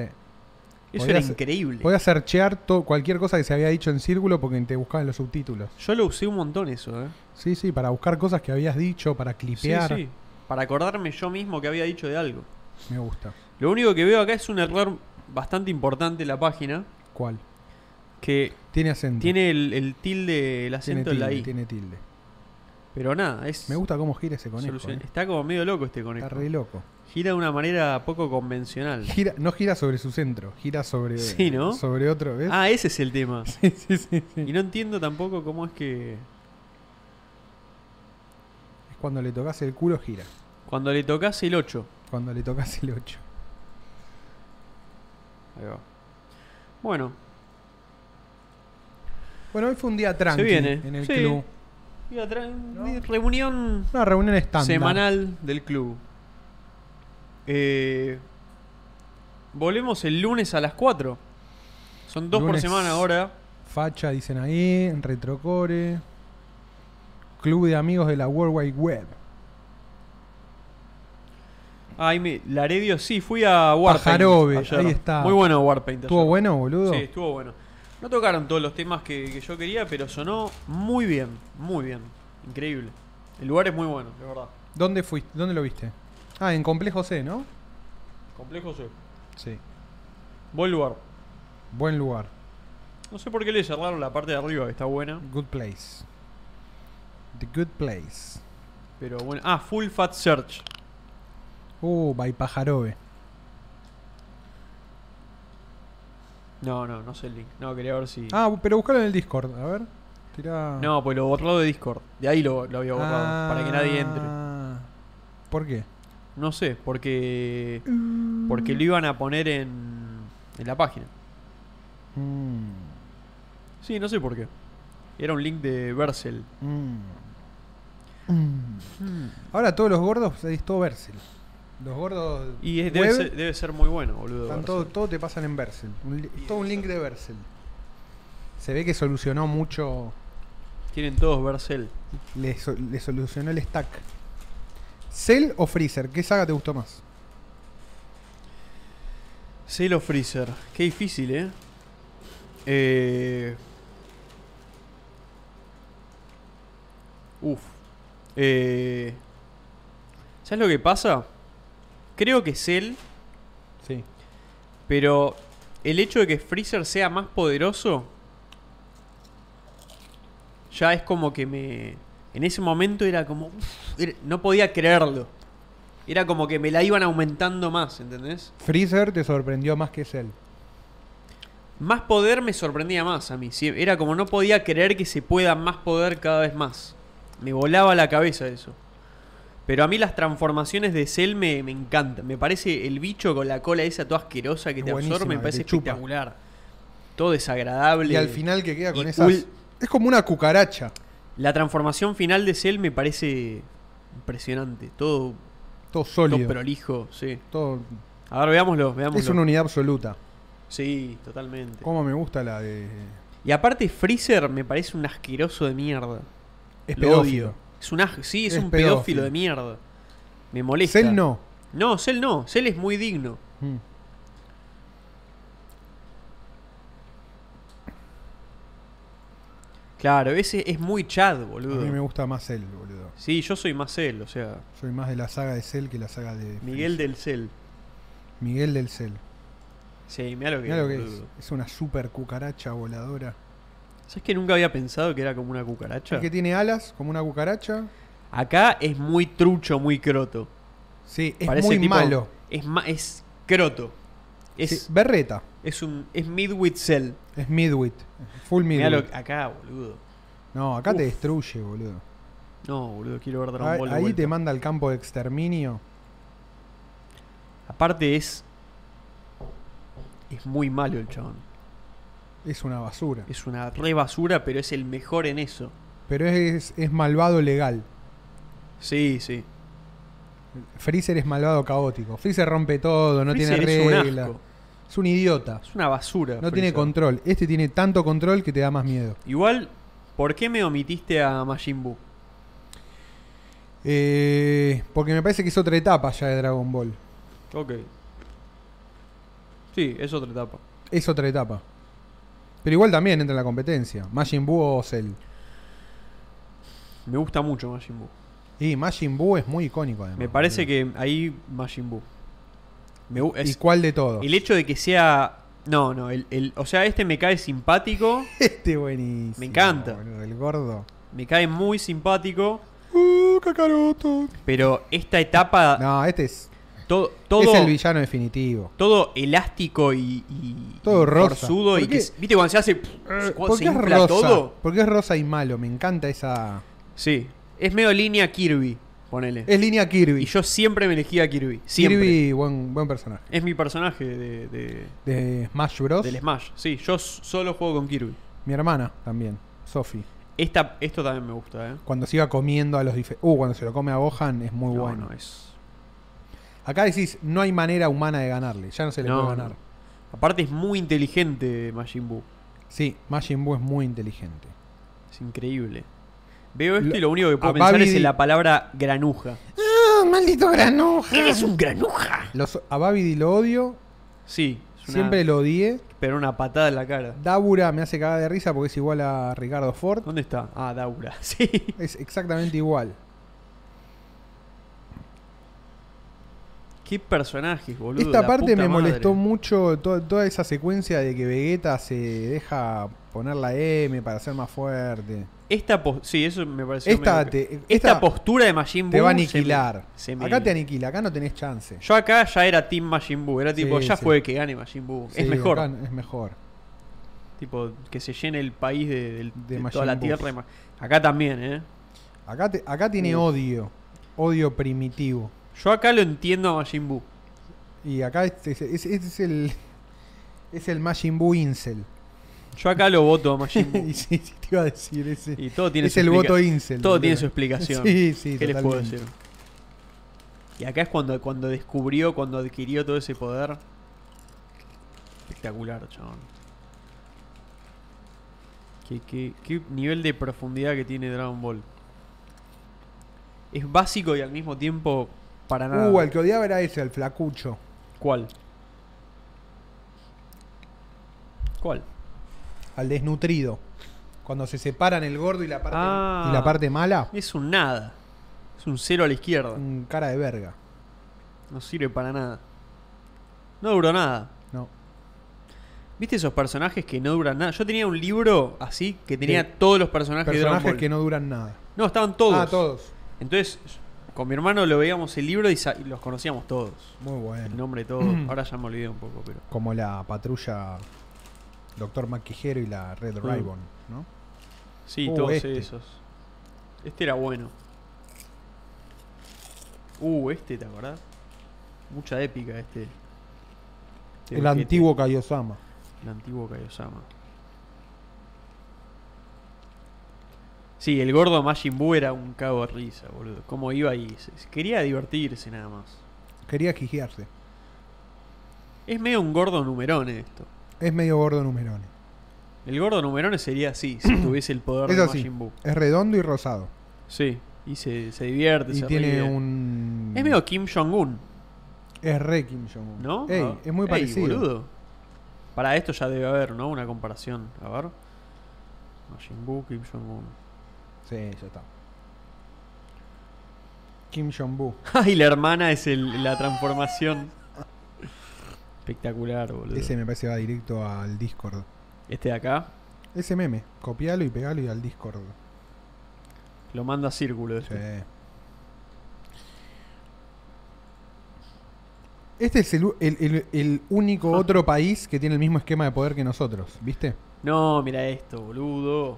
[SPEAKER 2] Eso
[SPEAKER 1] Podía
[SPEAKER 2] era
[SPEAKER 1] ser-
[SPEAKER 2] increíble.
[SPEAKER 1] Podías searchear to- cualquier cosa que se había dicho en círculo porque te buscaban los subtítulos.
[SPEAKER 2] Yo lo usé un montón eso, eh.
[SPEAKER 1] Sí, sí, para buscar cosas que habías dicho, para
[SPEAKER 2] Sí,
[SPEAKER 1] clipear.
[SPEAKER 2] sí. Para acordarme yo mismo que había dicho de algo.
[SPEAKER 1] Me gusta.
[SPEAKER 2] Lo único que veo acá es un error bastante importante en la página.
[SPEAKER 1] ¿Cuál?
[SPEAKER 2] Que
[SPEAKER 1] Tiene acento.
[SPEAKER 2] tiene el, el tilde, el
[SPEAKER 1] Tiene
[SPEAKER 2] acento
[SPEAKER 1] tilde.
[SPEAKER 2] en la I.
[SPEAKER 1] tiene tilde.
[SPEAKER 2] Pero nada, es.
[SPEAKER 1] Me gusta cómo gira ese conejo.
[SPEAKER 2] solución.
[SPEAKER 1] eh.
[SPEAKER 2] Está como medio loco este
[SPEAKER 1] Está
[SPEAKER 2] conejo.
[SPEAKER 1] re loco.
[SPEAKER 2] Gira de una manera poco convencional.
[SPEAKER 1] Gira, no gira sobre su centro, gira sobre,
[SPEAKER 2] Sí, ¿no?
[SPEAKER 1] sobre otro, ¿ves?
[SPEAKER 2] Ah, ese es el tema.
[SPEAKER 1] Sí, sí, sí, sí.
[SPEAKER 2] Y no entiendo tampoco cómo es que
[SPEAKER 1] Es cuando le tocas el culo gira.
[SPEAKER 2] cuando le tocas el 8.
[SPEAKER 1] Cuando le tocas el 8.
[SPEAKER 2] Ahí va. Bueno,
[SPEAKER 1] Bueno, hoy fue un día tranqui
[SPEAKER 2] Se viene.
[SPEAKER 1] en el
[SPEAKER 2] Sí.
[SPEAKER 1] club.
[SPEAKER 2] iba a traer
[SPEAKER 1] ¿No?
[SPEAKER 2] reunión
[SPEAKER 1] Una reunión estándar.
[SPEAKER 2] semanal del club. Eh, volvemos el lunes a las 4. Son dos
[SPEAKER 1] Lunes.
[SPEAKER 2] por semana ahora.
[SPEAKER 1] Facha, dicen ahí, retrocore. Club de amigos de la World Wide Web.
[SPEAKER 2] Ay, me, Laredio, sí, fui a Warpaint.
[SPEAKER 1] Pajarove,
[SPEAKER 2] ayer.
[SPEAKER 1] ahí está.
[SPEAKER 2] Muy bueno Warpaint.
[SPEAKER 1] ¿Estuvo
[SPEAKER 2] ayer.
[SPEAKER 1] bueno, boludo?
[SPEAKER 2] Sí, estuvo bueno. No tocaron todos los temas que, que yo quería, pero sonó muy bien, muy bien. Increíble. El lugar es muy bueno, de verdad.
[SPEAKER 1] ¿Dónde fuiste? ¿Dónde lo viste? Ah, en Complejo C, ¿no?
[SPEAKER 2] Complejo sí.
[SPEAKER 1] Sí.
[SPEAKER 2] Buen lugar.
[SPEAKER 1] Buen lugar.
[SPEAKER 2] No sé por qué le cerraron la parte de arriba, que está buena.
[SPEAKER 1] Good place. The good place.
[SPEAKER 2] Pero bueno. Ah, Full Fat Search.
[SPEAKER 1] Uh, by Pajarove.
[SPEAKER 2] No, no, no sé el link. No, quería ver si.
[SPEAKER 1] Ah, pero buscalo en el Discord, a ver. Tirá.
[SPEAKER 2] No, pues lo borrado de Discord. De ahí lo, lo había borrado. Para que nadie entre.
[SPEAKER 1] Ah. ¿Por qué?
[SPEAKER 2] No sé, porque. Porque lo iban a poner en. En la página.
[SPEAKER 1] Mm,
[SPEAKER 2] Sí, no sé por qué. Era un link de Versel.
[SPEAKER 1] mm, mm. Ahora todos los gordos es todo Versel. Los gordos
[SPEAKER 2] Y es- debe,
[SPEAKER 1] web,
[SPEAKER 2] ser, debe ser muy bueno, boludo.
[SPEAKER 1] están
[SPEAKER 2] Barça.
[SPEAKER 1] todo, todo te pasan en Versel. Un li-
[SPEAKER 2] Y
[SPEAKER 1] todo un
[SPEAKER 2] debe
[SPEAKER 1] link de Versel. Se ve que solucionó mucho,
[SPEAKER 2] Tienen todos Bercel.
[SPEAKER 1] le, so- le solucionó el stack. ¿Cell o Freezer? ¿Qué saga te gustó más?
[SPEAKER 2] Celo Freezer. Qué difícil, ¿eh? eh... Uf. Eh, ¿Sabes lo que pasa? Creo que es él,
[SPEAKER 1] Sí.
[SPEAKER 2] pero el hecho de que Freezer sea más poderoso ya es como que me. En ese momento era como. uf, era- no podía creerlo. Era como que me la iban aumentando más, ¿entendés?
[SPEAKER 1] Freezer te sorprendió más que Cell.
[SPEAKER 2] Más poder me sorprendía más a mí. sí, Era como no podía creer que se pueda más poder cada vez más. Me volaba la cabeza eso. Pero a mí las transformaciones de Cell me, me encantan. Me parece el bicho con la cola esa toda asquerosa que te
[SPEAKER 1] Buenísima,
[SPEAKER 2] absorbe, me
[SPEAKER 1] que
[SPEAKER 2] parece
[SPEAKER 1] te chupa.
[SPEAKER 2] espectacular. Todo desagradable.
[SPEAKER 1] Y al final que queda con
[SPEAKER 2] Y
[SPEAKER 1] esas.
[SPEAKER 2] ul-
[SPEAKER 1] Es como una cucaracha.
[SPEAKER 2] La transformación final de Cell me parece impresionante. Todo,
[SPEAKER 1] Todo
[SPEAKER 2] todo
[SPEAKER 1] sólido.
[SPEAKER 2] prolijo, sí.
[SPEAKER 1] Todo-
[SPEAKER 2] A ver, veámoslo, veámoslo.
[SPEAKER 1] es una unidad absoluta.
[SPEAKER 2] Sí, totalmente.
[SPEAKER 1] Como me gusta la de.
[SPEAKER 2] Y aparte Freezer me parece un asqueroso de mierda.
[SPEAKER 1] Es
[SPEAKER 2] Lo
[SPEAKER 1] pedófilo.
[SPEAKER 2] odio. Es un aj- sí, es,
[SPEAKER 1] Es
[SPEAKER 2] un pedófilo.
[SPEAKER 1] pedófilo.
[SPEAKER 2] de mierda. Me molesta.
[SPEAKER 1] Cell no.
[SPEAKER 2] No, Cell no. Cell es muy digno.
[SPEAKER 1] Mm.
[SPEAKER 2] Claro, ese es muy
[SPEAKER 1] A
[SPEAKER 2] Chad,
[SPEAKER 1] mí me
[SPEAKER 2] boludo.
[SPEAKER 1] gusta más Cell, boludo.
[SPEAKER 2] Sí, yo soy más Cell, o sea,
[SPEAKER 1] Soy más de la saga de Cell que la saga de.
[SPEAKER 2] Miguel del Cell.
[SPEAKER 1] Freezer. Miguel del Cell.
[SPEAKER 2] Sí, mira lo que,
[SPEAKER 1] Mirá lo que es.
[SPEAKER 2] boludo.
[SPEAKER 1] Es una super cucaracha voladora.
[SPEAKER 2] ¿Sabes que nunca había pensado que era como una cucaracha?
[SPEAKER 1] Es que tiene alas, como una cucaracha.
[SPEAKER 2] Acá es muy trucho, muy croto.
[SPEAKER 1] Sí, es
[SPEAKER 2] Parece
[SPEAKER 1] muy
[SPEAKER 2] tipo-
[SPEAKER 1] malo.
[SPEAKER 2] Es, ma- es croto. Es,
[SPEAKER 1] Sí, berreta.
[SPEAKER 2] es un es midwit Cell.
[SPEAKER 1] Es Midwit. Full
[SPEAKER 2] Mirá
[SPEAKER 1] Midwit.
[SPEAKER 2] lo acá, boludo.
[SPEAKER 1] No, acá te
[SPEAKER 2] Uf.
[SPEAKER 1] destruye, boludo.
[SPEAKER 2] No, boludo, quiero ver Dragon
[SPEAKER 1] Ahí,
[SPEAKER 2] Ball de
[SPEAKER 1] ahí
[SPEAKER 2] vuelta.
[SPEAKER 1] te manda al campo de exterminio.
[SPEAKER 2] Aparte es. Es muy malo el chabón.
[SPEAKER 1] Es una basura.
[SPEAKER 2] Es una re basura, pero es el mejor en eso.
[SPEAKER 1] Pero es, es malvado legal.
[SPEAKER 2] Sí, sí.
[SPEAKER 1] Freezer es malvado caótico. Freezer rompe todo, no
[SPEAKER 2] Freezer
[SPEAKER 1] tiene
[SPEAKER 2] Es un
[SPEAKER 1] reglas.
[SPEAKER 2] asco.
[SPEAKER 1] Es un idiota.
[SPEAKER 2] Es una basura.
[SPEAKER 1] No
[SPEAKER 2] Freezer.
[SPEAKER 1] tiene control. Este tiene tanto control que te da más miedo.
[SPEAKER 2] Igual, ¿por qué me omitiste a Majin Buu?
[SPEAKER 1] Eh, porque me parece que es otra etapa ya de Dragon Ball.
[SPEAKER 2] Ok. Sí, es otra etapa.
[SPEAKER 1] Es otra etapa. Pero igual también entra en la competencia. Majin Buu o Cell.
[SPEAKER 2] Me gusta mucho Majin Buu.
[SPEAKER 1] Y Majin Buu es muy icónico además.
[SPEAKER 2] Me parece
[SPEAKER 1] boludo.
[SPEAKER 2] que ahí Majin Buu. Me gu-
[SPEAKER 1] ¿Y
[SPEAKER 2] es-
[SPEAKER 1] cuál de todos?
[SPEAKER 2] el hecho de que sea. No, no. El, el- o sea, este me cae simpático.
[SPEAKER 1] Este buenísimo.
[SPEAKER 2] Me encanta.
[SPEAKER 1] boludo, el gordo.
[SPEAKER 2] Me cae muy simpático.
[SPEAKER 1] Uh, Kakaroto.
[SPEAKER 2] Pero esta etapa.
[SPEAKER 1] No, este es,
[SPEAKER 2] to- Ah. todo,
[SPEAKER 1] es el villano definitivo.
[SPEAKER 2] todo elástico y, y-
[SPEAKER 1] Todo
[SPEAKER 2] y
[SPEAKER 1] rosa.
[SPEAKER 2] forzudo
[SPEAKER 1] ¿Por
[SPEAKER 2] y que
[SPEAKER 1] qué? Eh,
[SPEAKER 2] se- viste cuando se hace cuando
[SPEAKER 1] ¿Por
[SPEAKER 2] se
[SPEAKER 1] qué es
[SPEAKER 2] infla
[SPEAKER 1] rosa?
[SPEAKER 2] Eh, todo
[SPEAKER 1] ¿Por qué es rosa y malo? Me encanta esa.
[SPEAKER 2] sí es medio línea Kirby ponele
[SPEAKER 1] Es línea Kirby.
[SPEAKER 2] y yo siempre me elegía a Kirby siempre
[SPEAKER 1] Kirby, buen, buen personaje.
[SPEAKER 2] es mi personaje de, de-
[SPEAKER 1] De Smash Bros.
[SPEAKER 2] del Smash sí yo s- solo juego con Kirby
[SPEAKER 1] Mi hermana también, Sophie.
[SPEAKER 2] esta esto también me gusta eh
[SPEAKER 1] Cuando se iba comiendo a los diferentes. Uh, cuando se lo come a Gohan es muy
[SPEAKER 2] No,
[SPEAKER 1] bueno.
[SPEAKER 2] no, eh. es
[SPEAKER 1] Acá decís, no hay manera humana de ganarle. Ya no se le
[SPEAKER 2] no,
[SPEAKER 1] puede ganar.
[SPEAKER 2] no. aparte es muy inteligente Majin Buu
[SPEAKER 1] Sí, Majin Buu es muy inteligente.
[SPEAKER 2] es increíble veo esto
[SPEAKER 1] Lo-
[SPEAKER 2] y lo único que puedo
[SPEAKER 1] a
[SPEAKER 2] pensar
[SPEAKER 1] Babi
[SPEAKER 2] es
[SPEAKER 1] di-
[SPEAKER 2] en la palabra granuja
[SPEAKER 1] Ah, maldito granuja!
[SPEAKER 2] eres un granuja
[SPEAKER 1] Los, a Babidi lo odio.
[SPEAKER 2] sí es una-
[SPEAKER 1] Siempre lo odié.
[SPEAKER 2] pero una patada en la cara
[SPEAKER 1] Dabura me hace cagar de risa porque es igual a Ricardo Ford.
[SPEAKER 2] ¿Dónde está? Ah, Daura. Sí.
[SPEAKER 1] Es exactamente igual.
[SPEAKER 2] Qué personajes, boludo.
[SPEAKER 1] Esta
[SPEAKER 2] la
[SPEAKER 1] parte
[SPEAKER 2] puta
[SPEAKER 1] me
[SPEAKER 2] madre.
[SPEAKER 1] molestó mucho to- toda esa secuencia de que Vegeta se deja poner la M para ser más fuerte.
[SPEAKER 2] Esta pos- sí, eso me pareció.
[SPEAKER 1] Esta
[SPEAKER 2] medio que-
[SPEAKER 1] te-
[SPEAKER 2] esta,
[SPEAKER 1] esta
[SPEAKER 2] postura de Majin Buu.
[SPEAKER 1] Te va a
[SPEAKER 2] se me-
[SPEAKER 1] aniquilar.
[SPEAKER 2] se me-
[SPEAKER 1] Acá te aniquila, acá no tenés chance.
[SPEAKER 2] Yo acá ya era Team Majin Buu. Era tipo,
[SPEAKER 1] Sí,
[SPEAKER 2] ya
[SPEAKER 1] sí.
[SPEAKER 2] fue que gane Majin Buu.
[SPEAKER 1] Sí,
[SPEAKER 2] es mejor.
[SPEAKER 1] acá Es mejor.
[SPEAKER 2] Tipo, que se llene el país de, del-
[SPEAKER 1] De
[SPEAKER 2] de
[SPEAKER 1] Majin
[SPEAKER 2] toda la
[SPEAKER 1] Buu.
[SPEAKER 2] tierra. de Ma- Acá también, ¿eh?
[SPEAKER 1] Acá, te- acá tiene
[SPEAKER 2] Uh.
[SPEAKER 1] odio. Odio primitivo.
[SPEAKER 2] Yo acá lo entiendo a Majin Buu.
[SPEAKER 1] Y acá este, es- es- este es el. Es el Majin Buu Incel.
[SPEAKER 2] Yo acá lo voto a Majin
[SPEAKER 1] y
[SPEAKER 2] Buu.
[SPEAKER 1] sí, sí, te iba a decir ese.
[SPEAKER 2] y todo tiene
[SPEAKER 1] Es
[SPEAKER 2] su
[SPEAKER 1] el
[SPEAKER 2] explica-
[SPEAKER 1] voto Incel.
[SPEAKER 2] Todo
[SPEAKER 1] boludo.
[SPEAKER 2] tiene su explicación.
[SPEAKER 1] Sí, sí,
[SPEAKER 2] ¿Qué les puedo
[SPEAKER 1] totalmente.
[SPEAKER 2] decir? Y acá es cuando, cuando descubrió, cuando adquirió todo ese poder. Espectacular, chabón. Qué, qué- qué nivel de profundidad que tiene Dragon Ball. Es básico y al mismo tiempo para nada.
[SPEAKER 1] Uh, el que odiaba era ese, el flacucho.
[SPEAKER 2] ¿Cuál? ¿Cuál?
[SPEAKER 1] Al desnutrido. Cuando se separan el gordo y la parte,
[SPEAKER 2] Ah.
[SPEAKER 1] y la parte mala.
[SPEAKER 2] Es un nada. Es un cero a la izquierda.
[SPEAKER 1] Un cara de verga.
[SPEAKER 2] No sirve para nada. No duró nada.
[SPEAKER 1] No.
[SPEAKER 2] ¿Viste esos personajes que no duran nada? Yo tenía un libro así que tenía todos los personajes, de Dragon
[SPEAKER 1] Personajes
[SPEAKER 2] Ball.
[SPEAKER 1] que no duran nada.
[SPEAKER 2] No, estaban todos.
[SPEAKER 1] Ah, todos.
[SPEAKER 2] Entonces, con mi hermano lo veíamos el libro y, sa- y los conocíamos todos.
[SPEAKER 1] Muy bueno.
[SPEAKER 2] El nombre de todos. Ahora ya me olvidé un poco, pero.
[SPEAKER 1] Como la patrulla Doctor Maquijero y la Red
[SPEAKER 2] Mm.
[SPEAKER 1] Ribbon, ¿no?
[SPEAKER 2] Sí,
[SPEAKER 1] Uh,
[SPEAKER 2] todos
[SPEAKER 1] este.
[SPEAKER 2] esos. Este era bueno. Uh, este, ¿te acordás? Mucha épica este. Este
[SPEAKER 1] El
[SPEAKER 2] ojete.
[SPEAKER 1] antiguo Kaiosama.
[SPEAKER 2] El antiguo Kaiosama. Sí, el gordo Majin Buu era un cago de risa, boludo. Cómo iba y se- se quería divertirse nada más.
[SPEAKER 1] Quería quijearse.
[SPEAKER 2] Es medio un gordo numerone esto.
[SPEAKER 1] Es medio gordo numerone.
[SPEAKER 2] El gordo numerone sería así, si tuviese el poder
[SPEAKER 1] Es
[SPEAKER 2] de
[SPEAKER 1] así.
[SPEAKER 2] Majin Buu.
[SPEAKER 1] Es redondo y rosado.
[SPEAKER 2] Sí, y se, se divierte,
[SPEAKER 1] Y
[SPEAKER 2] se
[SPEAKER 1] tiene
[SPEAKER 2] ríe.
[SPEAKER 1] un.
[SPEAKER 2] Es medio Kim Jong-un,
[SPEAKER 1] Es re Kim Jong-un.
[SPEAKER 2] ¿no?
[SPEAKER 1] Ey,
[SPEAKER 2] Ah,
[SPEAKER 1] es muy
[SPEAKER 2] ey,
[SPEAKER 1] parecido.
[SPEAKER 2] boludo. Para esto ya debe haber, ¿no? Una comparación. A ver. Majin Buu, Kim Jong-un.
[SPEAKER 1] Sí, ya está. Kim Jong-bu.
[SPEAKER 2] Ay, la hermana es el- la transformación. Espectacular, boludo.
[SPEAKER 1] Ese me parece va directo al Discord.
[SPEAKER 2] Este de acá
[SPEAKER 1] Ese meme, copialo y pegalo y al Discord.
[SPEAKER 2] lo mando a círculo.
[SPEAKER 1] Sí.
[SPEAKER 2] este.
[SPEAKER 1] Este es el, u- el- el- el único
[SPEAKER 2] Ah.
[SPEAKER 1] otro país que tiene el mismo esquema de poder que nosotros, ¿viste?
[SPEAKER 2] No, mira esto, boludo.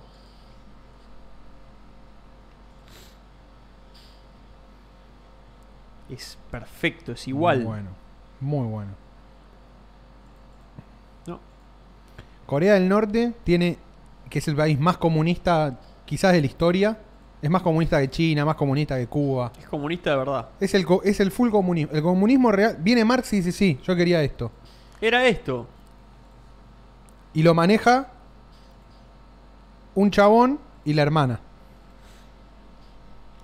[SPEAKER 2] Es perfecto, es igual.
[SPEAKER 1] Muy bueno. Muy bueno.
[SPEAKER 2] No.
[SPEAKER 1] Corea del Norte tiene, que es el país más comunista quizás de la historia. Es más comunista que China, más comunista que Cuba.
[SPEAKER 2] Es comunista de verdad.
[SPEAKER 1] Es el, co- es el full comunismo. El comunismo real. Viene Marx y dice, sí, yo quería esto.
[SPEAKER 2] Era esto.
[SPEAKER 1] Y lo maneja un chabón y la hermana.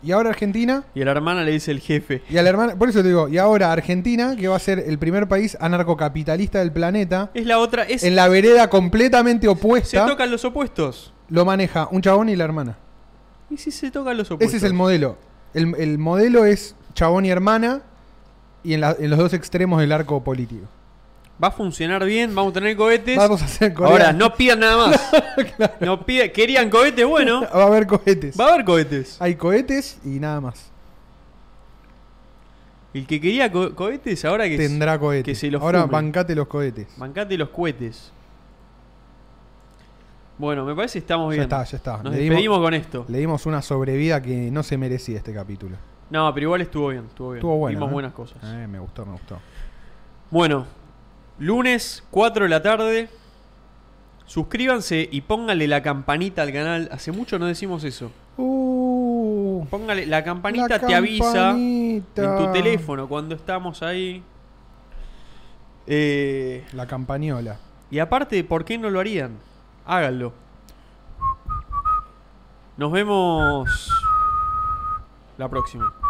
[SPEAKER 1] Y ahora Argentina.
[SPEAKER 2] Y a la hermana le dice el jefe.
[SPEAKER 1] Y a la hermana. Por eso te digo, y ahora Argentina, que va a ser el primer país anarcocapitalista del planeta.
[SPEAKER 2] Es la otra. Es,
[SPEAKER 1] En la vereda completamente
[SPEAKER 2] se
[SPEAKER 1] opuesta.
[SPEAKER 2] tocan los opuestos.
[SPEAKER 1] Lo maneja un chabón y la hermana.
[SPEAKER 2] ¿Y si se tocan los opuestos?
[SPEAKER 1] Ese es el modelo. El, el modelo es chabón y hermana. Y en, la- en los dos extremos del arco político.
[SPEAKER 2] Va a funcionar bien, vamos a tener cohetes.
[SPEAKER 1] Vamos a hacer Corea.
[SPEAKER 2] Ahora, no pidan nada más. no pidan, querían cohetes, bueno.
[SPEAKER 1] Va a haber cohetes.
[SPEAKER 2] Va a haber cohetes.
[SPEAKER 1] Hay cohetes y nada más.
[SPEAKER 2] El que quería co- cohetes, ahora que, s-
[SPEAKER 1] Tendrá cohetes.
[SPEAKER 2] que se los
[SPEAKER 1] Ahora
[SPEAKER 2] fumen.
[SPEAKER 1] bancate los cohetes.
[SPEAKER 2] Bancate los cohetes. Bueno, me parece que estamos
[SPEAKER 1] Ya
[SPEAKER 2] bien.
[SPEAKER 1] está, ya está.
[SPEAKER 2] Nos
[SPEAKER 1] Le dimos-
[SPEAKER 2] despedimos con esto.
[SPEAKER 1] Le dimos una sobrevida que no se merecía este capítulo.
[SPEAKER 2] No, pero igual estuvo bien, estuvo bien.
[SPEAKER 1] Estuvo bueno.
[SPEAKER 2] Vimos
[SPEAKER 1] ¿eh?
[SPEAKER 2] buenas cosas.
[SPEAKER 1] Eh, me gustó, me gustó.
[SPEAKER 2] Bueno, lunes 4 de la tarde. Suscríbanse y pónganle la campanita al canal. Hace mucho no decimos eso.
[SPEAKER 1] Uh,
[SPEAKER 2] Póngale, la campanita
[SPEAKER 1] la
[SPEAKER 2] te avisa
[SPEAKER 1] campanita.
[SPEAKER 2] en tu teléfono cuando estamos ahí. Eh,
[SPEAKER 1] La campañola.
[SPEAKER 2] Y aparte, ¿por qué no lo harían? Háganlo. Nos vemos la próxima.